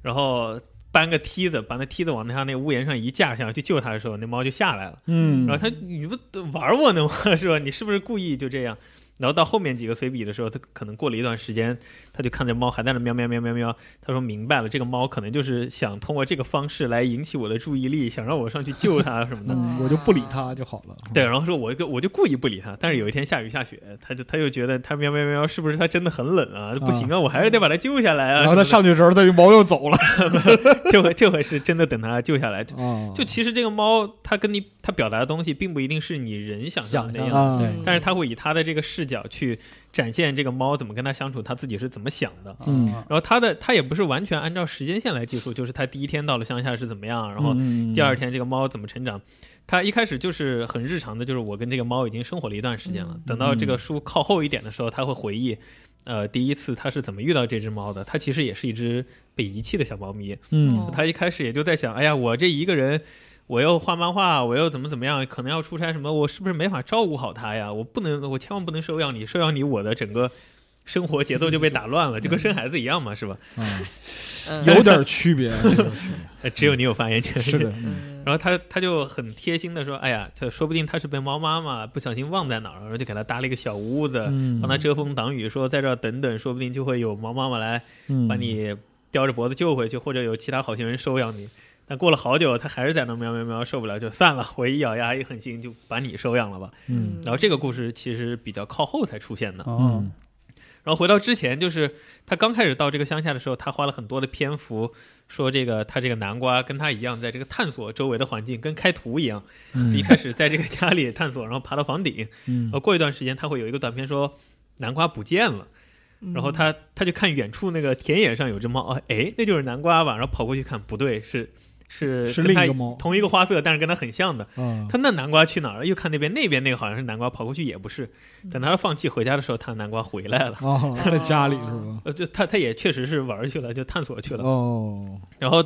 A: 然后搬个梯子把那梯子往他那屋檐上一架，想要去救他的时候，那猫就下来了。
C: 嗯，
A: 然后他你不玩我呢吗？ 是吧？你是不是故意就这样？然后到后面几个随笔的时候，他可能过了一段时间，他就看见猫还在那喵喵喵喵喵，他说明白了，这个猫可能就是想通过这个方式来引起我的注意力，想让我上去救 它什么的。
C: 嗯我就不理他就好了。
A: 对，然后说我就我就故意不理它，但是有一天下雨下雪，他就他就觉得他喵喵喵是不是它真的很冷啊？不行啊，我还是得把它救下来啊。
C: 然后他
A: 什么
C: 上去的时候，他就猫又走了
A: 的这回这回是真的等它救下来。
C: 啊，
A: 就其实这个猫，它跟你它表达的东西，并不一定是你人想象的那
D: 想象
A: 样。
C: 啊，
D: 对
A: 但是他会以他的这个视角去展现这个猫怎么跟他相处，他自己是怎么想的。
C: 嗯
D: 啊
A: 然后他的他也不是完全按照时间线来记述，就是他第一天到了乡下是怎么样，然后
C: 嗯
A: 第二，天这个猫怎么成长。他一开始就是很日常的，就是我跟这个猫已经生活了一段时间了
B: 嗯。
A: 等到这个书靠后一点的时候，他会回忆，呃，第一次他是怎么遇到这只猫的。它其实也是一只被遗弃的小猫咪。
C: 嗯
A: 他一开始也就在想，哎呀，我这一个人，我又画漫画，我又怎么怎么样，可能要出差什么，我是不是没法照顾好他呀？我不能，我千万不能收养你，收养你，我的整个生活节奏就被打乱了，就跟生孩子一样嘛，是吧？
C: 嗯，
B: 嗯
C: 有点区 别，有点区
A: 呃只有你有发言权。
C: 别是的。，嗯
B: 嗯
A: 然后他他就很贴心的说，哎呀，这说不定他是被猫妈妈不小心忘在哪儿了，然后就给他搭了一个小屋子，
C: 嗯
A: 帮他遮风挡雨，说在这儿等等，说不定就会有猫妈妈来
C: 嗯
A: 把你叼着脖子救回去，或者有其他好心人收养你。但过了好久，它还是在那喵喵喵，受不了就算了，我一咬牙一狠心就把你收养了吧。
C: 嗯
A: 然后这个故事其实比较靠后才出现的。
D: 哦
C: 嗯
A: 然后回到之前，就是他刚开始到这个乡下的时候，他花了很多的篇幅说这个他这个南瓜跟他一样，在这个探索周围的环境，跟开图一样。一
C: 嗯
A: 开始在这个家里探索，然后爬到房顶，
C: 嗯
A: 然后过一段时间他会有一个短片说南瓜不见了。
B: 嗯
A: 然
C: 嗯
A: 后他他就看远处那个田野上有只猫，啊哎，那就是南瓜吧。然后跑过去看，不对，是是
C: 是
A: 跟
C: 另
A: 它
C: 一个猫
A: 同一个花色，但是跟它很像的。
C: 啊，
A: 他那南瓜去哪儿了？又看那边，那边那个好像是南瓜，跑过去也不是。等他放弃回家的时候，他南瓜回来了。
C: 嗯哦，在家里 是吧？
A: 呃，就他他也确实是玩儿去了，就探索去了。
C: 哦，
A: 然后，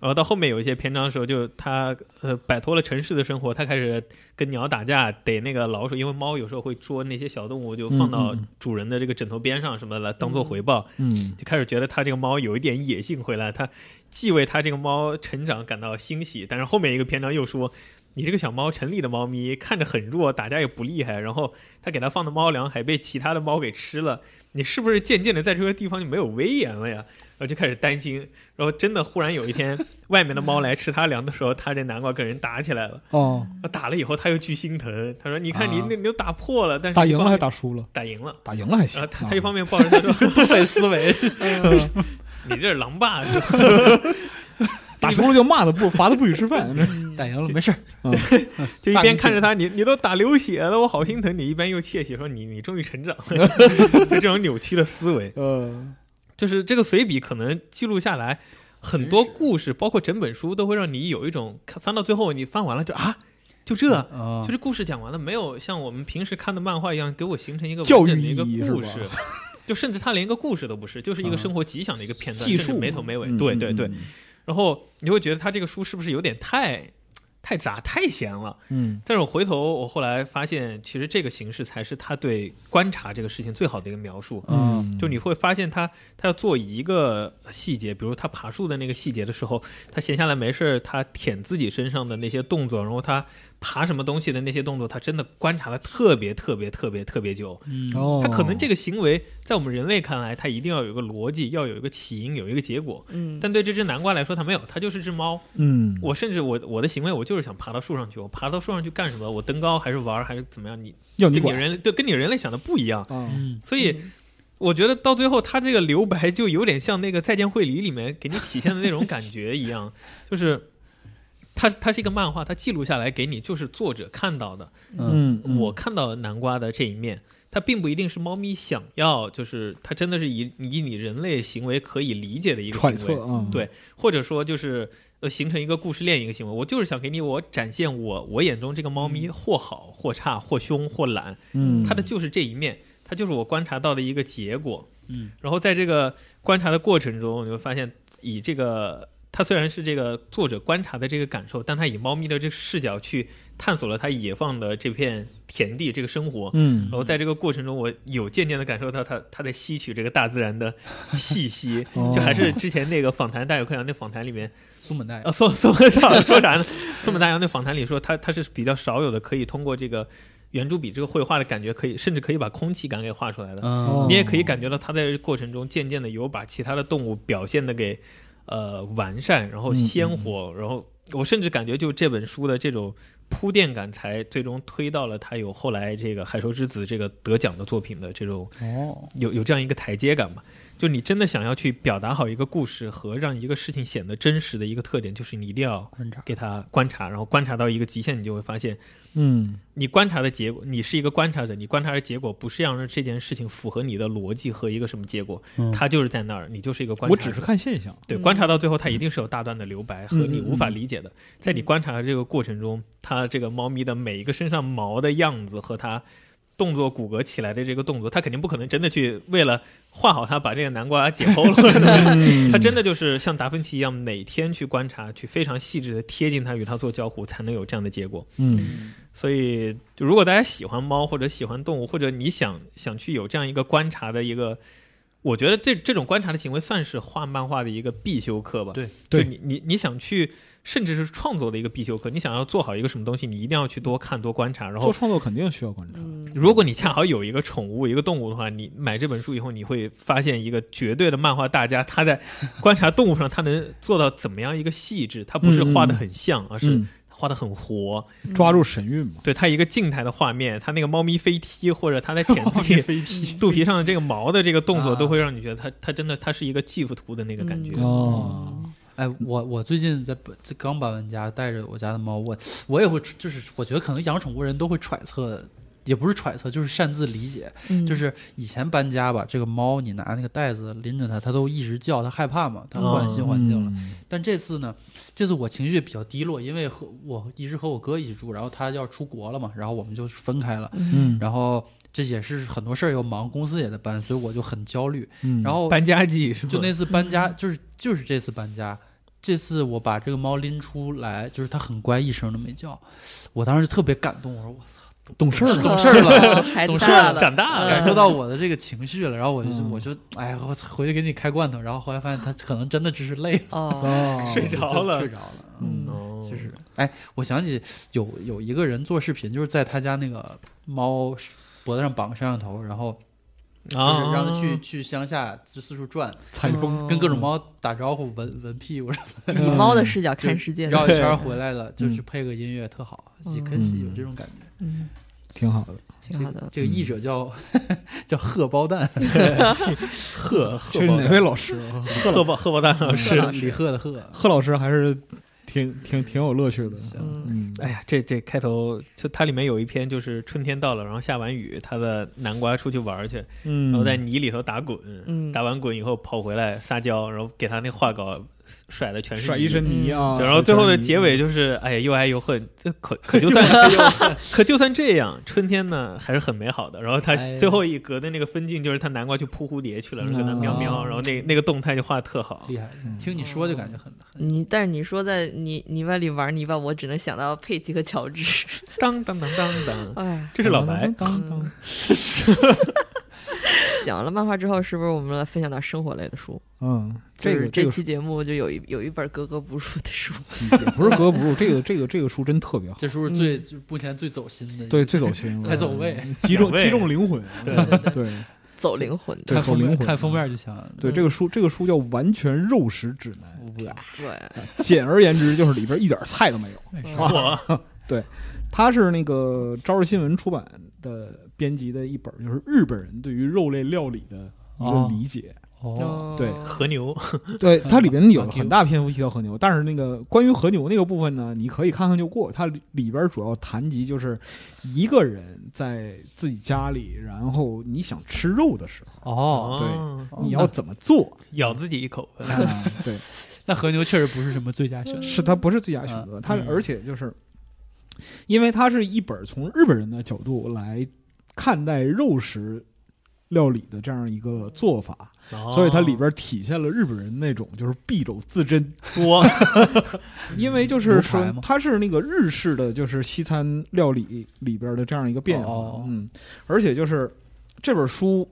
A: 然后到后面有一些篇章的时候，就他呃摆脱了城市的生活，他开始跟鸟打架，逮那个老鼠，因为猫有时候会捉那些小动物，就放到
C: 嗯嗯嗯
A: 主人的这个枕头边上什么的来当做回报。
C: 嗯，
A: 就开始觉得他这个猫有一点野性回来，他既为他这个猫成长感到欣喜，但是后面一个篇章又说，你这个小猫城里的猫咪看着很弱，打架也不厉害，然后他给它放的猫粮还被其他的猫给吃了，你是不是渐渐的在这个地方就没有威严了呀？ 然后就开始担心，然后真的忽然有一天，外面的猫来吃它粮的时候，它这南瓜跟人打起来了，
C: 哦，
A: 打了以后他又巨心疼，他说：“你看你
C: 啊
A: 那你都打破了，但是
C: 打
A: 一
C: 赢了
A: 方
C: 还
A: 面
C: 打输了？
A: 打赢了。”
C: 打赢了还行
A: 然后。啊呃他
C: 啊
A: 他一方面抱着他 说：“
D: 东北 思维，
A: 你这是狼爸。”
C: 打输了就骂他不罚他不许吃饭，
A: 嗯
D: 打赢了没事儿，
A: 就一
D: 大
A: 边
D: 名
A: 看
D: 鼎
A: 着他，你你都打流血了，我好心疼你；一边又窃喜说你你终于成长 了，就这种扭曲的思维，
C: 呃，
A: 就是这个随笔可能记录下来很
C: 嗯
A: 多故事，包括整本书都会让你有一种看翻到最后，你翻完了就啊，就这，
C: 嗯
D: 啊
A: 就，是故事讲完了，没有像我们平时看的漫画一样给我形成一个完
C: 教育
A: 整的一个
C: 意义是
A: 故
C: 吧
A: 事。就甚至它连一个故事都不是，就是一个
C: 啊
A: 生活吉祥的一个片段，
C: 技
A: 甚至
C: 术嗯
A: 没头没尾。 对对对，，然后你会觉得他这个书是不是有点太太杂、太闲了？
C: 嗯
A: 但是我回头我后来发现，其实这个形式才是他对观察这个事情最好的一个描述。
D: 嗯，
A: 就你会发现他他要做一个细节，比如他爬树的那个细节的时候，他闲下来没事儿，他舔自己身上的那些动作，然后他爬什么东西的那些动作，他真的观察的特别特别特别特别久。
D: 嗯，
C: 哦，
A: 他可能这个行为在我们人类看来，他一定要有一个逻辑，要有一个起因，有一个结果。
B: 嗯，
A: 但对这只南瓜来说，它没有，它就是只猫。
C: 嗯
A: 我甚至我我的行为，我就是想爬到树上去。我爬到树上去干什么？我登高还是玩儿还是怎么样？你
C: 要
A: 跟
C: 你
A: 你
C: 管
A: 人类对跟你人类想的不一样，
C: 啊
D: 嗯
A: 所以
B: 嗯
A: 我觉得到最后他这个留白就有点像那个《再见惠理》里面给你体现的那种感觉一样，就是它它是一个漫画，它记录下来给你就是作者看到的，
D: 嗯，
A: 呃我看到南瓜的这一面。它并不一定是猫咪想要，就是它真的是以以你人类行为可以理解的一个行为，
C: 揣测啊，
A: 对或者说就是呃形成一个故事链一个行为。我就是想给你我展现我我眼中这个猫咪或好或差或凶或懒，
C: 嗯，
A: 它的就是这一面，它就是我观察到的一个结果。
D: 嗯，
A: 然后在这个观察的过程中，你会发现以这个。它虽然是这个作者观察的这个感受，但它以猫咪的这个视角去探索了它野放的这片田地这个生活，
C: 嗯
A: 然后在这个过程中，我有渐渐的感受到它它在吸取这个大自然的气息，
C: 哦
A: 就还是之前那个访谈大有克洋那访谈里面，
D: 苏本大爷
A: 啊，宋宋本大说啥呢？宋本大洋那访谈里说，他他是比较少有的可以通过这个圆珠笔这个绘画的感觉，可以甚至可以把空气感给画出来的。
D: 嗯
A: 你也可以感觉到他在这过程中渐渐的有把其他的动物表现的给呃完善，然后鲜活，然后我甚至感觉就这本书的这种铺垫感，才最终推到了他有后来这个《海兽之子》这个得奖的作品的这种
D: 哦，
A: 有有这样一个台阶感吧。就你真的想要去表达好一个故事和让一个事情显得真实的一个特点，就是你一定要
D: 观察，
A: 给它观察，然后观察到一个极限，你就会发现，
C: 嗯
A: 你观察的结果，你是一个观察者，你观察的结果不是要让这件事情符合你的逻辑和一个什么结果，它就是在那儿，你就是一个观察者。
C: 我只是看现象，
A: 对
B: 嗯
A: 观察到最后，它一定是有大段的留白和
C: 嗯嗯
A: 你无法理解的。在你观察的这个过程中，它这个猫咪的每一个身上毛的样子和它动作骨骼起来的这个动作，它肯定不可能真的去为了画好它把这个南瓜 解剖
C: 嗯
A: 了。它真的就是像达芬奇一样，每天去观察，去非常细致的贴近它，与它做交互，才能有这样的结果。
C: 嗯
A: 所以，就如果大家喜欢猫或者喜欢动物，或者你想想去有这样一个观察的一个，我觉得这这种观察的行为算是画漫画的一个必修课吧。
D: 对
C: 对
A: 就你你你想去，甚至是创作的一个必修课。你想要做好一个什么东西，你一定要去多看多观察。然
C: 嗯做
A: 后，
C: 创作肯定需要观察，
B: 嗯
A: 如果你恰好有一个宠物、一个动物的话，你买这本书以后，你会发现一个绝对的漫画大家，他 在观察动物上，他能做到怎么样一个细致？他不是画的很像，而是
C: 嗯
A: 画的很活。
C: 抓住神 韵嘛，
A: 对它一个静态的画面，它那个猫咪飞踢或者 它在舔自己
C: 飞
A: 肚皮上的这个毛的这个动作，
D: 啊
A: 都会让你觉得它它真的它是一个 GIF 图的那个感觉。
B: 嗯
C: 哦，
D: 哎，我我最近在本在刚搬完家，带着我家的猫，我我也会就是我觉得可能养宠物人都会揣测也不是揣测，就是擅自理解。
B: 嗯
D: 就是以前搬家吧，这个猫你拿那个袋子拎着它，它都一直叫，它害怕嘛，它
B: 哦
D: 换新环境了。
B: 嗯
D: 但这次呢，这次我情绪比较低落，因为和我一直和我哥一起住，然后他要出国了嘛，然后我们就分开了，
C: 嗯，
D: 然后这也是很多事儿要忙，公司也在搬，所以我就很焦虑。
C: 嗯，
D: 然后
A: 搬家季是吧？
D: 就那次搬家，就是就是这次搬家，这次我把这个猫拎出来，就是它很乖，一声都没叫，我当时就特别感动，我说我操，
C: 懂事儿了
D: 懂事儿了。
B: 了，孩子
A: 懂事
B: 嗯哦大
A: 了，嗯
B: 了，
A: 长大了，
D: 感受到我的这个情绪了，然后我就、
C: 嗯
D: 我就哎呀，我操回去给你开罐头，然后后来发现他可能真的只是累了，
B: 哦，
C: 哦，
A: 睡着
D: 就
A: 了
D: 睡着了。
B: 嗯
A: 哦
D: 就是，哎，我想起有有一个人做视频，就是在他家那个猫脖子上绑摄像头，然后就是让它去、
A: 啊
D: 去乡下就四处转，
C: 采
A: 嗯
C: 风，
B: 哦
D: 跟各种猫打招呼，闻闻屁股，
B: 以猫的视角看世界，
D: 绕一圈儿回来了，就是配个音乐特好，
B: 嗯
D: 也可以有这种感觉。
B: 嗯，
C: 挺好的。
B: 挺好的。
D: 这个译者叫叫贺包蛋，
A: 贺
C: 这
A: 贺
C: 是
A: 宝
C: 哪位老师？啊
A: 贺宝贺宝 蛋老师，
D: 李贺的贺。
C: 贺老师还是挺挺挺有乐趣的。
D: 行，
B: 嗯，
C: 嗯，
A: 哎呀，这这开头就它里面有一篇，就是春天到了，然后下完雨，它的南瓜出去玩儿去，
C: 嗯，
A: 然后在泥里头打滚，
B: 嗯
A: 打完滚以后跑回来撒娇，然后给它那画稿甩的全是
C: 甩
A: 泥
C: 一身泥啊，
A: 对然后最后的结尾
C: 就
A: 就是，哎呀，又爱又恨，这可可就算 可就算这样，春天呢还是很美好的。然后他
D: 哎呀
A: 最后一格的那个分镜就是他南瓜去扑蝴蝶去了，然后跟他喵喵，
D: 嗯
A: 然后那那个动态就画得特好。
D: 厉害
C: 嗯，
D: 听你说就感觉很
A: 嗯
D: 很
B: 你但是你说在泥泥巴里玩泥巴，我只能想到佩奇和乔治。
A: 当当当当当，
B: 哎，
A: 这是老白。
C: 当当，
B: 讲完了漫画之后，是不是我们来分享点生活类的书？
C: 嗯，
B: 就
C: 这
B: 是
C: 个这个
B: 期节目就有一有一本格格不入的书，
C: 也不是格格不入，这个这个这个书真特别好，
D: 这书是最就目前最走心的，
C: 对，，最走心了，
D: 还走位，
C: 击中
A: 嗯走位
C: 击中灵魂，啊
A: 对
C: 对
B: 走灵魂的。
C: 对
D: 看
C: 走
D: 封
C: 灵
D: 面
C: 魂，
D: 看封面就想，
C: 对，这个书这个书叫《完全肉食指南
D: 哇，
B: 对，》，
C: 简而言之就是里边一点菜都没有。
B: 哎嗯
A: 我
C: 它是那个朝日新闻出版的编辑的一本，就是日本人对于肉类料理的一个
D: 哦
C: 理解。
D: 哦，
C: 对
A: 和牛，
C: 对，它里边有
D: 啊
C: 很大篇幅提到和牛，但是那个关于和牛那个部分呢，你可以看看就过。它里里边主要谈及就是一个人在自己家里，然后你想吃肉的时候，
D: 哦，
A: 哦
C: 你要怎么 做？
A: 咬自己一口。
C: 啊对，
D: 那和牛确实不是什么最佳选择，
C: 是它不是最佳选择，
D: 嗯
C: 它
D: 嗯
C: 而且就是，因为它是一本从日本人的角度来看待肉食料理的这样一个做法，所以它里边体现了日本人那种就是敝帚自珍，
A: 作，
C: 因为就是
D: 牛排
C: 说
D: 吗
C: 它是那个日式的就是西餐料理里边的这样一个变化，
D: 哦
C: 嗯，而且就是这本书。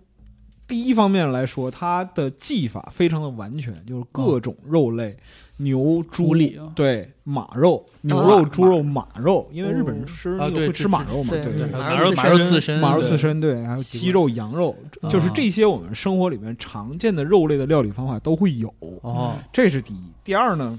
C: 第一方面来说，它的技法非常的完全，就是各种肉类，牛、猪、
D: 猪里啊
C: 对马肉、牛
B: 啊
C: 肉、猪肉、马肉，因为日本
B: 哦
C: 人吃
D: 啊
C: 那个
D: 对
C: 会
D: 吃
C: 吃马肉嘛，
B: 对
C: 对
B: 对
D: 还
B: 马
D: 有
B: 肉
D: 马肉
A: 刺，
D: 刺身，
C: 马肉
D: 对
C: 刺，身，对，还有
D: 奇怪
C: 鸡肉、羊肉，
D: 啊
C: 就是这些我们生活里面常见的肉类的料理方法都会有，
D: 哦，
C: 这是第一。第二呢，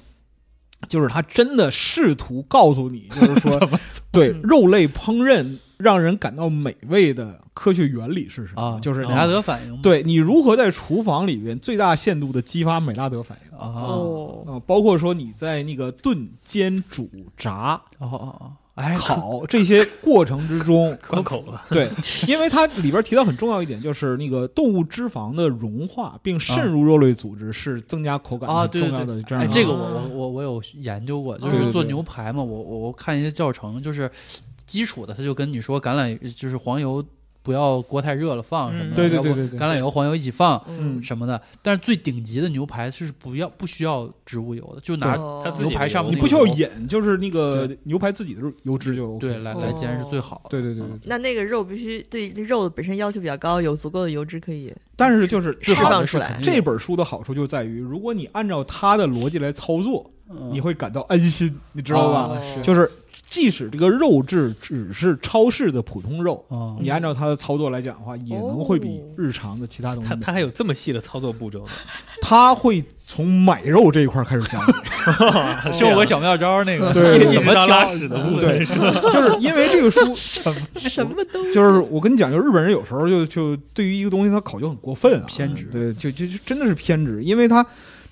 C: 就是他真的试图告诉你，就是 说，对
B: 嗯
C: 肉类烹饪让人感到美味的科学原理是什
D: 啊嗯
C: 么？，就是
D: 美
C: 你
D: 拉德反应嘛，
C: 对你如何在厨房里边最大限度的激发美拉德反应。
D: 啊，哦
B: 哦，
C: 啊，包括说你在那个炖、煎、煮、炸、
D: 哦哦，哎，
C: 烤这些过程之中
A: 关口了。
C: 对，因为它里边提到很重要一点，就是那个动物脂肪的融化并渗入肉类组织是增加口感
D: 啊，
C: 很
D: 对
C: 重
D: 对
C: 要
D: 对
C: 的，这样
D: 哎，
C: 的
D: 这个我我我我有研究过，就
B: 对
D: 是
B: 对
D: 做
C: 对
D: 牛排嘛，我我我看一些教程，就是基础的，他就跟你说橄榄就是黄油不要锅太热了放什
A: 嗯
D: 么的，
C: 对对
D: 要不
C: 对对对
D: 橄榄油黄油一起
C: 啊
D: 放
B: 嗯
D: 什么的，但是最顶级的牛排就是不要不需要植物油的，就拿
B: 哦
A: 他自己
D: 牛排上面
C: 你
D: 那
C: 不
D: 个
C: 需要
D: 油
C: 引，就是那个牛排自己的肉油脂就 OK
D: 对来来煎是最好的，
C: 对对对对。对
B: 那那个肉必须对肉本身要求比较高，有足够的油脂可以。
C: 但是就是
B: 释
C: 它
B: 放
D: 放
B: 出来
C: 这本书的好处就在于，如果你按照它的逻辑来操作，
D: 嗯
C: 你会感到安心，你知道吧？
B: 哦
C: 就是即使这个肉质只是超市的普通肉，
D: 哦
C: 你按照它的操作来讲的话，也能会比日常的其他东西
A: 他
C: 美。
A: 他还有这么细的操作步 骤呢，
C: 它会从买肉这一块开始讲起，
D: 生活小妙招那个，
C: 对
A: 一
D: 怎
A: 直
D: 么
A: 到拉
D: 挑
A: 屎的部分
C: 对，就是因为这个书，
B: 什么都
C: 就是我跟你讲，就是日本人有时候就就对于一个东西他考究很过分啊，
D: 偏执
C: 对，就就就真的是偏执，因为他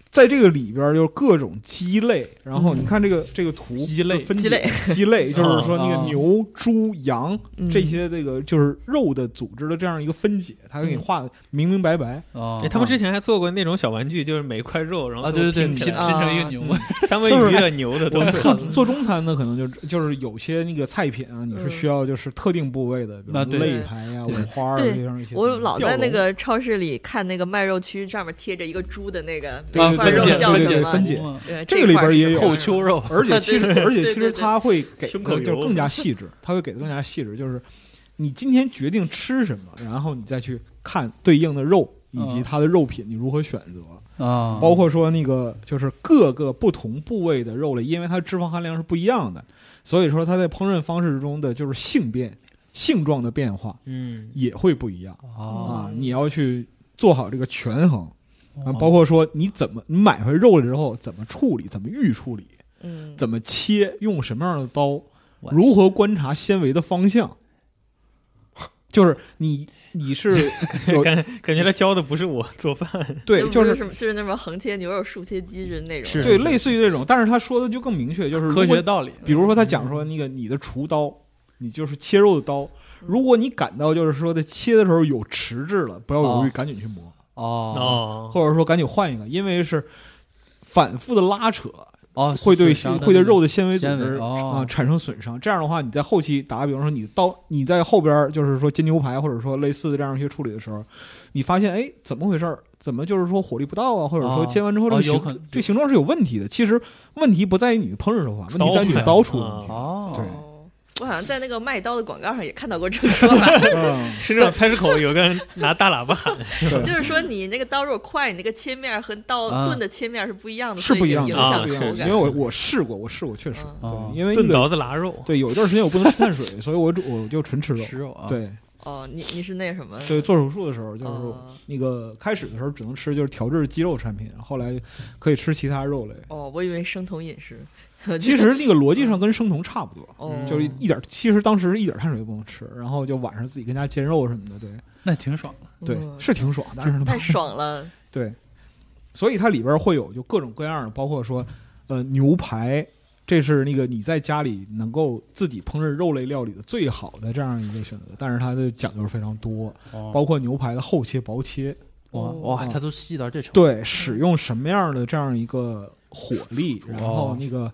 C: 在这个里边儿就是各种鸡肋，然后你看这个这个图，
D: 嗯鸡肋
C: 分
B: 鸡肋
C: 解鸡 肋就是说那
D: 啊
C: 个牛、猪、羊
B: 嗯
C: 这些这个就是肉的组织的这样一个分解，它给你
B: 嗯
C: 画的明明白白。
D: 哦
A: 哎，他们之前还做过那种小玩具，就是每块肉，然后
D: 啊，对对对，
A: 拼
D: 拼
A: 起
D: 拼
A: 来，
D: 成一个牛，
A: 三文鱼的、牛的都
C: 我们
A: 有
C: 做做中餐的可能就是就是有些那个菜品啊，你是需要就是特定部位的，比
D: 嗯啊
C: 如
D: 对
C: 肋排呀、
D: 对
C: 五花啊
B: 对
C: 这样一些东西。
B: 我老在那
A: 吊
B: 个超市里看那个卖肉区上面贴着一个猪的那个
C: 对
B: 每块
C: 对对
B: 肉
C: 对
B: 叫
C: 对
B: 什
C: 对
B: 么
C: 分解，
B: 对
C: 这个里边也有
D: 后丘肉，
C: 而且其实，而且
B: 对
C: 其
B: 对
C: 实
B: 对
C: 他会给
A: 胸口
C: 的就
A: 油
C: 更加细致，他会给的更加细致，就是你今天决定吃什么，然后你再去看对应的肉以及
D: 嗯
C: 它的肉品你如何选择，
B: 嗯
D: 啊，
C: 包括说那个就是各个不同部位的肉类，因为它脂肪含量是不一样的，所以说它在烹饪方式中的就是性变、性状的变化
A: 嗯，
C: 也会不一样
D: 啊，
C: 啊，
B: 嗯
C: 你要去做好这个权衡，
B: 哦
C: 啊包括说你怎么你买回肉了之后怎么处理，怎么预处理。
B: 嗯，
C: 怎么切，用什么样的刀，
D: 我
C: 如何观察纤维的方向，就是你你是 有
A: 感感觉他教的不是我做饭，
C: 对，就
B: 不
C: 是
B: 什么就是那么横切牛肉、竖切鸡就是那种，
D: 是
C: 对类似于这种，但是他说的就更明确，就是如
D: 科
C: 果
D: 学道理，
C: 比如说他讲说那个你的厨刀，你就是切肉的
D: 嗯
C: 刀，如果你感到就是说在切的时候有迟滞了，不要犹豫，
D: 哦
C: 赶紧去磨，
D: 哦
A: 哦，
C: 或者说赶紧换一个，因为是反复的拉扯，
D: 哦，
C: 会对
D: 损伤的
C: 会对
D: 那个
C: 肉的纤维组
D: 纤维
C: 织啊、
D: 哦
C: 产生损伤。这样的话，你在后期打个比方说，你刀你在后边儿就是说煎牛排或者说类似的这样一些处理的时候，你发现哎怎么回事儿？怎么就是说火力不到啊？或者说
D: 哦
C: 煎完之后这
D: 哦
C: 个形、
D: 有可能
C: 这个形状是有问题的。其实问题不在于你的烹饪手法，问题在于你的
A: 刀
C: 刀
A: 法
C: 出的问题。
D: 哦，
C: 对
B: 哦我好像在那个卖刀的广告上也看到过这个说法，
C: 嗯
A: 深圳菜市口有个人拿大喇叭喊，
C: 对
B: 就是说你那个刀肉块，你那个切面和刀
D: 啊
B: 炖的切面是不一样的，
C: 是不一样的，
B: 所以
A: 啊
B: 影响
C: 是不一样
B: 口
C: 的。
B: 感。
C: 因为我我试过，我试过，确实，
B: 嗯
D: 哦
C: 对，因为那
A: 炖
C: 个
A: 刀子拉肉，
C: 对有一段时间我不能吃碳水，所以我只我就纯吃肉。
D: 吃肉啊，
C: 对
B: 哦，你你是那什么？
C: 对，做手术的时候就是我
B: 哦
C: 那个开始的时候只能吃就是调制鸡肉产品，后来可以吃其他肉类。
B: 哦，我以为生酮饮食。
C: 其实那个逻辑上跟生酮差不多，
B: 哦，
C: 就是一点，其实当时是一点碳水都不能吃，然后就晚上自己跟家煎肉什么的，对
D: 那挺爽的，
C: 对，
B: 嗯
C: 是挺爽，但是
B: 太爽 了。
C: 对，所以它里边会有就各种各样的，包括说呃牛排。这是那个你在家里能够自己烹饪肉类料理的最好的这样一个选择，但是它的讲究非常多，包括牛排的厚切、薄切，
D: 哇哇，它都细到这程度，
C: 哦对，使用什么样的这样一个火力，然后那个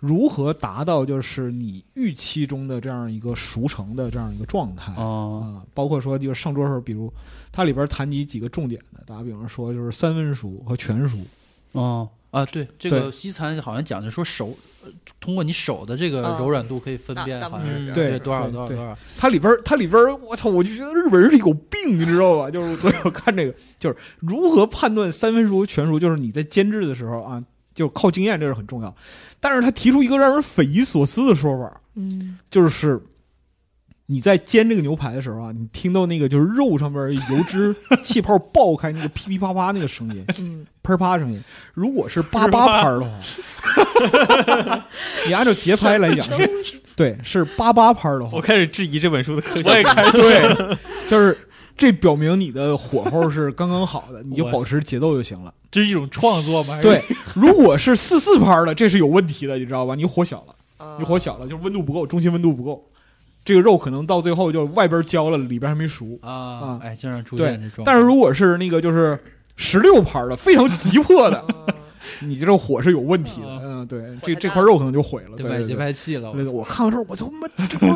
C: 如何达到就是你预期中的这样一个熟成的这样一个状态啊、
D: 哦
C: 包括说就是上桌的时候，比如它里边谈及几个重点的，打个比方说就是三分熟和全熟，
D: 哦啊，对，这个
C: 对
D: 西餐好像讲究说手，呃通过你手的这个
B: 啊
D: 柔软度可以分
B: 大
D: 辨，
B: 大
D: 好
B: 拇
D: 像
A: 指
D: 是
A: 这样
D: 对
C: 对
D: 多少
C: 对
D: 多少
C: 对啊
D: 多少，
C: 它里边它里边，我操，我就觉得日本人是有病，你知道吧？就是所以我看这个，就是如何判断三分熟全熟，就是你在煎制的时候啊，就靠经验，这是很重要。但是他提出一个让人匪夷所思的说法，
B: 嗯，
C: 就是你在煎这个牛排的时候啊，你听到那个就是肉上面油脂气泡爆开那个噼噼啪啪那个声音，
B: 嗯，
C: 啪啪声音。如果是八八拍的话，你按照节拍来讲是，对，是八八拍的
A: 我
C: 话，
A: 开始质疑这本书的科学性，
C: 对，就是就是这表明你的火候是刚刚好的，你就
D: 我
C: 保持节奏就行了。
A: 哎
D: 这是一种创作吗？
C: 对，如果是四四拍的，这是有问题的，你知道吧？你火小了。
B: 啊
C: 你火小了，就是温度不够，中心温度不够，这个肉可能到最后就外边焦了，里边还没熟。
D: 啊
C: 啊，
D: 哎，经常出
C: 对
D: 现这种，
C: 但是如果是那个就是十六盘的，非常急迫 的，
B: 哦
C: 你这火是有问题的
D: 啊。
C: 嗯，对，
B: 火
C: 这
B: 太
C: 这
B: 大
C: 块肉可能就毁了。
D: 对
C: 对
D: 买
C: 对
D: 节
C: 对。
D: 拍器了，
C: 对对我看到这儿，我他妈这不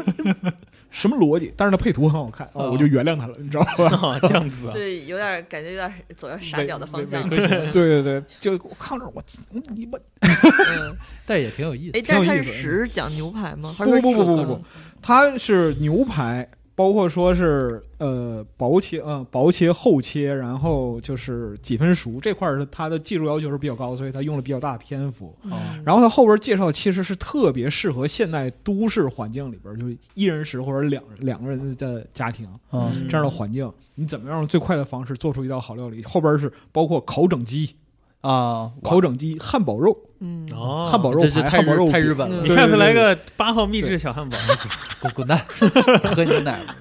C: 什么逻辑？但是它配图很好看啊，
D: 啊
C: 我就原谅他了，你知道 吧？
A: 哦这样子啊，
B: 对，有点感觉有点走向傻屌的方向。
D: 违规行为
C: 对对对，就我看到这儿，我你妈
B: 嗯，
D: 但也挺有意思
B: 哎，但是
C: 挺
B: 它
C: 有意
B: 是
C: 思
B: 实讲牛排吗？还
C: 不
B: 是
C: 不不不不
B: 说
C: 不，它是牛排，包括说是呃薄切，嗯、薄切、厚切，然后就是几分熟这块儿是它的技术要求是比较高，所以它用了比较大的篇幅。
B: 嗯
D: 哦
C: 然后它后边介绍其实是特别适合现代都市环境里边儿，就是一人食或者两两个人的家庭
D: 啊
A: 嗯
C: 这样的环境，你怎么样用最快的方式做出一道好料理？后边是包括烤整鸡、
D: 啊，
C: 烤整鸡、汉堡肉、
B: 嗯，
A: 哦，
C: 汉堡嗯肉
D: 这这
C: 排、
D: 太
C: 汉堡肉
D: 日太
C: 饼
D: 日本了
A: 你，
C: 对
A: 下次
C: 对对
A: 来
C: 对
A: 个八号秘制小汉 堡，
B: 嗯
D: 滚滚蛋，喝牛奶吧。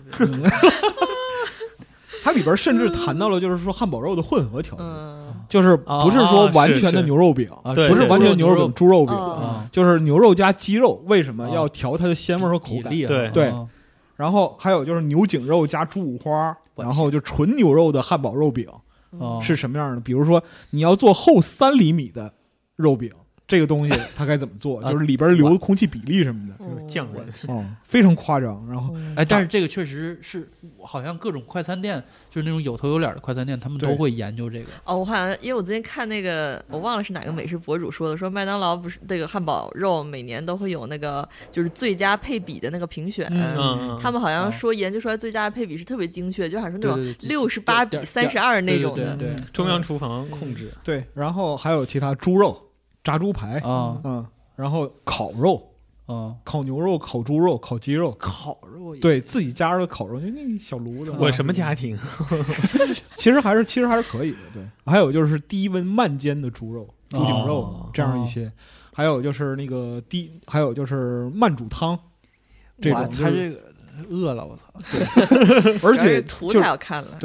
C: 它里边甚至谈到了就是说汉堡肉的混合调味。
B: 嗯，
C: 就是不是说完全
A: 哦
C: 的
A: 是
C: 牛肉饼，
D: 啊，
A: 对
C: 不是
A: 对嗯
C: 完全牛
D: 牛
C: 肉饼、嗯猪肉饼，
B: 哦
D: 啊，
C: 就是牛肉加鸡肉，为什么
D: 啊
C: 要调它的鲜味儿和口
D: 比
C: 感？
D: 例啊
A: 对
C: 对
D: 啊
C: 然后还有就是牛颈肉加猪五花，
D: 我
C: 然后就纯牛肉的汉堡肉饼
D: 哦
C: 是什么样的？比如说你要做厚三厘米的肉 饼，这个东西它该怎么做？
D: 啊
C: 就是里边留的空气比例什么
A: 就
C: 的，
A: 是匠人，
C: 哦，非常夸张。然后
B: 哦
D: 哎，但是这个确实是，好像各种快餐店，就是那种有头有脸的快餐店，他们都
C: 对
D: 会研究这个。
B: 哦，我好像因为我最近看那个，我忘了是哪个美食博主说的，说麦当劳不是那个汉堡肉每年都会有那个就是最佳配比的那个评选，
D: 嗯
A: 嗯，
B: 他们好像
D: 嗯
B: 说研究出来最佳的配比是特别精确，就好像是那
D: 对对
B: 种
D: 对
B: 六十八
D: 点
B: 比
D: 儿
B: 三十二那种
D: 对
B: 的
D: 对，对
A: 中央厨房控制，
C: 对，然后还有其他猪肉、炸猪排，
D: 啊
C: 嗯，然后烤肉、
D: 啊，
C: 烤牛肉、烤猪肉、烤鸡肉。
D: 烤肉也
C: 对自己家的烤肉，就那小炉子
B: 嗯
C: 嘛。
A: 我什么家庭？
C: 嗯其实还是其实还是可以的，对。还有就是低温慢煎的猪肉、猪颈肉、
A: 哦
C: 这样一些，还有就是那个低，还有就是慢煮汤，这
D: 哇
C: 种就
D: 他
C: 是，
D: 这个饿了，我操！
B: 主要
C: 而且
B: 是图
C: 就
B: 太好看了。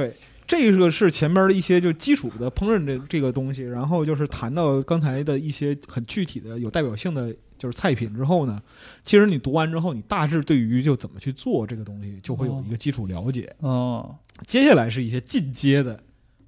C: 这个是前面的一些就基础的烹饪这这个东西，然后就是谈到刚才的一些很具体的有代表性的就是菜品之后呢，其实你读完之后，你大致对于就怎么去做这个东西，就会有一个基础了解。
D: 哦，
C: 接下来是一些进阶的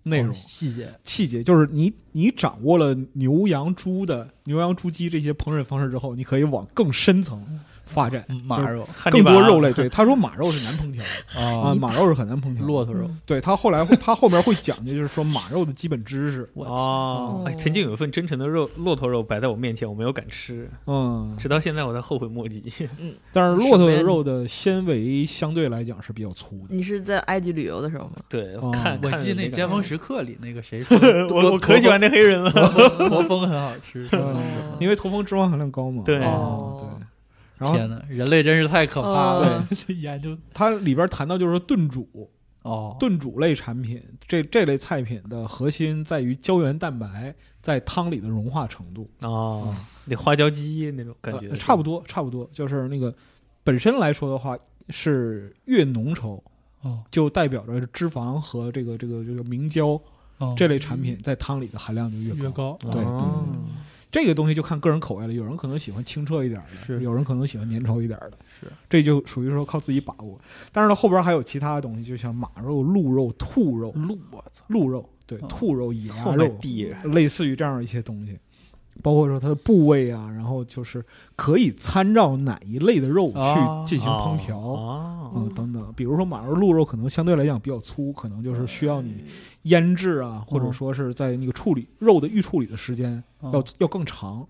C: 内容
D: 哦，细节
C: 细节，就是你你掌握了牛羊猪的牛羊猪鸡这些烹饪方式之后，你可以往更深层发展，
D: 马 肉
A: 汉
C: 更
A: 尼拔
C: 多肉类。对，他说马肉是难烹调的啊，
D: 啊，
C: 马肉是很难烹调的。
D: 骆驼肉，
B: 嗯
C: 对他后来会他后面会讲究，就是说马肉的基本知识。
D: 我
A: 哦，哎，曾经有一份真诚的肉骆驼肉摆在我面前，我没有敢吃，
C: 嗯，
A: 直到现在我才后悔莫及。
C: 但是骆驼肉的纤维相对来讲是比较粗的。
B: 你是在埃及旅游的时候吗？
A: 对，
C: 哦
A: 看
D: 我
A: 看
D: 记得那《
A: 个，
D: 尖 峰时刻》里那个谁说
A: 我我可喜欢那黑人了。
D: 那驼峰很好吃。是哦吧
B: 哦
C: 嗯因为驼峰脂肪含量高嘛。
A: 对
C: 啊对。然后
D: 天哪，人类真是太可怕了！
B: 哦
D: 对，这研究
C: 它里边谈到就是说炖煮，
D: 哦，
C: 炖煮类产品，这这类菜品的核心在于胶原蛋白在汤里的融化程度，
A: 哦，那花椒鸡那种感觉
C: 呃，差不多，差不多，就是那个本身来说的话，是越浓稠，
D: 哦
C: 就代表着脂肪和这个这个这个明胶
D: 哦
C: 这类产品在汤里的含量就越高。
D: 越高
A: 多
C: 对
A: 哦
C: 这个东西就看个人口味了，有人可能喜欢清澈一点的，
D: 是
C: 有人可能喜欢粘稠一点的，
D: 是
C: 这就属于说靠自己把握。但是呢，后边还有其他的东西，就像马肉、鹿肉、兔肉、
D: 鹿，我操！
C: 鹿肉，对，
D: 哦
C: 兔肉、野鸭
A: 后面
C: 肉。
A: 地
C: 类似于这样一些东西，包括说它的部位啊，然后就是可以参照哪一类的肉
D: 哦
C: 去进行烹调。
D: 啊
A: 哦
C: 嗯，等等，比如说马肉、鹿肉可能相对来讲比较粗，可能就是需要你腌制啊，或者说是在那个处理肉的预处理的时间
D: 哦
C: 要、要更长，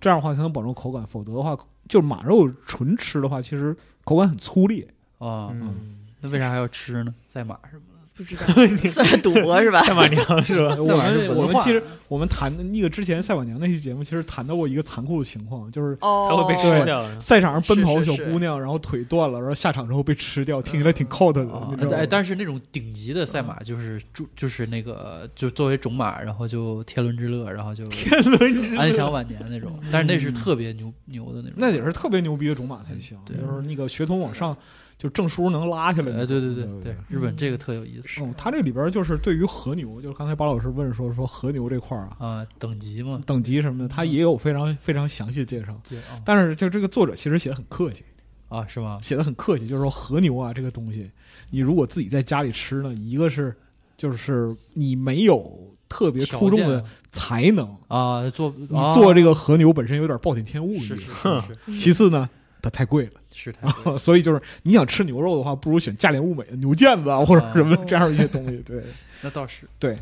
C: 这样的话才能保证口感，否则的话，就是马肉纯吃的话，其实口感很粗劣。
D: 哦
A: 嗯，
D: 那为啥还要吃呢？赛马什么
B: 不知道， 算赌博是吧？
A: 赛马娘是 吧？
C: 我
D: 赛马是
C: 们
D: 文
C: 我们
D: 化
C: 其实我们谈那个之前赛马娘那期节目，其实谈到过一个残酷的情况，就是
B: 哦，
A: 它会被吃掉的。
C: 赛场上奔跑的
B: 是
C: 小
B: 是是
C: 姑娘，然后腿断了，然后下场之后被吃掉，听起来挺 cot 的。
D: 的？啊
C: 你知道吗
D: 哎，但是那种顶级的赛马就是就就是那个就作为种马，然后就天伦之乐，然后就天伦之
A: 哎
D: 安享晚年那种。但是那是特别牛牛的那种，
C: 嗯那得是特别牛逼的种马才行，就
D: 对
C: 是那个血统往上，就证书能拉下来那种。
D: 哎，对对
C: 嗯对
D: 对对，日本这个特有意思
C: 嗯，他这里边就是对于和牛，就是刚才巴老师问说说和牛这块儿啊，
D: 啊，等级嘛，
C: 等级什么的，
D: 嗯
C: 他也有非常非常详细的介绍。
D: 这啊
C: 但是就这个作者其实写的很客气，
D: 啊是吗？
C: 写的很客气，就是说和牛啊这个东西，你如果自己在家里吃呢，一个是就是你没有特别出众
D: 条
C: 的
D: 件
C: 才能，
D: 啊，做你
C: 你做这个和牛本身有点暴殄天物的意
D: 是
C: 思
D: 是。是
C: 其次呢，它太贵了，
D: 是太贵了
C: 所以就是你想吃牛肉的话，不如选价廉物美的牛腱子啊，或者什么
B: 哦
C: 这样一些东西。 对
D: 那倒是
C: 对，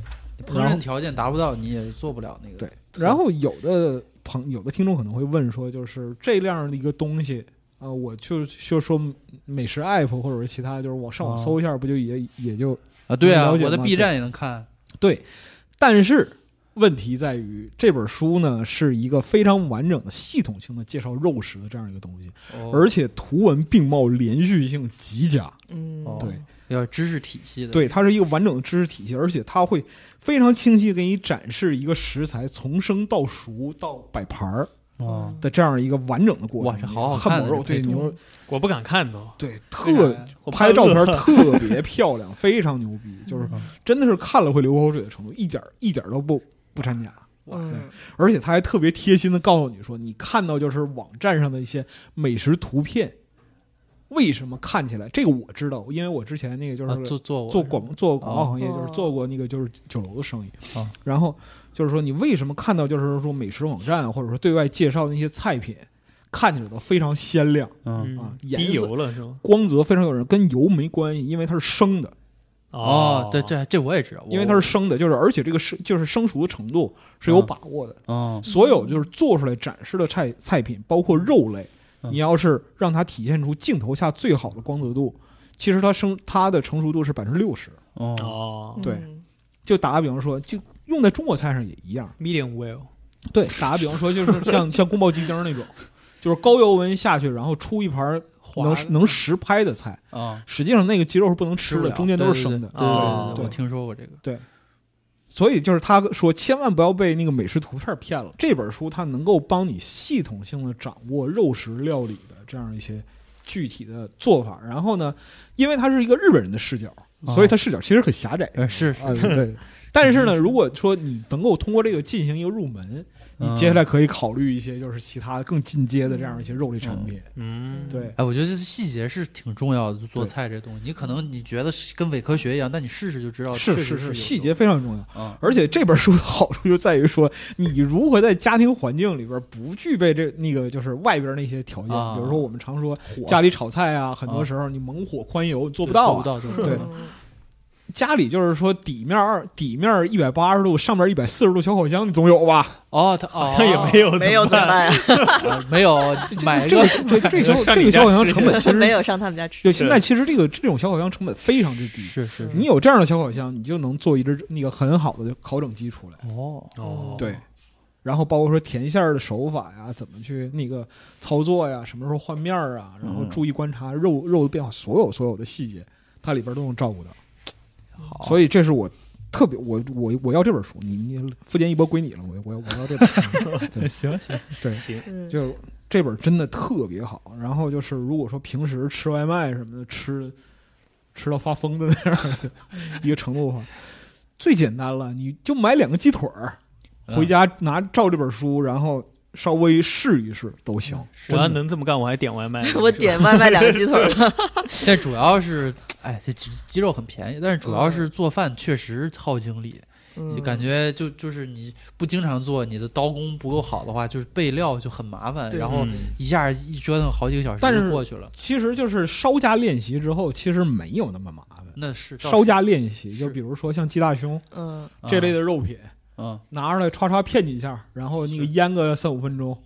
D: 烹
C: 然
D: 饪
C: 后
D: 条件达不到，你也做不了那个
C: 对。然后有的朋有的听众可能会问说，就是这样的一个东西啊、我就就说美食 app 或者是其他，就是往上网
D: 哦
C: 搜一下，不就也也就
D: 啊，对啊，
C: 了解
D: 我的
C: 吗
D: B
C: 对
D: 站也能看，
C: 对？但是。问题在于这本书呢是一个非常完整的、系统性的介绍肉食的这样一个东西，
D: 哦
C: 而且图文并茂，连续性极佳。
B: 嗯，
D: 哦
C: 对
D: 要知识体系的，
C: 对，它是一个完整的知识体系，而且它会非常清晰地给你展示一个食材从生到熟到摆盘儿，
A: 哦，
C: 的这样一个完整的过程。
D: 哇这好好看啊
C: 汉堡肉
D: 这
C: 对
D: 配图
C: 牛，
A: 我不敢看都，
C: 对
D: 为
C: 特
D: 啥呀
A: 我
C: 拍
A: 怕
C: 的照片
A: 饿
C: 特别漂亮，非常牛逼，就是
D: 嗯
C: 真的是看了会流口水的程度，一点儿一点儿都不不掺假。
B: 嗯，
C: 而且他还特别贴心的告诉你说，你看到就是网站上的一些美食图片，为什么看起来这个我知道，因为我之前那个就
D: 啊
C: 是
D: 做做
C: 做广做广告
D: 哦
C: 行业，就是
B: 哦
C: 做过那个就是酒楼的生意
D: 哦。
C: 然后就是说，你为什么看到就是说美食网站或者说对外介绍的那些菜品，看起来都非常鲜亮
D: 嗯
C: 啊
A: 嗯，
C: 颜
A: 滴
C: 色
A: 油了是吗？
C: 光泽非常诱人，跟油没关系，因为它是生的，
D: 哦，对，这这我也知道，
C: 因为
D: 我
C: 它是生的，就是而且这个生就是生熟的程度是有
D: 啊
C: 把握的。
D: 嗯
C: 所有就是做出来展示的菜菜品，包括肉类，
D: 嗯
C: 你要是让它体现出镜头下最好的光泽度，其实它生它的成熟度是百分之六十。
D: 哦
A: 哦
B: 嗯
C: 对就打个比方说，就用在中国菜上也一样。
A: ，medium well，
C: 对，打个比方说，就是 像像宫保鸡丁那种，就是高油温下去，然后出一盘
A: 滑
C: 能
A: 的
C: 能实拍的菜，
D: 哦，
C: 实际上那个鸡肉是不能吃
D: 不
C: 的，
D: 了
C: 中间都是生的。
D: 对
C: 嗯
D: 对对对对
A: 哦
D: 对，我听说过这个，
C: 所以就是他说，千万不要被那个美食图片骗了。这本书它能够帮你系统性的掌握肉食料理的这样一些具体的做法。然后呢，因为它是一个日本人的视角，
D: 哦
C: 所以它视角其实很狭窄。
D: 呃是
C: 啊，对。 但
D: 嗯
C: 是呢，如果说你能够通过这个进行一个入门，
D: 嗯
C: 你接下来可以考虑一些就是其他更进阶的这样一些肉类产品。
A: 嗯，
C: 对，
D: 哎，我觉得这细节是挺重要的，就做
C: 对
D: 菜这东西，你可能你觉得是跟伪科学一样，但你试试就知道，
C: 是
D: 哦确
C: 是
D: 实
C: 是，
D: 有
C: 细
D: 用
C: 节非常重要。
D: 啊，
C: 而且这本书的好处就在于说，你如何在家庭环境里边不具备这那个就是外边那些条件，
D: 啊
C: 比如说我们常说家里炒菜啊，很多时候你猛火宽油做不
D: 做
C: 到、
D: 不
C: 啊。
D: 到，
B: 嗯
D: 做不
C: 对
D: 到
C: 家里就是说底面二底面一百八十度，上面一百四十度小烤箱，你总有吧？
D: 哦， 他
A: 好 像也没
D: 有
A: 有，
B: 没有怎么办呀？
D: 没有买一
C: 这
D: 个
C: 个这这这小
A: 上
C: 这个
A: 你家
C: 小烤箱
A: 吃
C: 成本其实
B: 没有上他们家吃
C: 就现在其实这个这种小烤箱成本非常之低。
D: 是是
C: 你有这样的小烤箱，你就能做一只那个很好的烤整鸡出来。
D: 哦，
A: 哦，
C: 对，然后包括说甜馅儿的手法呀，怎么去那个操作呀，什么时候换面儿啊，然后
D: 嗯
C: 注意观察肉肉的变化，所有所有的细节，它里边都能照顾到。
D: 好，
C: 所以这是我特别我我我要这本书，你你福建一波归你了，我我要我要这本，对
A: 行行
C: 对，
A: 行，
B: 嗯，
C: 就这本真的特别好。然后就是如果说平时吃外卖什么的，吃吃到发疯的那样的 一个程度的话，最简单了，你就买两个鸡腿儿。
D: 嗯
C: 回家拿照这本书，然后稍微试一试都行。
D: 嗯
A: 我要
C: 真的
A: 能这么干，我还点外卖呢
B: 我点外卖两个鸡腿儿了，
D: 但主要是，哎，这鸡鸡肉很便宜，但是主
C: 嗯
D: 要是做饭确实耗精力，就感觉就就是你不经常做，你的刀工不够好的话，就是备料就很麻烦，
B: 对
D: 然后
A: 嗯，
D: 一下一折腾好几个小时
C: 但是
D: 就过去了。
C: 其实就是稍加练习之后，其实没有那么麻烦。
D: 那是倒
C: 稍
D: 是
C: 加练习，
D: 是
C: 就比如说像鸡大胸
B: 嗯
D: 啊
C: 这类的肉品，
D: 嗯，
C: 拿出来歘歘片几下，然后那个腌个三五分钟，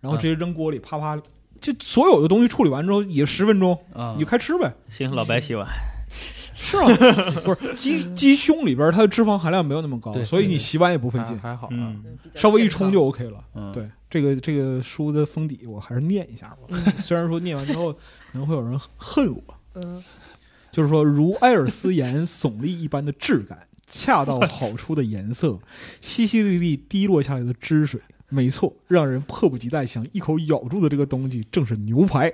C: 然后
D: 嗯
C: 直接扔锅里，啪啪，就所有的东西处理完之后也十分钟，
D: 啊
C: 你就开吃呗。
A: 行，老白洗碗，
C: 是啊， 不 是鸡鸡胸里边它的脂肪含量没有那么高，
D: 对
C: 所以
D: 对
C: 你
D: 对
C: 洗碗也不费劲
D: 还，还好啊，
A: 嗯，
C: 稍微一冲就 OK 了。
D: 嗯，
C: 对这个这个书的封底，我还是念一下吧。
D: 嗯
C: 虽然说念完之后可能会有人恨我，
B: 嗯
C: 就是说如埃尔斯岩耸立一般的质感，恰到好处的颜色，淅淅沥沥滴落下来的汁水。没错，让人迫不及待想一口咬住的这个东西正是牛排，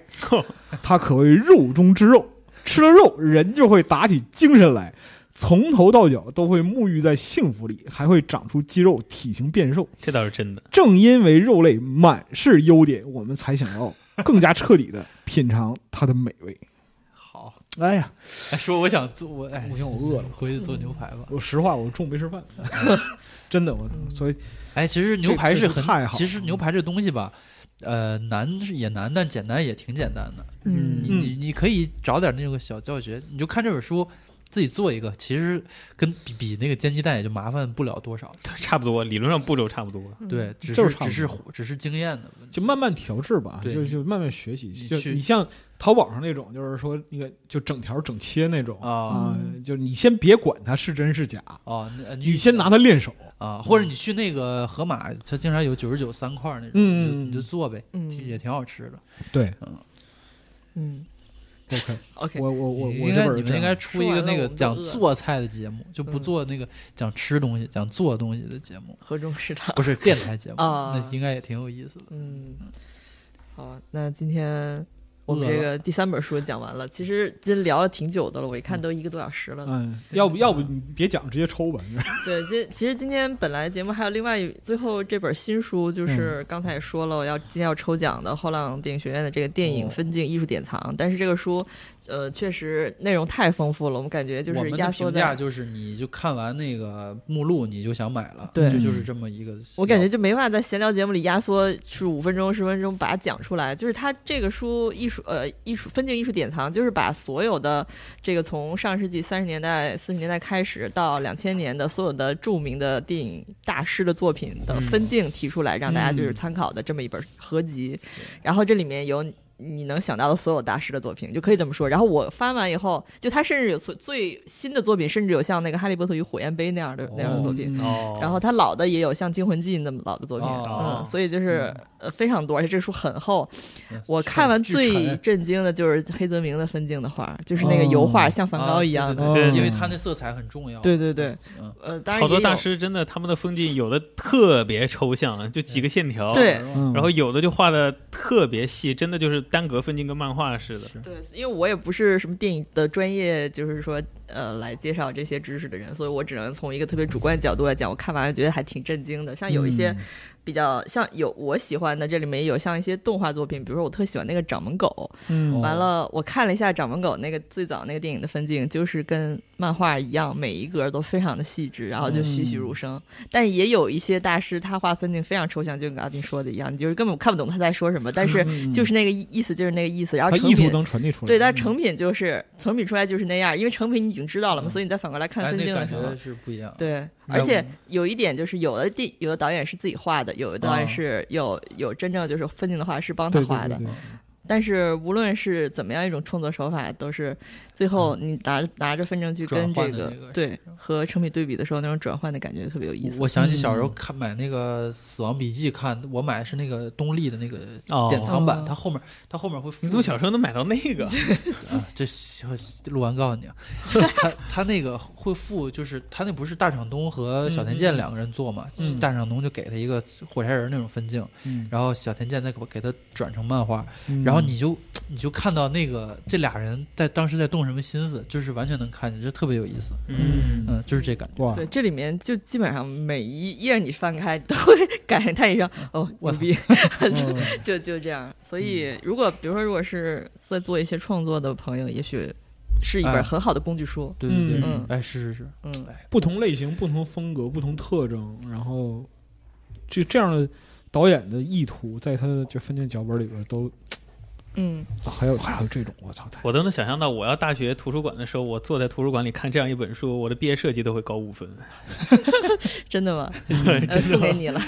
C: 它可谓肉中之肉。吃了肉，人就会打起精神来，从头到脚都会沐浴在幸福里，还会长出肌肉，体型变瘦。
A: 这倒是真的，
C: 正因为肉类满是优点，我们才想要更加彻底的品尝它的美味。
D: 好。
C: 哎呀，
D: 哎说我想做，我哎，
C: 不行，我饿 了。嗯
D: 回去做牛排吧。
C: 我实话，我中午没 吃饭，真的，我所以
D: 哎，其实牛排是很
C: 这太，好了嗯
D: 其实牛排这东西吧，呃，难是也难，但简单也挺简单的。
B: 嗯
D: 你
C: 嗯
D: 你你可以找点那个小教学，你就看这本书，自己做一个，其实跟比比那个煎鸡蛋也就麻烦不了多少。
A: 差不多，理论上步骤差不多，
B: 嗯
C: 嗯
D: 对，只
C: 就是是差
D: 只是
C: 不多
D: 只是经验的问题。
C: 就慢慢调制吧，
D: 对
C: 就
D: 你
C: 就慢慢学习。
D: 你
C: 就
D: 去
C: 你像淘宝上那种，就是说那个就整条整切那种
D: 啊
C: 就你先别管它是真是假，
D: 哦，那
C: 你先拿它练手。
D: 啊，或者你去那个盒马，它经常有九十九三块那种，你
C: 嗯
D: 就你就做呗，
B: 嗯
D: 其实也挺好吃的。
C: 对，
B: 嗯， OK，
D: ，OK。
C: 我我我我
D: 应
C: 这
D: 该
C: 本
D: 你
C: 是
D: 们
C: 这
D: 应该
C: 样，
D: 出一个那个讲做菜的节目，就不
B: 嗯
D: 做那个讲吃东西、讲做东西的节目，
B: 河中市场
D: 不是电台节目，
B: 啊
D: 那应该也挺有意思的。
B: 嗯，好吧，那今天我们
D: 饿了
B: 这个第三本书讲完了，其实今聊了挺久的了，我一看都一个多小时了。
C: 嗯，要不要不你别讲，直接 抽吧。
B: 对，今其实今天本来节目还有另外一最后这本新书，
D: 嗯
B: 就是刚才也说了，我要今天要抽奖的后浪电影学院的这个电影
D: 哦
B: 分镜艺术典藏，但是这个书，呃，确实内容太丰富了，我们感觉就
D: 我
B: 是
D: 们的
B: 压缩
D: 评
B: 在
D: 价就是，你就看完那个目录，你就想买了，
B: 对
D: 就
C: 嗯
D: 就是这么一个。
B: 我感觉就没法在闲聊节目里压缩是五分钟、十分钟把它讲出来。就是它这个书艺术呃艺术分镜艺术典藏，就是把所有的这个从上世纪三十年代、四十年代开始到两千年的所有的著名的电影大师的作品的分镜提出来，让大家就是参考的这么一本合集。然后这里面有。你能想到的所有大师的作品，就可以这么说。然后我翻完以后，就他甚至有最最新的作品，甚至有像那个《哈利波特与火焰杯》那样的、那样的作品。
C: 嗯
D: 啊
A: 哦
B: 然后他老的也有像《惊魂记》那么老的作品，
D: 哦
B: 嗯，所以就是呃非常多，而且这书很厚。
D: 嗯
B: 我看完
D: 巨沉
B: 最震惊的就是黑泽明的分镜的画，就是那个油画
C: 哦
B: 像梵高一样的。
D: 啊对对
C: 哦
D: 对因为它那色彩很重要。
B: 对对对，
D: 嗯，
B: 呃，当然
A: 好多
B: 也有
A: 大师真的他们的风景有的特别抽象，就几个线条，
B: 对
C: 嗯，
A: 然后有的就画的特别细，真的就是单格分镜跟漫画似的。
B: 对，因为我也不是什么电影的专业，就是说呃来介绍这些知识的人，所以我只能从一个特别主观的角度来讲。我看完觉得还挺震惊的，像有一
C: 嗯
B: 些比较像有我喜欢的，这里面有像一些动画作品，比如说我特喜欢那个《掌门狗》，
C: 嗯
D: 哦
B: 完了，我看了一下《掌门狗》那个最早那个电影的分镜，就是跟漫画一样，每一格都非常的细致，然后就栩栩如生。但也有一些大师，他画分镜非常抽象，就跟阿斌说的一样，你就是根本看不懂他在说什么，但是就是那个意意思就是那个意思，然后
C: 它
B: 成
C: 意图
B: 品。
C: 能传递出来，
B: 对，但
C: 嗯
B: 成品就是成品出来就是那样，因为成品你已经知道了嘛，
D: 嗯
B: 所以你再反过来看
D: 哎，
B: 分
D: 那
B: 镜的
D: 感
B: 时候
D: 觉，是不一样。
B: 对，
D: 哎
B: 而且有一点就是，有的地有的导演是自己画的，有的导演是有有真正就是分镜的画师帮他
C: 对对
B: 画的
C: 对，对
B: 但是无论是怎么样一种创作手法，都是最后你拿、拿着分证去跟这
D: 嗯转换的
B: 个
D: 那个
B: 对和成品对比的时候，那种转换的感觉特别有意思。
D: 我想起小时候看买那个《死亡笔记》，看我买的是那个东立的那个
A: 哦
D: 典藏版
B: 哦，
D: 它后面它后面会附
A: 你怎么小时候能买到那个？
D: 啊，这小录完告 诉你啊，他他那个会付，就是他那不是大场东和小田健两个人做嘛，就是大场东就给他一个火柴人那种分镜，
C: 嗯
D: 然后小田健再给给他转成漫画，
C: 嗯
D: 然后你就你就看到那个这俩人在当时在动什么心思，就是完全能看见，就特别有意思，
A: 嗯，
D: 嗯，就是这感觉。
C: 哇，
B: 对，这里面就基本上每一页你翻开都会 感叹一声“哦，
D: 嗯我
B: 牛
D: 操嗯
B: 逼”，
C: 嗯
B: 就就就这样。所以，如果比如说，如果是在做一些创作的朋友，也许是一
D: 哎
B: 本很好的工具书。
D: 对对对，
B: 嗯
D: 哎，是是是，
B: 嗯，
C: 不同类型、不同风格、不同特征，然后就这样的导演的意图，在他的就分镜脚本里边都
B: 嗯，
C: 啊还有还有这种，我操，太
A: 我都能想象到，我要大学图书馆的时候，我坐在图书馆里看这样一本书，我的毕业设计都会高五分。
B: 真的 吗？ 呃，送给你了。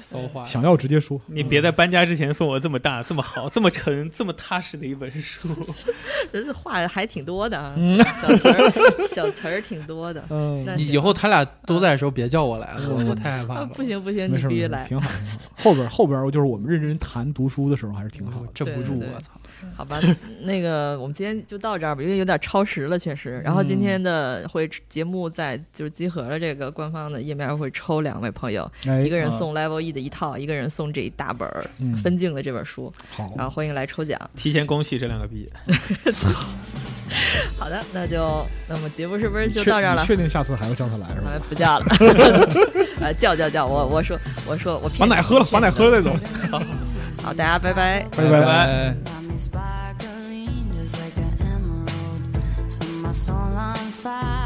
D: 骚话
C: 想要直接说，
A: 你别在搬家之前送我这么大、这么好、这么沉、这么踏实的一本书。
B: 人家话还挺多的 啊，
C: 嗯
B: 小词儿小词儿挺多的。
C: 嗯，
B: 那
D: 你
B: 行嗯
D: 以后他俩都在的时候别叫我来了，我
C: 嗯
D: 我太害怕
B: 啊，
D: 了。
B: 不行不行，你
C: 没事
B: 必须
C: 没事
B: 来，
C: 挺好，挺好。后边后边就是我们认真谈读书的时候，还是挺好
D: 我
C: 的。
D: 镇不
B: 对
D: 住，
B: 对对
D: 我操！
B: 好吧？那个，我们今天就到这儿吧，因为有点超时了，确实。然后今
C: 嗯
B: 天的会节目在就是集合了这个官方的页面会抽两位朋友，
C: 哎，
B: 一个人送 Level E 的一套，一个人送这一大本儿
C: 嗯
B: 分镜的这本书，
C: 哎好，
B: 然后欢迎来抽奖。
A: 提前恭喜这两个毕业。
B: 好的，那就那么节目是不是
C: 你
B: 就
C: 确
B: 到这儿了
C: 你？确定下次还要叫他来是
B: 啊
C: 吧？，
B: 不叫了， 啊，叫叫叫，我我说我说我
C: 把
B: 骗你
C: 奶喝了，把奶喝了再走，
B: 好，大家拜拜。
C: 拜
D: 拜
C: 拜。
D: 拜。
F: Got me sparkling just like an emerald. Set my soul on fire.